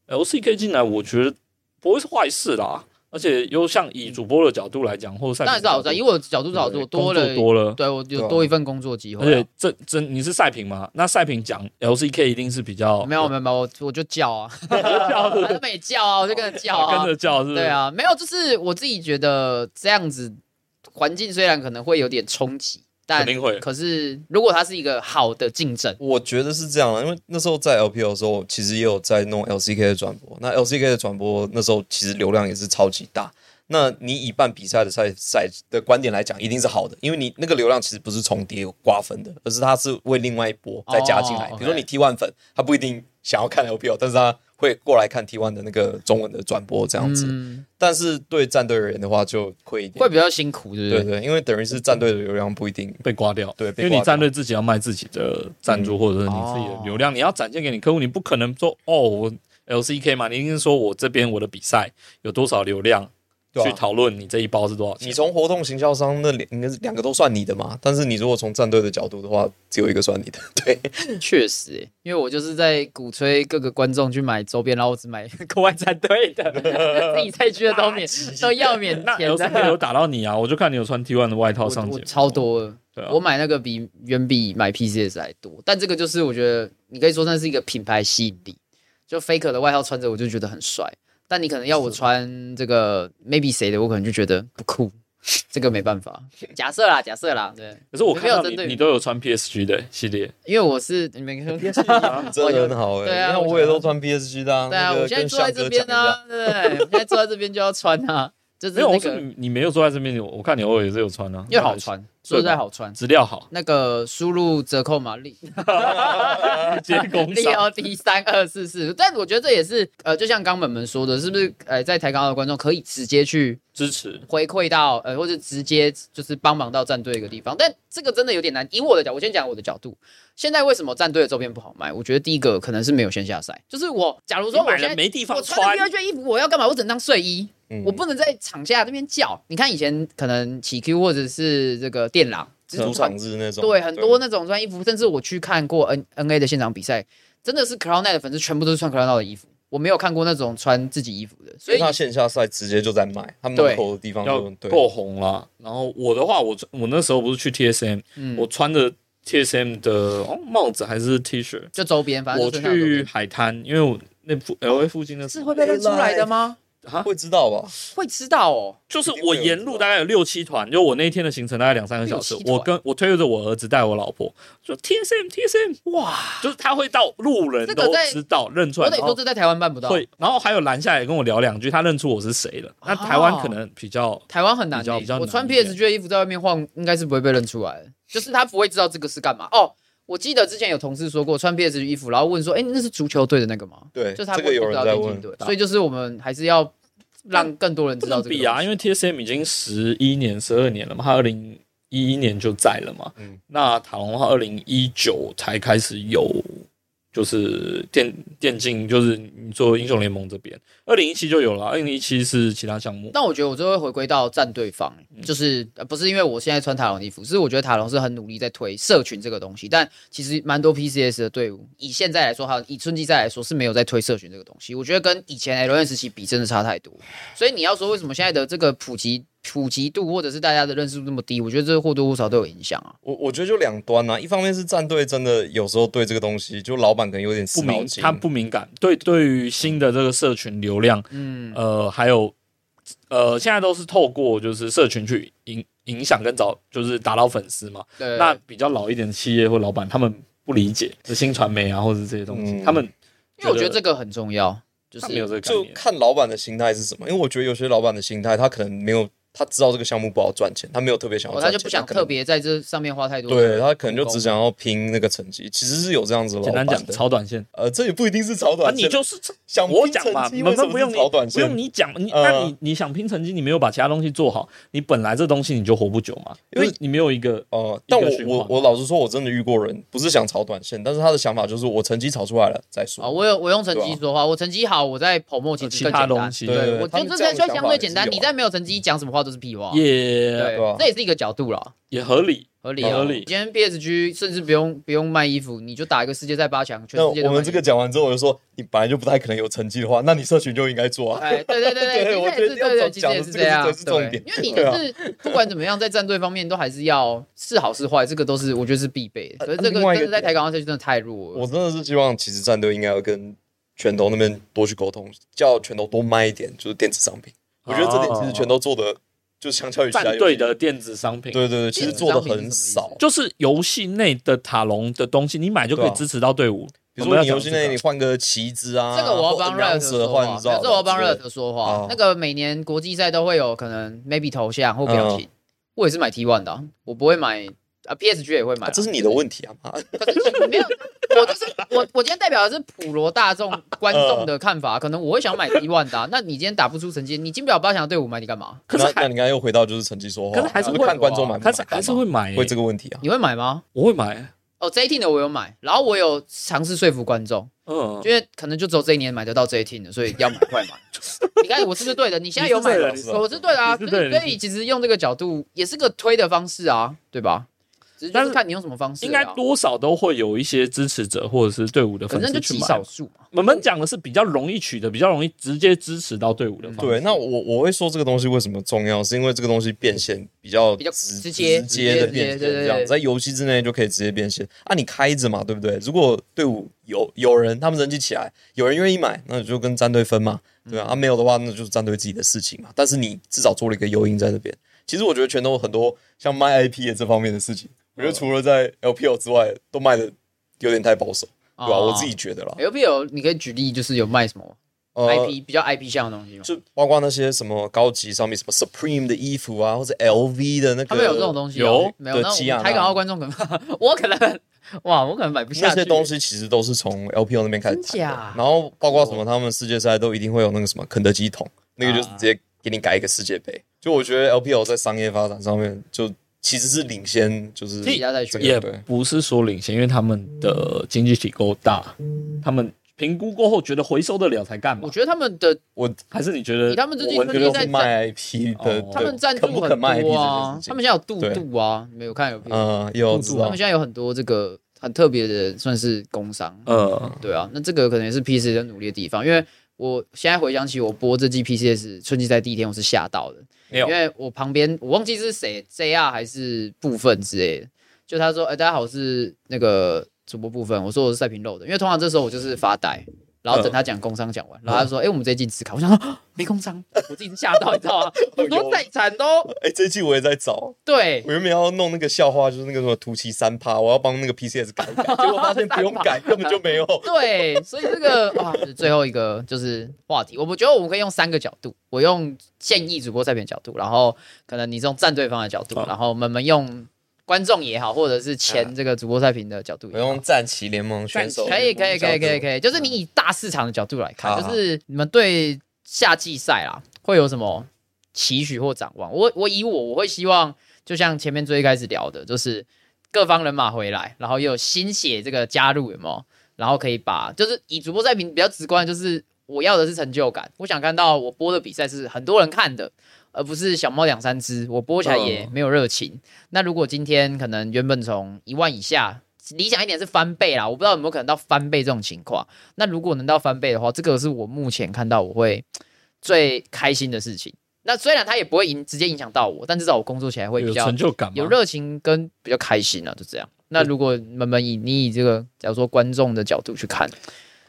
Speaker 4: LCK 进来，我觉得不会是坏事啦。而且又像以主播的角度来讲，或者赛
Speaker 3: 嗯当然是好
Speaker 4: 在
Speaker 3: 在，以我的角度是好
Speaker 4: 对
Speaker 3: 做，多
Speaker 4: 工作
Speaker 3: 了
Speaker 4: 多了
Speaker 3: 对我
Speaker 5: 对
Speaker 3: 有
Speaker 5: 啊
Speaker 3: 多一份工作机
Speaker 4: 而
Speaker 3: 会啊
Speaker 4: 且。这这你是赛评嘛？那赛评讲 LCK 一定是比较
Speaker 3: 没有没有没有，我我就叫 啊，
Speaker 4: 叫是不
Speaker 3: 反
Speaker 4: 是
Speaker 3: 正没叫啊，我就跟着叫
Speaker 4: 跟
Speaker 3: 啊，
Speaker 4: 着叫是不是？
Speaker 3: 对，啊，没有，就是我自己觉得这样子环境虽然可能会有点冲击，但
Speaker 4: 肯定会
Speaker 3: 可是如果它是一个好的竞争，
Speaker 5: 我觉得是这样啊，因为那时候在 LPL 的时候，其实也有在弄 LCK 的转播。那 LCK 的转播那时候其实流量也是超级大。那你以办比赛的赛赛的观点来讲，一定是好的，因为你那个流量其实不是重叠瓜分的，而是它是为另外一波再加进来。
Speaker 3: 哦
Speaker 5: 比如说你 T One 粉，他不一定想要看 LPL，但是他会过来看 T One 的那个中文的转播这样子。
Speaker 3: 嗯，
Speaker 5: 但是对战队而言的话，就亏一点。
Speaker 3: 会比较辛苦，对不
Speaker 5: 对
Speaker 3: 对？
Speaker 5: 对，因为等于是战队的流量不一定
Speaker 4: 被刮掉，
Speaker 5: 对被刮掉嗯
Speaker 4: 因为你战队自己要卖自己的赞助或者是你自
Speaker 3: 哦
Speaker 4: 己的流量，你要展现给你客户，你不可能说哦我 LCK 嘛，你一定是说我这边我的比赛有多少流量，
Speaker 5: 对啊
Speaker 4: 去讨论你这一包是多少
Speaker 5: 你
Speaker 4: 钱。
Speaker 5: 从活动行销商那两应该是两个都算你的嘛，但是你如果从战队的角度的话，只有一个算你的。 对，
Speaker 3: 确实欸，因为我就是在鼓吹各个观众去买周边，然后我只买 国外战队的， 自己赛区的都免都要免
Speaker 4: 那
Speaker 3: 钱
Speaker 4: 有没有
Speaker 3: 的。
Speaker 4: 打到你啊？我就看你有穿 T one 的外套
Speaker 3: 我
Speaker 4: 上节
Speaker 3: 我
Speaker 4: 目
Speaker 3: 超，多了，
Speaker 4: 对啊
Speaker 3: 我买那个比远比买 PCS 还多，但这个就是我觉得你可以说那是一个品牌吸引力，就 Faker 的外套穿着我就觉得很帅，但你可能要我穿这个 maybe 谁的，我可能就觉得不酷，这个没办法。假设啦，假设啦，对，
Speaker 4: 可是我看到
Speaker 3: 没有针
Speaker 4: 你
Speaker 3: 对
Speaker 4: 你都有穿 PSG 的系列，
Speaker 3: 因为我是你们
Speaker 5: 真的很好哎、
Speaker 3: 对啊
Speaker 5: 你看
Speaker 3: 我
Speaker 5: 我
Speaker 3: 觉
Speaker 5: 也
Speaker 3: 得
Speaker 5: 都穿 PSG 的、啊。
Speaker 3: 对啊，
Speaker 5: 那个
Speaker 3: 我现在
Speaker 5: 跟
Speaker 3: 坐在
Speaker 5: 翔
Speaker 3: 这
Speaker 5: 哥
Speaker 3: 边
Speaker 5: 讲一下
Speaker 3: 啊，对不对，我现在坐在这边就要穿啊， 就是
Speaker 4: 没有，
Speaker 3: 那
Speaker 4: 我说
Speaker 3: 个
Speaker 4: 你你没有坐在这边，你我看你偶尔也是有穿啊，
Speaker 3: 因为好，穿，说实在好穿。
Speaker 4: 质 量好，
Speaker 3: 那个输入折扣码力
Speaker 4: 直接工
Speaker 3: D
Speaker 4: 商
Speaker 3: L D 三二四四，但我觉得这也是呃，就像刚本们说的，是不是？呃，在台港澳的观众可以直接去
Speaker 4: 支持。
Speaker 3: 回馈到呃，或者直接就是帮忙到战队一个地方，但这个真的有点难。以我的角，我先讲我的角度，现在为什么战队的周边不好卖？我觉得第一个可能是没有线下赛，就是我假如说
Speaker 4: 嗯你
Speaker 3: 我
Speaker 4: 买
Speaker 3: 现在
Speaker 4: 了没地方
Speaker 3: 我穿
Speaker 4: 穿
Speaker 3: 了 B 件衣服，我要干嘛？我只能当睡衣，
Speaker 5: 嗯
Speaker 3: 我不能在场下这边叫。你看以前可能起 Q 或者是这个电狼，就是
Speaker 5: 主场日那种，
Speaker 3: 对很多那种穿衣服，甚至我去看过 N N A 的现场比赛，真的是 Crown Night 的粉丝全部都是穿 Crown Night 的衣服，我没有看过那种穿自己衣服的，
Speaker 5: 所
Speaker 3: 所
Speaker 5: 以
Speaker 3: 以
Speaker 5: 他线下赛直接就在卖，他
Speaker 3: 对
Speaker 5: 门口的地方
Speaker 4: 要
Speaker 5: 就嗯对。
Speaker 4: 够红啦。然后我的话，我我那时候不是去 TSM，、我
Speaker 3: 嗯
Speaker 4: 穿着 TSM 的、哦、帽子还是 T 恤，
Speaker 3: 就周边，反正
Speaker 4: 我
Speaker 3: 就身上有周
Speaker 4: 去
Speaker 3: 边
Speaker 4: 海滩，因为我那附 L A 附近的
Speaker 3: 是会被认出来的吗？
Speaker 5: 会知道吧？
Speaker 3: 会知道哦。
Speaker 4: 就是我沿路大概有六七团，就我那一天的行程大概两三个小时
Speaker 3: 六七，团
Speaker 4: 我跟我推着我儿子带我老婆说 TSM TSM，哇，就是他会到路人
Speaker 3: 这个
Speaker 4: 都
Speaker 3: 在
Speaker 4: 知道认出来，
Speaker 3: 我得
Speaker 4: 然
Speaker 3: 说
Speaker 4: 后
Speaker 3: 这在台湾办不到，
Speaker 4: 会，然后还有拦下来跟我聊两句，他认出我是谁了。那台湾
Speaker 3: 哦
Speaker 4: 可能比较
Speaker 3: 台湾很难
Speaker 4: 比较
Speaker 3: 欸、
Speaker 4: 比较
Speaker 3: 我
Speaker 4: 难
Speaker 3: 穿
Speaker 4: 一点
Speaker 3: PSG 的衣服在外面晃，应该是不会被认出来的，就是他不会知道这个是干嘛。哦，我记得之前有同事说过，穿 PSG 衣服，然后问说：“哎、那是足球队的那个吗？”
Speaker 5: 对，
Speaker 3: 就是他
Speaker 5: 这
Speaker 3: 不
Speaker 5: 个
Speaker 3: 会
Speaker 5: 有
Speaker 3: 不
Speaker 5: 人
Speaker 3: 知道
Speaker 5: 在
Speaker 3: 电
Speaker 5: 问
Speaker 3: 竞队，，所以就是我们还是要让更多人
Speaker 4: 不
Speaker 3: 知道
Speaker 4: 能
Speaker 3: 这个
Speaker 4: 比啊，因为 TSM 已经十一年、十二年了嘛，他二零一一年就在了嘛。
Speaker 5: 嗯
Speaker 4: 那塔龙的话，二零一九才开始有，就是电电竞，就是你做英雄联盟这边，二零一七就有了，二零一七是其他项目。
Speaker 3: 但我觉得我就会回归到站队方，就是呃不是因为我现在穿塔龙的衣服，是我觉得塔龙是很努力在推社群这个东西，但其实蛮多 PCS 的队伍，以现在来说，还有以春季赛来说是没有在推社群这个东西。我觉得跟以前 LN 时期比，真的差太多。所以你要说为什么现在的这个普及普及度，或者是大家的认识度那么低，我觉得这或多或少都有影响啊。
Speaker 5: 我我觉得就两端啊，一方面是战队真的有时候对这个东西，就老板可能有点
Speaker 4: 不
Speaker 5: 死脑
Speaker 4: 敏，
Speaker 5: 筋，
Speaker 4: 他不敏感，对对于新的这个社群流量，嗯，呃，还有呃，现在都是透过就是社群去影影响跟找，就是打到粉丝嘛。
Speaker 3: 对，
Speaker 4: 那比较老一点的企业或老板，他们不理解就新传媒啊，或者是这些东西，
Speaker 5: 嗯
Speaker 4: 他们
Speaker 3: 因为我觉得这个很重要，就
Speaker 4: 他没有
Speaker 3: 是
Speaker 4: 这个概
Speaker 5: 就
Speaker 4: 念。
Speaker 5: 看老板的心态是什么。因为我觉得有些老板的心态，他可能没有，他知道这个项目不好赚钱，他没有特别想要
Speaker 3: 哦，
Speaker 5: 赚
Speaker 3: 他
Speaker 5: 钱，
Speaker 3: 就不想
Speaker 5: 可能
Speaker 3: 特，别在这上面花太多的功夫。
Speaker 5: 对他可能就只想要拼那个成绩。其实是有这样子的老
Speaker 4: 简
Speaker 5: 板
Speaker 4: 单
Speaker 5: 的，
Speaker 4: 讲，超短线
Speaker 5: 呃，这也不一定是超
Speaker 4: 啊，
Speaker 5: 短线，
Speaker 4: 你就是
Speaker 5: 想拼
Speaker 4: 我讲嘛，
Speaker 5: 成绩
Speaker 4: 那
Speaker 5: 为什么
Speaker 4: 不用
Speaker 5: 是
Speaker 4: 你
Speaker 5: 炒短
Speaker 4: 不
Speaker 5: 线
Speaker 4: 用你讲， 你
Speaker 5: 呃
Speaker 4: 那你你想拼成绩，你没有把其他东西做好，你本来这东西你就活不久嘛，因
Speaker 5: 因为
Speaker 4: 为你没有一个
Speaker 5: 哦，
Speaker 4: 一个
Speaker 5: 但我
Speaker 4: 循环啊
Speaker 5: 我我老实说，我真的遇过人，不是想炒短线，但是他的想法就是我成绩炒出来了再说。
Speaker 3: 啊，我有我用成
Speaker 5: 对
Speaker 3: 绩
Speaker 5: 啊
Speaker 3: 说话，我成绩好，我在跑墨其实
Speaker 4: 呃其
Speaker 3: 更
Speaker 4: 他
Speaker 3: 简
Speaker 4: 东
Speaker 3: 单。
Speaker 4: 西。
Speaker 5: 对
Speaker 3: 我
Speaker 5: 他
Speaker 3: 觉
Speaker 5: 们
Speaker 3: 得这
Speaker 5: 这样
Speaker 3: 才
Speaker 5: 的
Speaker 3: 算
Speaker 5: 想
Speaker 3: 相
Speaker 5: 法
Speaker 3: 对
Speaker 5: 也
Speaker 3: 简
Speaker 5: 是
Speaker 3: 单，
Speaker 5: 有
Speaker 3: 你
Speaker 5: 啊
Speaker 3: 在没有成绩讲什么话都是屁话。
Speaker 4: 也
Speaker 5: 对
Speaker 3: 对
Speaker 5: 啊，
Speaker 3: 这也是一个角度啦，
Speaker 4: 也合理，
Speaker 3: 合理
Speaker 5: 也
Speaker 3: 啊。
Speaker 5: 合
Speaker 4: 理
Speaker 3: 今天 PSG 甚至不用不用卖衣服，你就打一个世界赛八强，全
Speaker 5: 那
Speaker 3: 世界都
Speaker 5: 我
Speaker 3: 卖
Speaker 5: 们
Speaker 3: 衣
Speaker 5: 这
Speaker 3: 服
Speaker 5: 个，讲完之后，我就说你本来就不太可能有成绩的话，那你社群就应该做啊。
Speaker 3: 哎，对对对
Speaker 5: 对
Speaker 3: 对，其实也是
Speaker 5: 我觉得
Speaker 3: 对对，
Speaker 5: 要
Speaker 3: 其实
Speaker 5: 讲
Speaker 3: 也
Speaker 5: 的
Speaker 3: 是
Speaker 5: 这
Speaker 3: 这
Speaker 5: 个是
Speaker 3: 样
Speaker 5: 这，是重
Speaker 3: 对
Speaker 5: 点，
Speaker 3: 因为你
Speaker 5: 对
Speaker 3: 就
Speaker 5: 啊
Speaker 3: 是不管怎么样，在战队方面都还是要是好是坏，这个都是我觉得是必备的。可是这
Speaker 5: 呃另外
Speaker 3: 个
Speaker 5: 一个
Speaker 3: 真的在台港澳赛区真的太弱了
Speaker 5: 我。真的是希望，其实战队应该要跟拳头那边多去沟通，叫拳头多卖一点，就是电子商品。我觉得这点其实拳头做的，就相较于其他
Speaker 4: 啊
Speaker 5: 游
Speaker 4: 战
Speaker 5: 戏
Speaker 4: 队的，电子商品，
Speaker 5: 对对对，其实做的很少。
Speaker 4: 就是游戏内的塔龙的东西，你买就可以
Speaker 5: 对啊
Speaker 4: 支持到队伍。
Speaker 5: 比
Speaker 4: 我
Speaker 5: 如说
Speaker 4: 们
Speaker 5: 你
Speaker 4: 要
Speaker 5: 游
Speaker 4: 讲这
Speaker 5: 戏
Speaker 4: 个
Speaker 5: 内你换个旗帜啊，
Speaker 3: 这个我要帮
Speaker 5: 热
Speaker 3: Riot
Speaker 5: 蛇
Speaker 3: 说
Speaker 5: 换
Speaker 3: 话，
Speaker 5: 照
Speaker 3: 这
Speaker 5: 啊，
Speaker 3: 我要帮
Speaker 5: 热
Speaker 3: Riot 说话
Speaker 5: 哦。
Speaker 3: 那个每年国际赛都会有可能 maybe 头像或表
Speaker 5: 嗯
Speaker 3: 情，我也是买 T one 的啊，我不会买啊 PSG 也会买啊，
Speaker 5: 这是你的问题啊妈
Speaker 3: 可是你没有，我就是我，我今天代表的是普罗大众观众的看 法，可能我会想买 T one 的啊、那你今天打不出成绩，你进不了八强队伍，买你干嘛？
Speaker 4: 可是
Speaker 5: 那
Speaker 4: 还
Speaker 5: 那你刚才又回到就是成绩说话，
Speaker 4: 可是还是会啊
Speaker 5: 看观众买不买
Speaker 4: 可
Speaker 5: 单嘛，
Speaker 4: 是还是会买欸
Speaker 5: 会这个问题啊。
Speaker 3: 你会买吗？
Speaker 4: 我会买，欸
Speaker 3: 哦，J18 的我有买，然后我有尝试说服观众，
Speaker 4: 嗯，
Speaker 3: 因为可能就只有这一年买得到 J18 的，所以要买快 买。你看我是不是对的？你现在有买
Speaker 4: 你是对
Speaker 3: 了
Speaker 4: 的你是，
Speaker 3: 我是对的啊，所
Speaker 4: 你是对
Speaker 3: 以
Speaker 4: 的
Speaker 3: 所以其实用这个角度也是个推的方式啊，对吧？只是就
Speaker 4: 但
Speaker 3: 是
Speaker 4: 是
Speaker 3: 看你用什么方式、啊，
Speaker 4: 应该，多少都会有一些支持者或者是队伍的
Speaker 3: 反
Speaker 4: 粉
Speaker 3: 正就
Speaker 4: 丝去
Speaker 3: 极
Speaker 4: 买。
Speaker 3: 少数嘛。
Speaker 4: 我们讲的是比较容易取得，比较容易直接支持到队伍的方式。
Speaker 5: 对，那我我会说这个东西为什么重要，是因为这个东西变现比较
Speaker 3: 比较
Speaker 5: 直
Speaker 3: 直接
Speaker 5: 直接的
Speaker 3: 直接
Speaker 5: 变现，
Speaker 3: 对对对
Speaker 5: 这样在游戏之内就可以直接变现啊！你开着嘛，对不对？如果队伍有有人他们人气起来，有人愿意买，那你就跟战队分嘛，
Speaker 3: 嗯
Speaker 5: 对啊，啊没有的话，那就是战队自己的事情嘛。但是你至少做了一个诱因在那边。其实我觉得拳头有很多像卖 IP 的这方面的事情，
Speaker 3: 嗯
Speaker 5: 我觉得除了在 LPL 之外，都卖的有点太保守，对吧、
Speaker 3: 哦
Speaker 5: 我自己觉得啦。
Speaker 3: LPL 你可以举例，就是有卖什么
Speaker 5: 呃
Speaker 3: IP 比较 IP 像的东西吗？
Speaker 5: 就包括那些什么高级商品，什么 Supreme 的衣服啊，或者 LV 的那个，
Speaker 3: 他们有这种东西
Speaker 5: 有啊
Speaker 3: 哦，没有？
Speaker 5: 的
Speaker 3: 那我
Speaker 5: 基亚
Speaker 3: 们
Speaker 4: 啊
Speaker 5: 纳
Speaker 3: 台港澳观众可能，我可能，哇，我可能买不下
Speaker 5: 那
Speaker 3: 去。
Speaker 5: 些东西其实都是从 LPL 那边开始谈
Speaker 3: 真
Speaker 5: 的
Speaker 3: 假
Speaker 5: 然后包括什么，他们世界赛都一定会有那个什么肯德基桶，那个就是
Speaker 3: 啊
Speaker 5: 直接给你改一个世界杯。就我觉得 LPL 在商业发展上面，就其实是领先，就是
Speaker 3: 其实也在学
Speaker 5: 这
Speaker 4: 也
Speaker 5: 个对。
Speaker 4: 不是说领先，因为他们的经济体够大，他们评估过后觉得回收得了才干嘛
Speaker 3: 我？觉得他们的
Speaker 5: 我
Speaker 4: 还是你觉得
Speaker 3: 以他们最近
Speaker 5: 我
Speaker 3: 分
Speaker 5: 觉得
Speaker 3: 在
Speaker 5: 是卖 IP 的，
Speaker 4: 哦
Speaker 5: 对
Speaker 3: 他们赞助
Speaker 5: 肯不肯卖
Speaker 3: 很
Speaker 5: IP
Speaker 3: 多
Speaker 5: 这件
Speaker 3: 啊
Speaker 5: 事，情
Speaker 3: 他们现在有杜
Speaker 5: 对
Speaker 3: 杜啊，没有看有 p
Speaker 5: 嗯，有知
Speaker 3: 他
Speaker 5: 道
Speaker 3: 们现在有很多这个很特别的，算是工商，
Speaker 4: 呃，
Speaker 3: 对啊，那这个可能也是 PC 在努力的地方，因为我现在回想起我播这季 PCS 春季赛第一天，我是吓到的，
Speaker 4: 没有
Speaker 3: 因为我旁边我忘记是谁 JR 还是部分之类的，就他说，哎、大家好，我是那个主播部分，我说我是赛评漏的，因为通常这时候我就是发呆。然后等他讲工商讲完，然后他说：“哎、我们这一季只考。”我想说 啊没工商，我自己是吓到，你知道吗？我说在产都
Speaker 5: 哎，这一季我也在找，
Speaker 3: 对
Speaker 5: 我，原本要弄那个笑话，就是那个什么突骑三趴，我要帮那个 PCS 改一改，结果发现不用 改，根本就没有。
Speaker 3: 对，所以这个哇，是最后一个就是话题，我们觉得我们可以用三个角度，我用建议主播赛评的角度，然后可能你是用站队方的角度，
Speaker 4: 好
Speaker 3: 然后们们用观众也好，或者是前这个主播赛评的角度
Speaker 5: 嗯我
Speaker 3: 也好。
Speaker 5: 用战旗联盟选手，
Speaker 3: 可以可以可以可以可以，就是你以大市场的角度来看，
Speaker 5: 嗯好好
Speaker 3: 就是你们对夏季赛啦会有什么期许或展望？我我以我我会希望，就像前面最一开始聊的，就是各方人马回来，然后又有新血这个加入，有没有？然后可以把就是以主播赛评比较直观，的就是我要的是成就感，我想看到我播的比赛是很多人看的，而不是小猫两三只，我播起来也没有热情。那如果今天可能原本从一万以下，理想一点是翻倍啦，我不知道有没有可能到翻倍这种情况。那如果能到翻倍的话，这个是我目前看到我会最开心的事情。那虽然它也不会影直接影响到我，但至少我工作起来会比
Speaker 4: 有
Speaker 3: 较
Speaker 4: 成就感吗？
Speaker 3: 有热情跟比较开心啊，就这样。那如果你们以你以这个假如说观众的角度去看，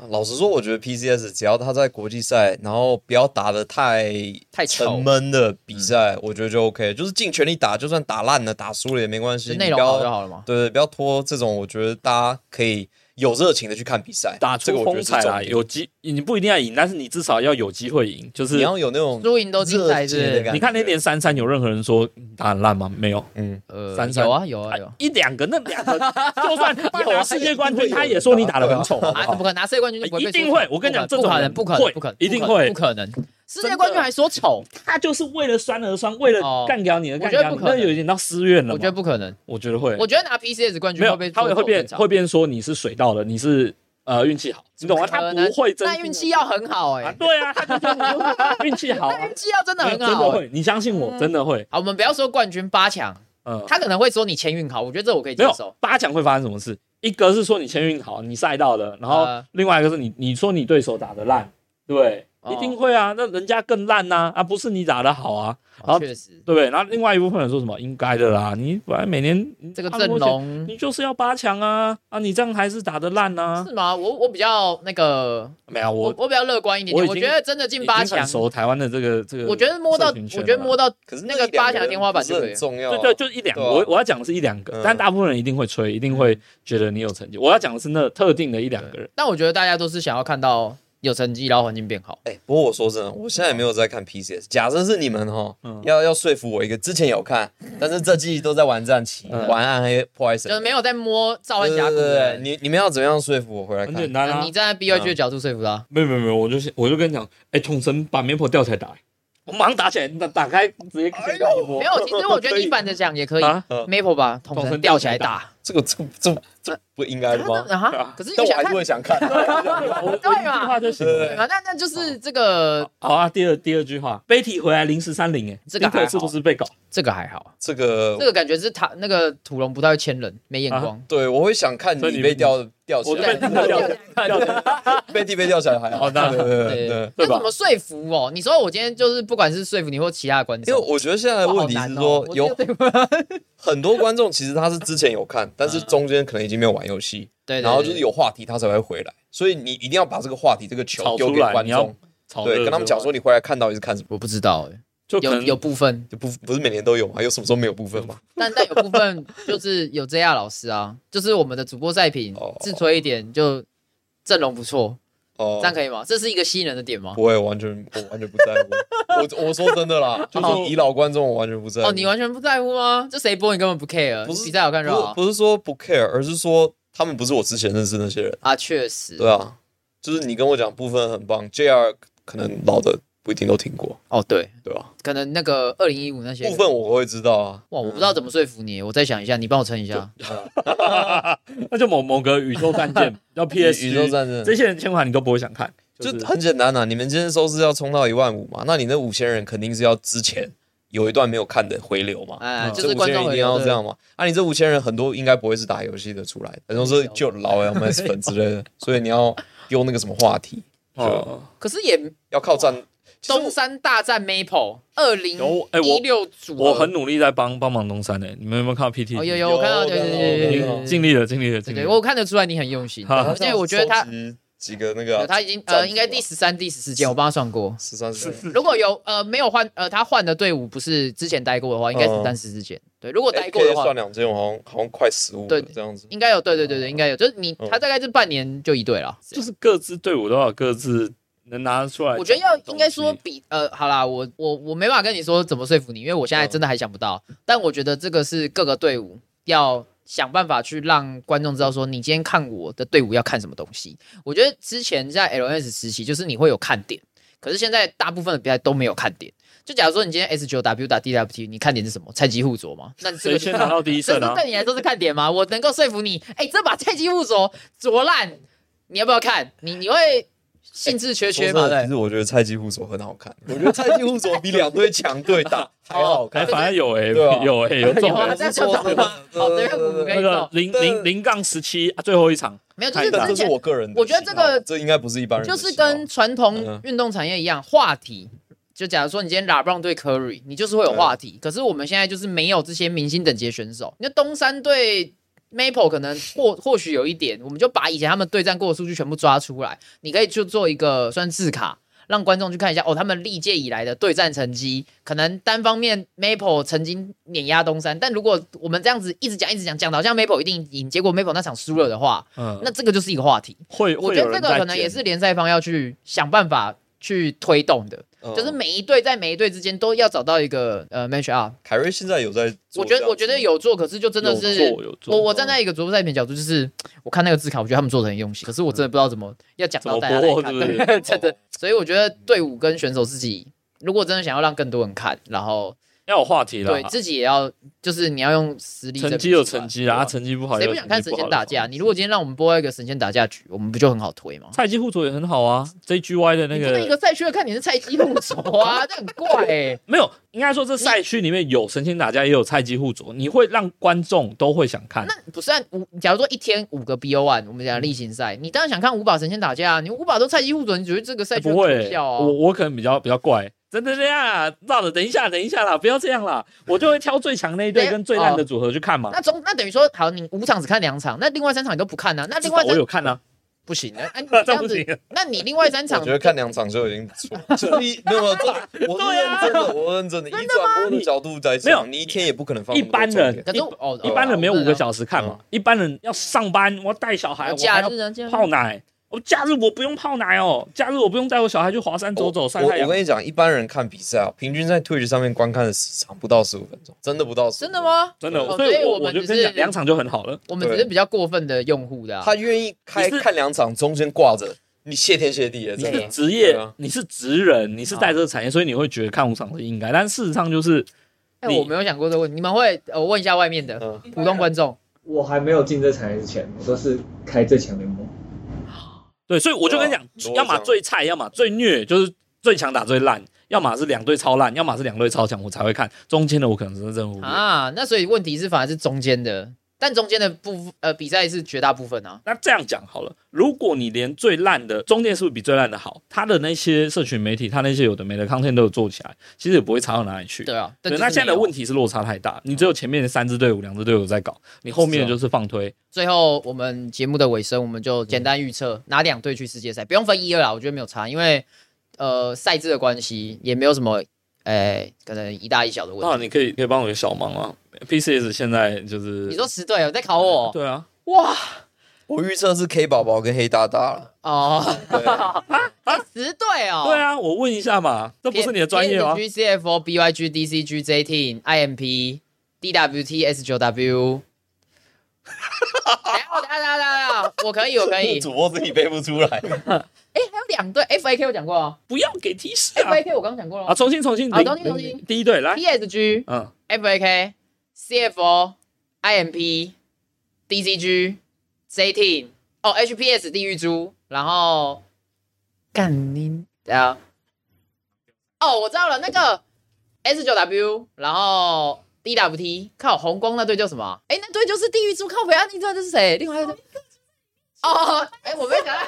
Speaker 5: 老实说，我觉得 PCS 只要他在国际赛，然后不要打的太
Speaker 3: 太丑
Speaker 5: 沉闷的比赛，我觉得就 OK，就是尽全力打，就算打烂了、打输了也没关系，
Speaker 3: 就
Speaker 5: 你
Speaker 3: 内
Speaker 5: 不
Speaker 3: 容好就
Speaker 5: 要
Speaker 3: 好了嘛。
Speaker 5: 对对，不要拖这种，我觉得大家可以有热情的去看比赛，
Speaker 4: 打
Speaker 5: 这个
Speaker 4: 出
Speaker 5: 我觉
Speaker 4: 风
Speaker 5: 得是
Speaker 4: 采
Speaker 5: 重
Speaker 4: 啦，
Speaker 5: 点
Speaker 4: 有机你不一定要赢，但是你至少要有机会赢。就是
Speaker 5: 你要有那种
Speaker 3: 输赢都精彩是不
Speaker 5: 热
Speaker 3: 是
Speaker 5: 情的感觉
Speaker 4: 你看那年三三，有任何人说嗯打很烂吗？没有，
Speaker 5: 嗯，
Speaker 3: 呃，
Speaker 4: 三三
Speaker 3: 有啊有啊有
Speaker 4: 啊一两个那 两个，就算有啊，世界冠军
Speaker 5: 一定会有人
Speaker 4: 他也说你打的很丑，
Speaker 3: 啊，
Speaker 4: 好不
Speaker 3: 怎么
Speaker 4: 好哎
Speaker 3: 可能拿世界冠军就不会被
Speaker 4: 一定
Speaker 3: 说丑
Speaker 4: 会我跟你讲
Speaker 3: 不可能
Speaker 4: 这种人
Speaker 3: 不可能
Speaker 4: 会
Speaker 3: 不可能不可能
Speaker 4: 一定会
Speaker 3: 不可能，世界冠军还说丑，
Speaker 4: 他就是为了酸而酸，为
Speaker 3: 哦
Speaker 4: 了干掉你而干
Speaker 3: 我觉得
Speaker 4: 掉你，
Speaker 3: 不可
Speaker 4: 那
Speaker 3: 能
Speaker 4: 有一点到私怨了
Speaker 3: 我
Speaker 4: 嘛
Speaker 3: 觉得不可能。
Speaker 4: 我觉得会，
Speaker 3: 我觉得拿 PCS 冠军
Speaker 4: 没有
Speaker 3: 会，被
Speaker 4: 他
Speaker 3: 说
Speaker 4: 会会
Speaker 3: 丑
Speaker 4: 变
Speaker 3: 正常
Speaker 4: 会变说你是水到的，你是呃运气好，你懂吗？
Speaker 3: 可
Speaker 4: 他
Speaker 3: 能
Speaker 4: 不会真
Speaker 3: 那
Speaker 4: 心
Speaker 3: 运气要很好哎、
Speaker 4: 啊，对啊，他就说你 运气好啊，
Speaker 3: 运气要真的很
Speaker 4: 真
Speaker 3: 好、
Speaker 4: 的
Speaker 3: 欸。
Speaker 4: 会，你相信我，真的会，
Speaker 3: 好，我们不要说冠军八强，
Speaker 4: 嗯，
Speaker 3: 他可能会说你签运好，我觉得这我可以接
Speaker 4: 没有
Speaker 3: 受。
Speaker 4: 八强会发生什么事？一个是说你签运好，你赛到的，然后
Speaker 3: 呃
Speaker 4: 另外一个是你你说你对手打的烂，对，
Speaker 3: 哦
Speaker 4: 一定会啊，那人家更烂呐，啊，不是你打的好啊，然后
Speaker 3: 哦确实，
Speaker 4: 对不对？然后另外一部分人说什么应该的啦，你本来每年你
Speaker 3: 这个
Speaker 4: 按
Speaker 3: 阵
Speaker 4: 摩拳
Speaker 3: 容
Speaker 4: 你就是要八强啊啊！你这样还是打得烂啊？
Speaker 3: 是吗？我我比较那个，
Speaker 4: 没有，
Speaker 3: 我
Speaker 4: 我
Speaker 3: 我比较乐观一点
Speaker 4: 我
Speaker 3: 点，
Speaker 4: 已
Speaker 3: 我
Speaker 4: 经
Speaker 3: 觉得真的进八
Speaker 4: 已经
Speaker 3: 强
Speaker 4: 很，熟台湾的这个这个，
Speaker 3: 我觉得摸到，
Speaker 4: 社群圈
Speaker 3: 我觉得摸
Speaker 4: 了
Speaker 3: 到
Speaker 5: 可是
Speaker 3: 那个八强的天花板
Speaker 5: 是
Speaker 3: 就可以
Speaker 5: 很重要啊，
Speaker 4: 啦，对对，嗯就是一两个。
Speaker 5: 对啊
Speaker 4: 我我要讲的是一两个
Speaker 5: 嗯，
Speaker 4: 但大部分人一定会吹，一定会觉得你有成就。我要讲的是那特定的一两个人，
Speaker 3: 但我觉得大家都是想要看到有成绩，然后环境变好。
Speaker 5: 哎、不过我说真的，我现在也没有在看 PCS。假设是你们哈，
Speaker 4: 嗯
Speaker 5: 要要说服我一个，之前有看，但是这季都在玩战棋，
Speaker 4: 嗯
Speaker 5: 玩暗黑破坏神
Speaker 3: 就是，没有在摸召唤
Speaker 5: 对对
Speaker 3: 峡谷
Speaker 5: 对
Speaker 3: 的
Speaker 5: 对，
Speaker 3: 人，
Speaker 5: 你你们要怎么样说服我回来
Speaker 4: 很
Speaker 5: 看？
Speaker 4: 简单
Speaker 3: 呃
Speaker 4: 啊
Speaker 3: 你。站在 B Y G 的角度说服他，
Speaker 4: 没有没有没有，我就先我就跟你讲，哎，统神把棉婆吊起来打，我马上打起来，打打开直接先打一波
Speaker 3: 没有。其实我觉得你反着讲也可以
Speaker 4: 啊
Speaker 3: ，Maple 把桶
Speaker 4: 桶
Speaker 3: 神
Speaker 4: 神
Speaker 3: 吊
Speaker 4: 吊
Speaker 3: 起
Speaker 4: 起
Speaker 3: 来
Speaker 4: 来
Speaker 3: 打，
Speaker 5: 这个这个这个这个不应该的吗？
Speaker 3: 啊哈，可是
Speaker 5: 但
Speaker 3: 你
Speaker 5: 我
Speaker 3: 想
Speaker 5: 还是
Speaker 3: 看
Speaker 5: 会想看。
Speaker 3: 哎
Speaker 4: 我我一
Speaker 3: 对
Speaker 4: 句
Speaker 3: 嘛
Speaker 4: 话就行
Speaker 5: 对
Speaker 4: 了。
Speaker 5: 对
Speaker 3: 啊？那那就是这个
Speaker 4: 好啊，第二第二句话，Betty 回来零时三零，哎，
Speaker 3: 这个
Speaker 4: 林
Speaker 3: 还好
Speaker 4: 肯是不是被搞？
Speaker 3: 这个还好，
Speaker 5: 这个
Speaker 3: 这个感觉是他那个土龙不太会牵人，没眼光。
Speaker 5: 对，我会想看
Speaker 4: 所以
Speaker 5: 你
Speaker 4: 你
Speaker 5: 被吊吊起
Speaker 4: 我被
Speaker 5: 来，
Speaker 4: 掉掉掉掉，
Speaker 5: 被地被吊起来还好。
Speaker 4: 哦那
Speaker 5: 对对
Speaker 3: 对
Speaker 5: 对，
Speaker 3: 那
Speaker 4: 对吧
Speaker 3: 怎么说服哦？你说我今天就是不管是说服你或其他的观
Speaker 5: 因为
Speaker 3: 众，
Speaker 5: 我觉得现在的
Speaker 3: 哇
Speaker 5: 啊问
Speaker 3: 好
Speaker 5: 题
Speaker 3: 难
Speaker 5: 是
Speaker 3: 哦
Speaker 5: 说，有
Speaker 3: 我觉得对 吧
Speaker 5: 很多观众其实他是之前有看，但是中间可能已经没有玩游戏，
Speaker 3: 对，
Speaker 5: 然后就是
Speaker 3: 有。
Speaker 5: 有话题他才会回来，所以你一定要把这个话题这个球
Speaker 4: 炒
Speaker 5: 丢
Speaker 4: 出
Speaker 5: 给
Speaker 4: 来
Speaker 5: 观
Speaker 4: 你要
Speaker 5: 众，
Speaker 4: 炒热
Speaker 5: 对，跟他们讲说你回来看到底是看什么，
Speaker 3: 我不知道、欸，
Speaker 4: 就可
Speaker 3: 有
Speaker 4: 能
Speaker 3: 有部分，
Speaker 5: 就不不是每年都有嘛，有什么时候没有部分 嘛？
Speaker 3: 但但有部分就是有 JR 老师啊，就是我们的主播赛品
Speaker 5: 哦
Speaker 3: 自推一点，就阵容不错，
Speaker 5: 哦
Speaker 3: 这，样可以吗？这是一个吸引人的点吗？
Speaker 5: 不会，完全我完全不在乎。我我说真的啦，就是以老观众，我完全不在乎。
Speaker 3: 哦哦，你完全不在乎吗？这谁播你根本不 care，
Speaker 5: 不是
Speaker 3: 比赛好看就好
Speaker 5: 不是不是说不 care，而是说他们不是我之前认识那些人。
Speaker 3: 啊，确实，
Speaker 5: 对啊，就是你跟我讲部分很棒，JR 可能老的不一定都听过，
Speaker 3: 哦对，
Speaker 5: 对吧？
Speaker 3: 可能那个二零一五那些
Speaker 5: 部分我会知道啊。
Speaker 3: 哇，我不知道怎么说服你，我再想一下，你帮我撑一下，
Speaker 4: 那就某某个宇宙战舰， 叫 PS
Speaker 5: 宇宙战舰
Speaker 4: 这些人千万你都不会想看，
Speaker 5: 就是很简单啊，你们今天收视要冲到一万五嘛，那你那五千人肯定是要之前有一段没有看的回流嘛，啊
Speaker 3: 哎，
Speaker 4: 嗯
Speaker 3: 就
Speaker 5: 这
Speaker 3: 是
Speaker 5: 五
Speaker 3: 观
Speaker 5: 千人
Speaker 3: 众
Speaker 5: 一定
Speaker 3: 回流
Speaker 5: 要
Speaker 3: 对
Speaker 5: 这样嘛。啊，你这五千人很多应该不会是打游戏的出来的，很多是就老 LMS 粉之类的，所以你要丢那个什么话题，
Speaker 4: 哦
Speaker 3: 可是也
Speaker 5: 要靠战。其实
Speaker 3: 东
Speaker 5: 我
Speaker 3: 山大战 Maple 二零
Speaker 4: 有哎我
Speaker 3: 一六组合，
Speaker 4: 我很努力在帮帮忙东山的，哎你们有没有看到 PT？
Speaker 3: 哦有有我看到
Speaker 5: 有
Speaker 3: 对对
Speaker 5: 我看到
Speaker 3: 对对
Speaker 5: 我看
Speaker 3: 对
Speaker 5: 到
Speaker 3: 对，
Speaker 4: 尽力了，尽力了，
Speaker 3: 对
Speaker 4: 尽力
Speaker 3: 对，
Speaker 4: 了。
Speaker 3: 我看得出来你很用心，
Speaker 4: 哈
Speaker 3: 而且啊我觉得他
Speaker 5: 收集几个那个啊
Speaker 3: 有他已经
Speaker 5: 战
Speaker 3: 呃
Speaker 5: 术
Speaker 3: 应该
Speaker 5: 啊
Speaker 3: 第十三、第十四届，我帮他算过。
Speaker 5: 十三是
Speaker 3: 如果有呃没有换呃他换的队伍不是之前待过的话，应该十
Speaker 5: 嗯
Speaker 3: 三十四届。对，如果待
Speaker 5: AK
Speaker 3: 过的话
Speaker 5: 哎算，两件，我好像好像快十五
Speaker 3: 对
Speaker 5: 这样子。
Speaker 3: 应该有。对对对对，应该有。就是你
Speaker 5: 嗯
Speaker 3: 他大概是半年就一队了。
Speaker 4: 就是各自队伍都有各自能拿出来。
Speaker 3: 我觉得要应该说，比呃好啦，我我我没办法跟你说怎么说服你，因为我现
Speaker 4: 嗯
Speaker 3: 在真的还想不到。但我觉得这个是各个队伍要想办法去让观众知道说，你今天看我的队伍要看什么东西。我觉得之前在 LNS 时期，就是你会有看点，可是现在大部分的比赛都没有看点。就假如说你今天 S 九 W 打 DWT，你看点是什么？菜鸡互啄吗？那你这
Speaker 4: 谁
Speaker 3: 个
Speaker 4: 先拿到第一
Speaker 3: 这
Speaker 4: 胜
Speaker 3: 是
Speaker 4: 啊？
Speaker 3: 对你来说是看点吗？我能够说服你，哎、这把菜鸡互啄啄烂，你要不要看？你你会兴致缺缺吗？
Speaker 5: 说真的
Speaker 3: 对
Speaker 5: 其。实我觉得菜鸡互啄很好看，哦我觉得菜鸡互啄比两队强队 打还好
Speaker 4: 哎，
Speaker 5: 看。
Speaker 4: 反正有哎，
Speaker 5: 对啊
Speaker 4: 有哎，有中
Speaker 3: 有啊，
Speaker 4: 哎。
Speaker 3: 这样就懂了。
Speaker 5: 呃
Speaker 3: 哦，对，我们可
Speaker 4: 那
Speaker 3: 以
Speaker 4: 个
Speaker 3: 懂。
Speaker 4: 零
Speaker 5: 对
Speaker 4: 零零杠十七啊最后一场，
Speaker 3: 没有，就
Speaker 4: 太
Speaker 3: 是
Speaker 4: 大
Speaker 5: 但
Speaker 3: 之
Speaker 5: 这是
Speaker 3: 前
Speaker 5: 我个人的喜好，
Speaker 3: 我觉得这个
Speaker 5: 这应该不是一般人的
Speaker 3: 就
Speaker 5: 喜好，
Speaker 3: 是跟传
Speaker 4: 嗯
Speaker 3: 统运动产业一样，话题。就假如说你今天拉布朗对 Curry，你就是会
Speaker 4: 嗯
Speaker 3: 有话题。可是我们现在就是没有这些明星等级的选手。那东山对 Maple 可能或或许有一点，我们就把以前他们对战过的数据全部抓出来，你可以就做一个算字卡，让观众去看一下哦，他们历届以来的对战成绩，可能单方面 Maple 曾经碾压东山，但如果我们这样子一直讲一直讲，讲的好像 Maple 一定赢，结果 Maple 那场输了的话，
Speaker 4: 嗯，
Speaker 3: 那这个就是一个话题。
Speaker 4: 会
Speaker 3: 我
Speaker 4: 会
Speaker 3: 觉得
Speaker 4: 有
Speaker 3: 这
Speaker 4: 人
Speaker 3: 个
Speaker 4: 在
Speaker 3: 可能也
Speaker 4: 剪
Speaker 3: 是联赛方要去想办法去推动的，
Speaker 5: 嗯
Speaker 3: 就是每一队在每一队之间都要找到一个呃 match up。
Speaker 5: 凯瑞现在有在做
Speaker 3: 我
Speaker 5: 这
Speaker 3: 觉
Speaker 5: 样子吗，
Speaker 3: 得我觉得有做，可是就真的是
Speaker 4: 有做有做嗯
Speaker 3: 我我站在一个主播赛品角度，就是我看那个字卡，我觉得他们做的很用心，可是我真的不知道怎么要讲
Speaker 4: 嗯怎
Speaker 3: 到
Speaker 4: 么
Speaker 3: 大家来
Speaker 4: 播，
Speaker 3: 看
Speaker 4: 对不 对？
Speaker 3: 对，真的。所以我觉得队伍跟选手自己，如果真的想要让更多人看，然后
Speaker 4: 要有话题啦，
Speaker 3: 对自己也要，就是你要用实力证
Speaker 4: 成
Speaker 3: 明
Speaker 4: 绩有
Speaker 3: 出来
Speaker 4: 成绩啦，啊
Speaker 3: 对吧
Speaker 4: 成绩不好，
Speaker 3: 谁不想看神仙打架？你如果今天让我们播一个神仙打架局，我们不就很好推吗？
Speaker 4: 菜鸡互啄也很好啊，JGY 的那
Speaker 3: 你真的一个
Speaker 4: 个
Speaker 3: 赛区的看你是菜鸡路走啊，这很怪哎、
Speaker 4: 没有，应该说这赛区里面有神仙打架，也有菜鸡互啄，你会让观众都会想看。
Speaker 3: 那不是按五，假如说一天五个 BO one，我们
Speaker 4: 嗯
Speaker 3: 讲例行赛，你当然想看五把神仙打架啊，你五把都菜鸡互啄，你觉得这个赛区
Speaker 4: 不会、
Speaker 3: 很搞笑啊？
Speaker 4: 我我可能比较比较怪，真的这样啊？绕了，等一下，等一下啦，不要这样啦，我就会挑最强那一队
Speaker 3: 没有哦
Speaker 4: 跟最烂的组合去看嘛。
Speaker 3: 那总那等于说，好，你五场只看两场，那另外三场你都不看呢、啊？那
Speaker 4: 至
Speaker 3: 另
Speaker 4: 少
Speaker 3: 外
Speaker 4: 我
Speaker 3: 三
Speaker 4: 有看啊，
Speaker 3: 不行， 那、啊、你
Speaker 4: 这
Speaker 3: 这样
Speaker 4: 不行
Speaker 3: 子，那你另外三场
Speaker 5: 我觉得看两场就已经不错， 就是一没有没有，这我是
Speaker 3: 啊
Speaker 5: 认真的，我认真的，以转播的角度在
Speaker 4: 没有
Speaker 5: 想，你一天也不可能放
Speaker 4: 一
Speaker 5: 那么多
Speaker 4: 般
Speaker 5: 重
Speaker 4: 人
Speaker 5: 点
Speaker 3: 可是我哦，
Speaker 4: 一般人没有五个
Speaker 3: 时，
Speaker 4: 小时看嘛，一般人要上班，我要带小孩，
Speaker 3: 哦
Speaker 4: 我
Speaker 3: 假
Speaker 4: 还要
Speaker 3: 日呢？假日
Speaker 4: 泡奶。我假日我不用泡奶哦，假日我不用带我小孩去华山走走晒
Speaker 5: 我
Speaker 4: 太阳
Speaker 5: 哦我。跟你讲，一般人看比赛啊，平均在 Twitch 上面观看的时长不到十五分钟，真的不到15
Speaker 3: 真的？吗？
Speaker 4: 真的，
Speaker 5: 啊
Speaker 3: 哦
Speaker 4: 所以
Speaker 3: 所以
Speaker 4: 我
Speaker 3: 我
Speaker 4: 我
Speaker 3: 们
Speaker 4: 就
Speaker 3: 只
Speaker 4: 跟你
Speaker 3: 是
Speaker 4: 讲，两场就很好了。
Speaker 3: 我们只是比较过分的用户的、啊，
Speaker 5: 他愿意开
Speaker 4: 你是
Speaker 5: 看两场，中间挂着，你谢天谢地了，
Speaker 4: 你
Speaker 5: 真
Speaker 4: 是
Speaker 5: 的。
Speaker 4: 职业
Speaker 5: 对啊，
Speaker 4: 你是职人，你是在这个产业，所以你会觉得看五场是应该。但事实上就是，
Speaker 3: 哎、
Speaker 4: 你
Speaker 3: 我没有想过这个问题，你们会呃我问一下外面的
Speaker 5: 嗯
Speaker 3: 普通观众，
Speaker 6: 我还没有进这产业之前，我都是开最强联盟。
Speaker 4: 对，所以我就跟你讲
Speaker 5: 对啊，
Speaker 4: 要么最菜，要么最虐，就是最强打最烂，要么是两队超烂，要么是两队超强，我才会看。中间的我可能真的真的忽略。
Speaker 3: 啊，那所以问题是反而是中间的，但中间的部分呃比赛是绝大部分啊。
Speaker 4: 那这样讲好了，如果你连最烂的中间是不是比最烂的好？他的那些社群媒体，他那些有的没的 content 都有做起来，其实也不会差到哪里去。
Speaker 3: 对啊，但
Speaker 4: 对，那现在的问
Speaker 3: 题，
Speaker 4: 题是落差太大，你只有前面三支队伍、两支队伍在搞，你后面就是啊放推。
Speaker 3: 最后我们节目的尾声，我们就简单预测哪两队去世界赛，不用分一二啦，我觉得没有差，因为呃赛制的关系也没有什么，诶，可能一大一小的
Speaker 4: 那、
Speaker 3: 问
Speaker 4: 啊、
Speaker 3: 题。
Speaker 4: 你可以可以帮我一个小忙啊，PCS 现在就是
Speaker 3: 你说十队哦，在考我
Speaker 4: 对啊，
Speaker 3: 哇
Speaker 5: 我预测是 K 宝宝跟黑大大了。
Speaker 3: 哦，十队哦，
Speaker 4: 对。啊，我问一下嘛，这 不是你的专业吗？
Speaker 3: G C F O B Y G D C G J T I M P D W T S 九 W。等一下我等一下等一下等一下，我可以，我可以。
Speaker 5: 主播自己背不出 来，
Speaker 3: 哎，还有两队 F A K 我 讲过啊
Speaker 4: 不要给提示
Speaker 3: ，F
Speaker 4: 啊
Speaker 3: A！K 我刚刚讲过
Speaker 4: 啊，
Speaker 3: 了
Speaker 4: 重新重新，
Speaker 3: 啊
Speaker 4: 零
Speaker 3: 哎重新重新
Speaker 4: 零第一队来，
Speaker 3: ，P S G
Speaker 4: 嗯，
Speaker 3: F A K C F O I M P D C G J T 哦 H P S 地狱猪，然后干您啊，哦我知道了，那个 S 九 W，然后 D W T 靠红光那队叫什么啊？哎，那队就是地狱猪，靠北岸啊那队是谁？另外一队哦，哎我没有讲到。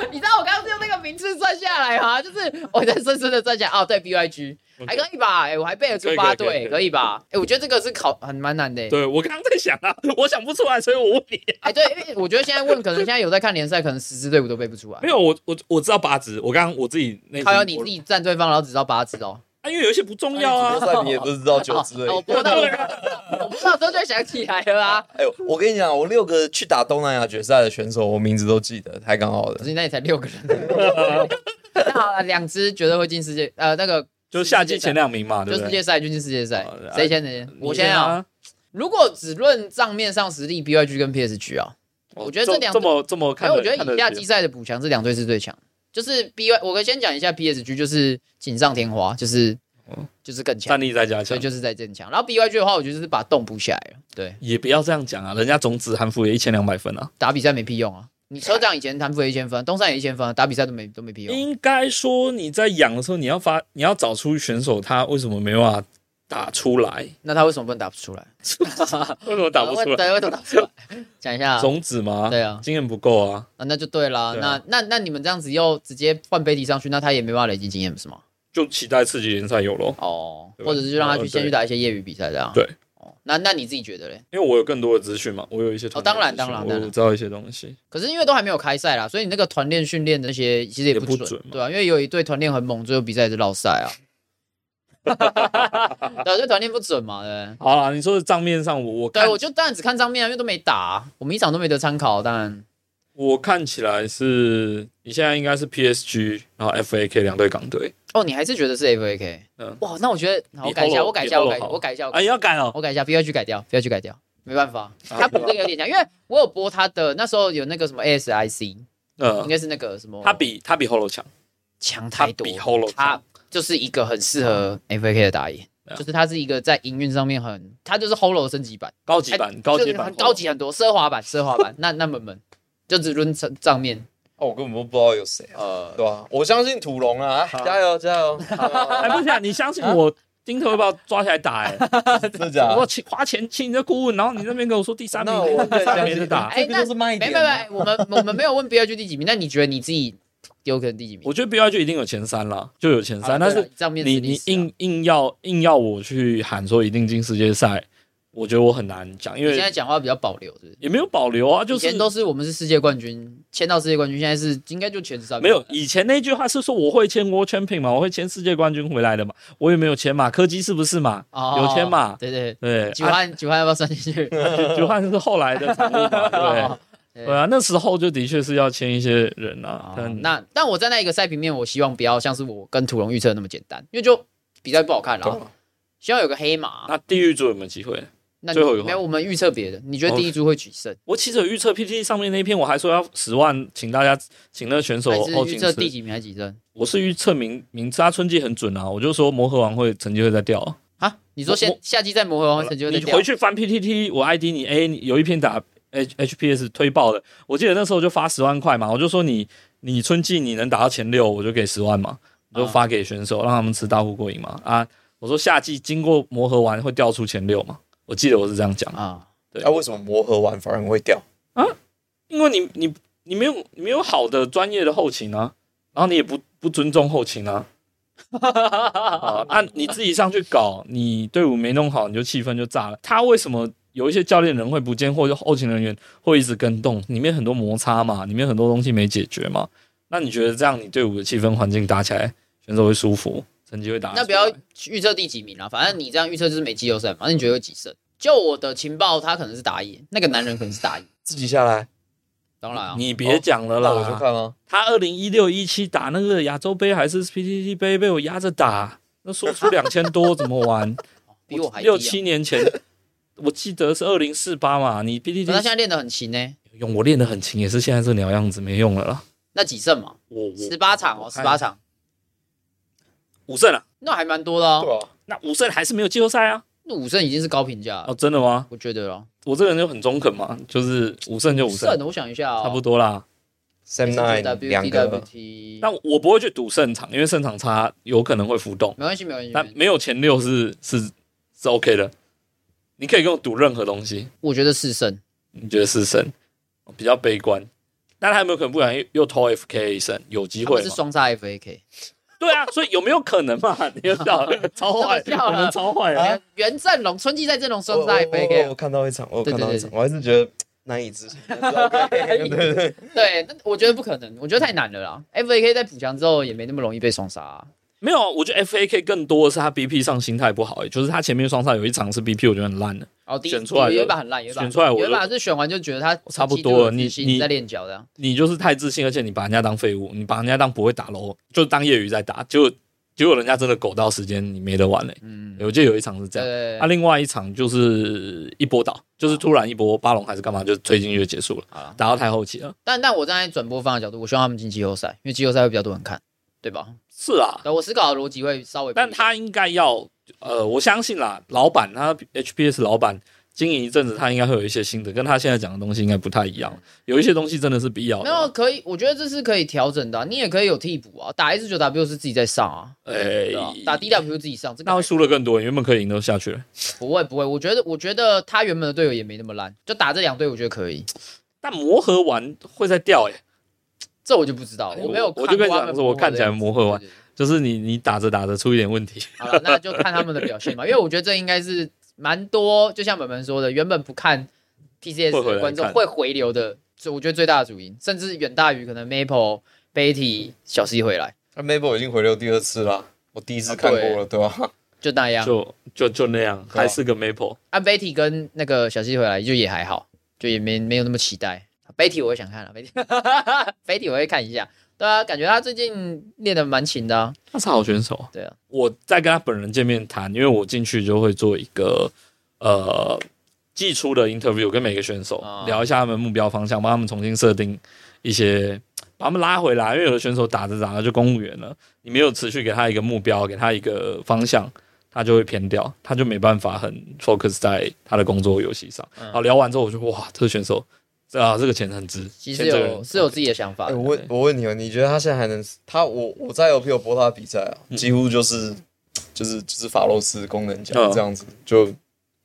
Speaker 3: 你知道我刚刚是用那个名次算下来吗？就是我在深深的算下来，哦，对，BYG 还可以吧？哎、我还背得出八
Speaker 4: 可以可以可
Speaker 3: 队，
Speaker 4: 以
Speaker 3: 可以 吧？哎、我觉得这个是考很蛮难的、
Speaker 4: 对我刚刚在想啊， 我想不出来，所以我问你。
Speaker 3: 哎、对，因为我觉得现在问，可能现在有在看联赛，可能十支队伍都背不出来
Speaker 4: 没。有，我我我知道八支，我刚刚我自己那
Speaker 3: 还有你自己站对方，然后只知道八支哦。
Speaker 4: 啊，因为有一些不重要啊。
Speaker 5: 赛你也不知道九之类
Speaker 3: 哦，我。播到，我播到之后就想起来了 啊。
Speaker 5: 哎呦，我跟你讲，我六个去打东南亚决赛的选手，我名字都记得，太刚好
Speaker 3: 可
Speaker 5: 了。
Speaker 3: 是那里才六个人。 那好了，两支绝对会进世界，呃，那个
Speaker 4: 就夏季前两名嘛，对
Speaker 3: 就
Speaker 4: 不
Speaker 3: 世
Speaker 4: 对
Speaker 3: 界？赛就进世界赛
Speaker 4: 好，
Speaker 3: 谁先谁先？
Speaker 4: 你
Speaker 3: 我先啊。
Speaker 4: 啊，
Speaker 3: 如果只论账面上实力，BYG 跟 PSG 啊，我觉得这两
Speaker 4: 这么这么
Speaker 3: 因
Speaker 4: 看
Speaker 3: 为
Speaker 4: 得，
Speaker 3: 我觉
Speaker 4: 看
Speaker 3: 得以
Speaker 4: 得啊
Speaker 3: 下
Speaker 4: 起
Speaker 3: 季赛的补强，这两队是最强。就是 B Y，我可以先讲一下 P S G，就是锦上添花，就是
Speaker 4: 哦
Speaker 3: 就是更强
Speaker 4: 战，力再加
Speaker 3: 所
Speaker 4: 强
Speaker 3: 以。就是在增强。然后 B Y G 的话，我觉得就是把洞补起来了。对，
Speaker 4: 也不要这样讲啊，人家种子韩服也一千两百分啊。
Speaker 3: 打比赛没屁用啊！你车长以前谈服也一千分，东山也一千分，打比赛都没都没屁用。
Speaker 4: 应该说你在养的时候，你要发，你要找出选手他为什么没办法打出来，
Speaker 3: 那他为什么不能打不出来？
Speaker 4: 为什么打不出来？
Speaker 3: 对，为什么打不出来？讲一下啊，
Speaker 4: 种子吗？
Speaker 3: 对啊
Speaker 4: 经验不够啊，
Speaker 3: 那就对啦。
Speaker 4: 对
Speaker 3: 那
Speaker 4: 啊
Speaker 3: 那那你们这样子又直接换杯底上去，那他也没办法累积经验，不是吗？
Speaker 4: 就期待刺激联赛有咯。
Speaker 3: 哦，
Speaker 4: 对吧
Speaker 3: 或者是就让他去
Speaker 4: 哦
Speaker 3: 先去
Speaker 4: 对
Speaker 3: 打一些业余比赛这样。
Speaker 4: 对。
Speaker 3: 哦，那那你自己觉得嘞？
Speaker 4: 因为我有更多的资讯嘛，我有一些团队
Speaker 3: 哦当然
Speaker 4: 的资
Speaker 3: 当
Speaker 4: 讯
Speaker 3: 然当然
Speaker 4: 我知道一些东西。
Speaker 3: 可是因为都还没有开赛啦，所以你那个团练训练的那些其实也不准，
Speaker 4: 也不准嘛
Speaker 3: 对啊，因为有一队团练很猛，最后比赛也是落赛啊。 对啊，就团练不准嘛，对不对。
Speaker 4: 好啦，你说的账面上，我我
Speaker 3: 对，
Speaker 4: 看
Speaker 3: 我就当然只看账面啊，因为都没打啊、我们一场都没得参考。啊当然，
Speaker 4: 我看起来是你现在应该是 PSG，然后 FAK 两队港队。
Speaker 3: 哦，你还是觉得是 F A K？
Speaker 4: 嗯
Speaker 3: 哇，那我觉得，好我
Speaker 4: 比
Speaker 3: 改一下，
Speaker 4: Olo-
Speaker 3: 我改一下，
Speaker 4: 比
Speaker 3: 我
Speaker 4: Olo
Speaker 3: 改一下，我
Speaker 4: 好
Speaker 3: 改一下，我改一
Speaker 4: 啊，你
Speaker 3: 下
Speaker 4: 要改哦。
Speaker 3: 我改一下，不要去改掉，不要去改掉，没办法，
Speaker 4: 啊
Speaker 3: 他补这个有点强，因为我有播他的，那时候有那个什么 ASIC，应
Speaker 4: 嗯，
Speaker 3: 该是哦那个什么，
Speaker 4: 他比他比 Holo 强，
Speaker 3: 强
Speaker 4: 他
Speaker 3: 太多，
Speaker 4: 比 Holo
Speaker 3: 他
Speaker 4: 强。嗯
Speaker 3: 就是一个很适合 FAK 的打野，
Speaker 4: 对啊
Speaker 3: 就是他是一个在营运上面很，他就是 Holo 的升级版，
Speaker 4: 高级
Speaker 3: 哎
Speaker 4: 版，高级
Speaker 3: 就是
Speaker 4: 版
Speaker 3: 很，高
Speaker 4: Holo
Speaker 3: 级很多，奢华版，奢华版，那那 么猛，就只论账账面，
Speaker 5: 哦，我根本都不知道有谁啊。
Speaker 3: 呃，
Speaker 5: 对啊，我相信土龙啊，哎加油加油！
Speaker 4: 哎，不行，你相信
Speaker 3: 啊
Speaker 4: 我，丁特会把我抓起来打 哎、
Speaker 5: 真的假
Speaker 4: 我
Speaker 5: 的？
Speaker 4: 请花钱请你的顾问，然后你那边跟我说第三名
Speaker 5: 那，我
Speaker 4: 第三名是打。
Speaker 3: 哎
Speaker 5: 这个就是卖
Speaker 3: 没
Speaker 5: 点
Speaker 3: 没
Speaker 5: 啊。
Speaker 3: 没，我们我们没有问 BLG 第几名，那你觉得你自己有可能第几名？
Speaker 4: 我觉得 B Y 就一定有前三啦，就有前
Speaker 3: 好啦
Speaker 4: 三，但
Speaker 3: 对啊
Speaker 4: 是
Speaker 3: 账面
Speaker 4: 你
Speaker 3: 实力
Speaker 4: 你
Speaker 3: 是啊
Speaker 4: 硬硬要硬要我去喊说一定进世界赛，我觉得我很难讲，因
Speaker 3: 你现在
Speaker 4: 为
Speaker 3: 讲话比较保留，是不是？
Speaker 4: 也没有保留啊，就
Speaker 3: 以
Speaker 4: 是
Speaker 3: 前都是我们是世界冠军，签到世界冠军，现在是应该就前三名
Speaker 4: 没有，以前那句话是说我会签 World Champion 嘛，我会签世界冠军回来的嘛，我也没有签嘛，柯基是不是嘛？
Speaker 3: 哦
Speaker 4: 有签嘛？
Speaker 3: 对对，
Speaker 4: 对，
Speaker 3: 九汉九汉要不要算进去？
Speaker 4: 啊九汉是后来的产物嘛，对
Speaker 3: 对
Speaker 4: 对啊，那时候就的确是要签一些人啊，
Speaker 3: 哦
Speaker 4: 但
Speaker 3: 那但我站在一个赛评面，我希望不要像是我跟土龙预测那么简单，因为就比赛不好看了。希望有个黑马。
Speaker 4: 那地狱组有没有机会？
Speaker 3: 那你
Speaker 4: 最后一环
Speaker 3: 没有，我们预测别的。你觉得
Speaker 4: 哦
Speaker 3: 第一组会取胜，
Speaker 4: 我其实有预测 PPT 上面那一篇，我还说要十万，请大家哦请那个选手
Speaker 3: 还
Speaker 4: 后
Speaker 3: 是预
Speaker 4: 进
Speaker 3: 测第
Speaker 4: 吃。
Speaker 3: 几名还是几胜
Speaker 4: 我是预测明明他春季很准啊，我就说魔盒王会成绩会再掉啊。
Speaker 3: 啊？你说
Speaker 4: 我
Speaker 3: 现夏季在磨合完成就会
Speaker 4: 你
Speaker 3: 再掉
Speaker 4: 回，去翻 PTT，我 ID 你，哎、你有一篇打 H HPS 推爆的，我记得那时候就发十万块嘛，我就说你你春季你能打到前六，我就给十万嘛，我就发给选手、让他们吃大户过瘾嘛。啊，我说夏季经过磨合完会掉出前六嘛，我记得我是这样讲，
Speaker 3: 啊，
Speaker 5: 那、为什么磨合完反而会掉？
Speaker 4: 因为你你你没有你没有好的专业的后勤啊，然后你也不不尊重后勤 啊。啊，那你自己上去搞，你队伍没弄好，你就气氛就炸了。他为什么有一些教练人会不见，或者后勤人员会一直跟动？里面很多摩擦嘛，里面很多东西没解决嘛。那你觉得这样，你队伍的气氛环境打起来，选手会舒服，成绩会打得
Speaker 3: 那不
Speaker 4: 出来
Speaker 3: 要预测第几名啊，反正你这样预测就是没季后赛嘛，那你觉得有几胜？就我的情报，他可能是打野，那个男人可能是打野，
Speaker 5: 自己下来，
Speaker 3: 当然啊，
Speaker 4: 哦你别讲了啦。
Speaker 5: 那我就看啊。
Speaker 4: 他二零一六一七打那个亚洲杯还是 PTT 杯被我压着打，那输出两千多怎么玩？
Speaker 3: 比我还低啊
Speaker 4: 六七年前，我记得是二零四八嘛。你
Speaker 3: 可是他现
Speaker 4: PTT
Speaker 3: 在练得很勤呢，
Speaker 4: 用我练得很勤，也是现在这鸟样子，没用了啦。
Speaker 3: 那几胜嘛，
Speaker 4: 我我
Speaker 3: 十八场哦，
Speaker 4: 我
Speaker 3: 十
Speaker 4: 看
Speaker 3: 八场，
Speaker 4: 五胜了，
Speaker 3: 那还蛮多的哦，
Speaker 5: 啊，
Speaker 4: 那五胜还是没有季后赛啊？
Speaker 3: 那五胜已经是高评价
Speaker 4: 哦，
Speaker 3: 了，
Speaker 4: 真的吗？
Speaker 3: 我觉得了。
Speaker 4: 我这个人就很中肯嘛，就是五胜就五胜
Speaker 3: 胜，，我想一下哦，
Speaker 4: 差不多啦。
Speaker 5: Sam Nine 两个
Speaker 3: WWT，
Speaker 4: 但我不会去赌胜场，因为胜场差有可能会浮动。
Speaker 3: 没关系，没关系没
Speaker 4: 但
Speaker 3: 关系。
Speaker 4: 没有前六是是是 OK 的，你可以跟我赌任何东西。
Speaker 3: 我觉得四胜，
Speaker 4: 你觉得是神比较悲观，但他有没有可能不然又又偷 FK 神？有机
Speaker 3: 他
Speaker 4: 会
Speaker 3: 们是
Speaker 4: 吗？
Speaker 3: 双杀 FAK。
Speaker 4: 对啊，所以有没有可 能嘛？你就笑了，超坏，
Speaker 3: 真的笑
Speaker 4: 我
Speaker 3: 了
Speaker 4: 们超坏啊！哦
Speaker 3: 袁振龙春季赛阵容
Speaker 5: 我
Speaker 3: 双杀
Speaker 5: 我我
Speaker 3: FAK
Speaker 5: 我。看到一场，我有看到一
Speaker 3: 对对
Speaker 5: 场
Speaker 3: 对，
Speaker 5: 我还是觉得难以置信。对对对，
Speaker 3: 对，那我觉得不可能，我觉得太难了啦。FAK 在补强之后也没那么容易被双杀啊。
Speaker 4: 没有，我觉得 FAK 更多的是他 BP 上心态不好、欸，就是他前面双杀有一场是 BP，我觉得很烂的，
Speaker 3: 哦，第一
Speaker 4: 选出来就
Speaker 3: 有一把很烂，有一把
Speaker 4: 选出来我就
Speaker 3: 有一把是选完就觉得他
Speaker 4: 差不多了
Speaker 3: 自信
Speaker 4: 你你
Speaker 3: 在练脚的啊，
Speaker 4: 你就是太自信，而且你把人家当废物，你把人家当不会打喽，就是当业余在打，结果结果人家真的狗到时间，你没得玩嘞、
Speaker 3: 嗯，
Speaker 4: 我记得有一场是这样，
Speaker 3: 对
Speaker 4: 啊，，另外一场就是一波倒，就是突然一波巴龙还是干嘛，就推进去就结束了，
Speaker 3: 好了。
Speaker 4: 打到太后期了。
Speaker 3: 但但我站在转播方的角度，我希望他们进季后赛，因为季后赛会比较多人看，对吧？
Speaker 4: 是啊，
Speaker 3: 对，我思考的逻辑会稍微不一样，
Speaker 4: 但他应该要，呃，我相信啦，老板他 HPS 老板经营一阵子，他应该会有一些心得，跟他现在讲的东西应该不太一样。有一些东西真的是必要
Speaker 3: 没
Speaker 4: 的。
Speaker 3: 有可以，我觉得这是可以调整的啊、你也可以有替补啊，打 S 九 W 是自己在上啊，
Speaker 4: 哎
Speaker 3: 对啊打 DW 自己上，这个
Speaker 4: 那会输的更多，原本可以赢都下去了。
Speaker 3: 不会不会，我觉得我觉得他原本的队友也没那么烂，就打这两队我觉得可以，
Speaker 4: 但磨合完会再掉、欸，
Speaker 3: 这我就不知道，没有
Speaker 4: 哎我
Speaker 3: 看
Speaker 4: 就跟你
Speaker 3: 过他
Speaker 4: 讲
Speaker 3: 们
Speaker 4: 说，我看起来磨合
Speaker 3: 磨合
Speaker 4: 完
Speaker 3: 的样子。对对对
Speaker 4: 就是你你打着打着出一点问题，
Speaker 3: 好了，那就看他们的表现 嘛，因为我觉得这应该是蛮多，就像本本说的，原本不看 PCS
Speaker 4: 会回来
Speaker 3: 的观众
Speaker 4: 看
Speaker 3: 会回流的，所以我觉得最大的主因，甚至远大于可能 Maple、Betty、小 C 回来，
Speaker 5: 那 Mabel 已经回流第二次了，我第一次看过了，对吧？
Speaker 3: 就那样。
Speaker 4: 就就就那样，还是个 Maple。
Speaker 3: 啊，Betty 跟那个小西回来就也还好，就也没没有那么期待。Betty 我会想看了、啊、，Betty，Betty 我会看一下。对啊，感觉他最近练的蛮勤的、啊。
Speaker 4: 他是好选手啊。
Speaker 3: 对啊，
Speaker 4: 我在跟他本人见面谈，因为我进去就会做一个呃寄出的 interview，跟每个选手、
Speaker 3: 啊
Speaker 4: 聊一下他们目标方向，帮他们重新设定一些，把他们拉回来。因为有的选手打着打着就公务员了，你没有持续给他一个目标，给他一个方向。他就会偏掉，他就没办法很 focus 在他的工作游戏上。
Speaker 3: 嗯
Speaker 4: 好，聊完之后我就哇，这个选手啊，这个钱很值。
Speaker 3: 其实
Speaker 4: 钱这个人啊
Speaker 3: 有是有自己的想法
Speaker 5: 哎，
Speaker 3: 的。
Speaker 5: 我问我问你哦，你觉得他现在还能？他我我在 LPL 播他的比赛
Speaker 3: 嗯
Speaker 5: 啊，几乎就是就是就是法洛斯功能奖
Speaker 3: 哦
Speaker 4: 嗯
Speaker 5: 这样子，就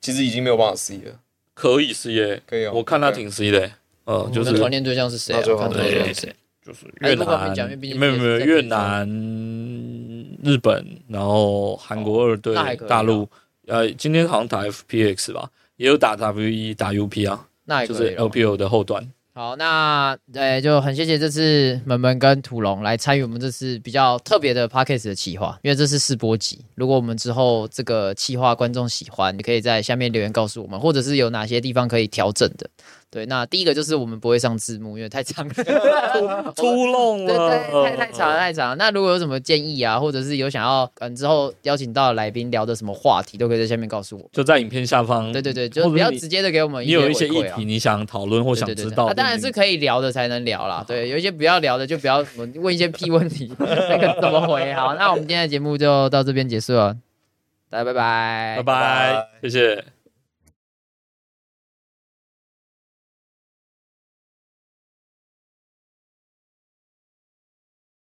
Speaker 5: 其实已经没有办法 C 了，
Speaker 4: 可以 C 耶，
Speaker 5: 可以哦
Speaker 4: 我看他
Speaker 5: OK
Speaker 4: 挺 C 的耶，呃，就
Speaker 3: 我
Speaker 4: 是
Speaker 3: 哦们团练对象是谁、啊？
Speaker 5: 那就好
Speaker 3: 看团练对象是谁
Speaker 4: 就是
Speaker 3: 哎
Speaker 4: 越
Speaker 3: 不方便
Speaker 4: 南，
Speaker 3: 讲因为毕竟
Speaker 4: 没有没有
Speaker 3: 在
Speaker 4: 越
Speaker 3: 非洲
Speaker 4: 南、日本，然后韩国二队、
Speaker 3: 那还可以啊
Speaker 4: 大陆，呃，今天好像打 FPX 吧，也有打 WE 打 UP 啊，
Speaker 3: 那也
Speaker 4: 就
Speaker 3: 可以
Speaker 4: 是
Speaker 3: 了。哦
Speaker 4: LPL 的后端。
Speaker 3: 好，那呃，就很谢谢这次门门跟土龙来参与我们这次比较特别的 p a c k a g e 的企划，因为这是试播集。如果我们之后这个企划观众喜欢，你可以在下面留言告诉我们，或者是有哪些地方可以调整的。对，那第一个就是我们不会上字幕，因为太长了，
Speaker 4: 出弄
Speaker 3: 对对，太太长了，太长了。那如果有什么建议啊，或者是有想要嗯之后邀请到的来宾聊的什么话题，都可以在下面告诉我。
Speaker 4: 就在影片下方。
Speaker 3: 对对对，
Speaker 4: 或
Speaker 3: 就
Speaker 4: 者
Speaker 3: 不要
Speaker 4: 你
Speaker 3: 直接的给我们
Speaker 4: 你有一些
Speaker 3: 回
Speaker 4: 议
Speaker 3: 馈啊
Speaker 4: 题你想讨论或
Speaker 3: 对
Speaker 4: 想
Speaker 3: 对对
Speaker 4: 知
Speaker 3: 对
Speaker 4: 道
Speaker 3: 啊
Speaker 4: 的，
Speaker 3: 当然
Speaker 4: 你
Speaker 3: 是可以聊的才能聊啦。对，有一些不要聊的就不要什么 问一些屁问题，那个怎么回？好，那我们今天的节目就到这边结束了。大家拜拜，
Speaker 4: 拜拜，谢谢。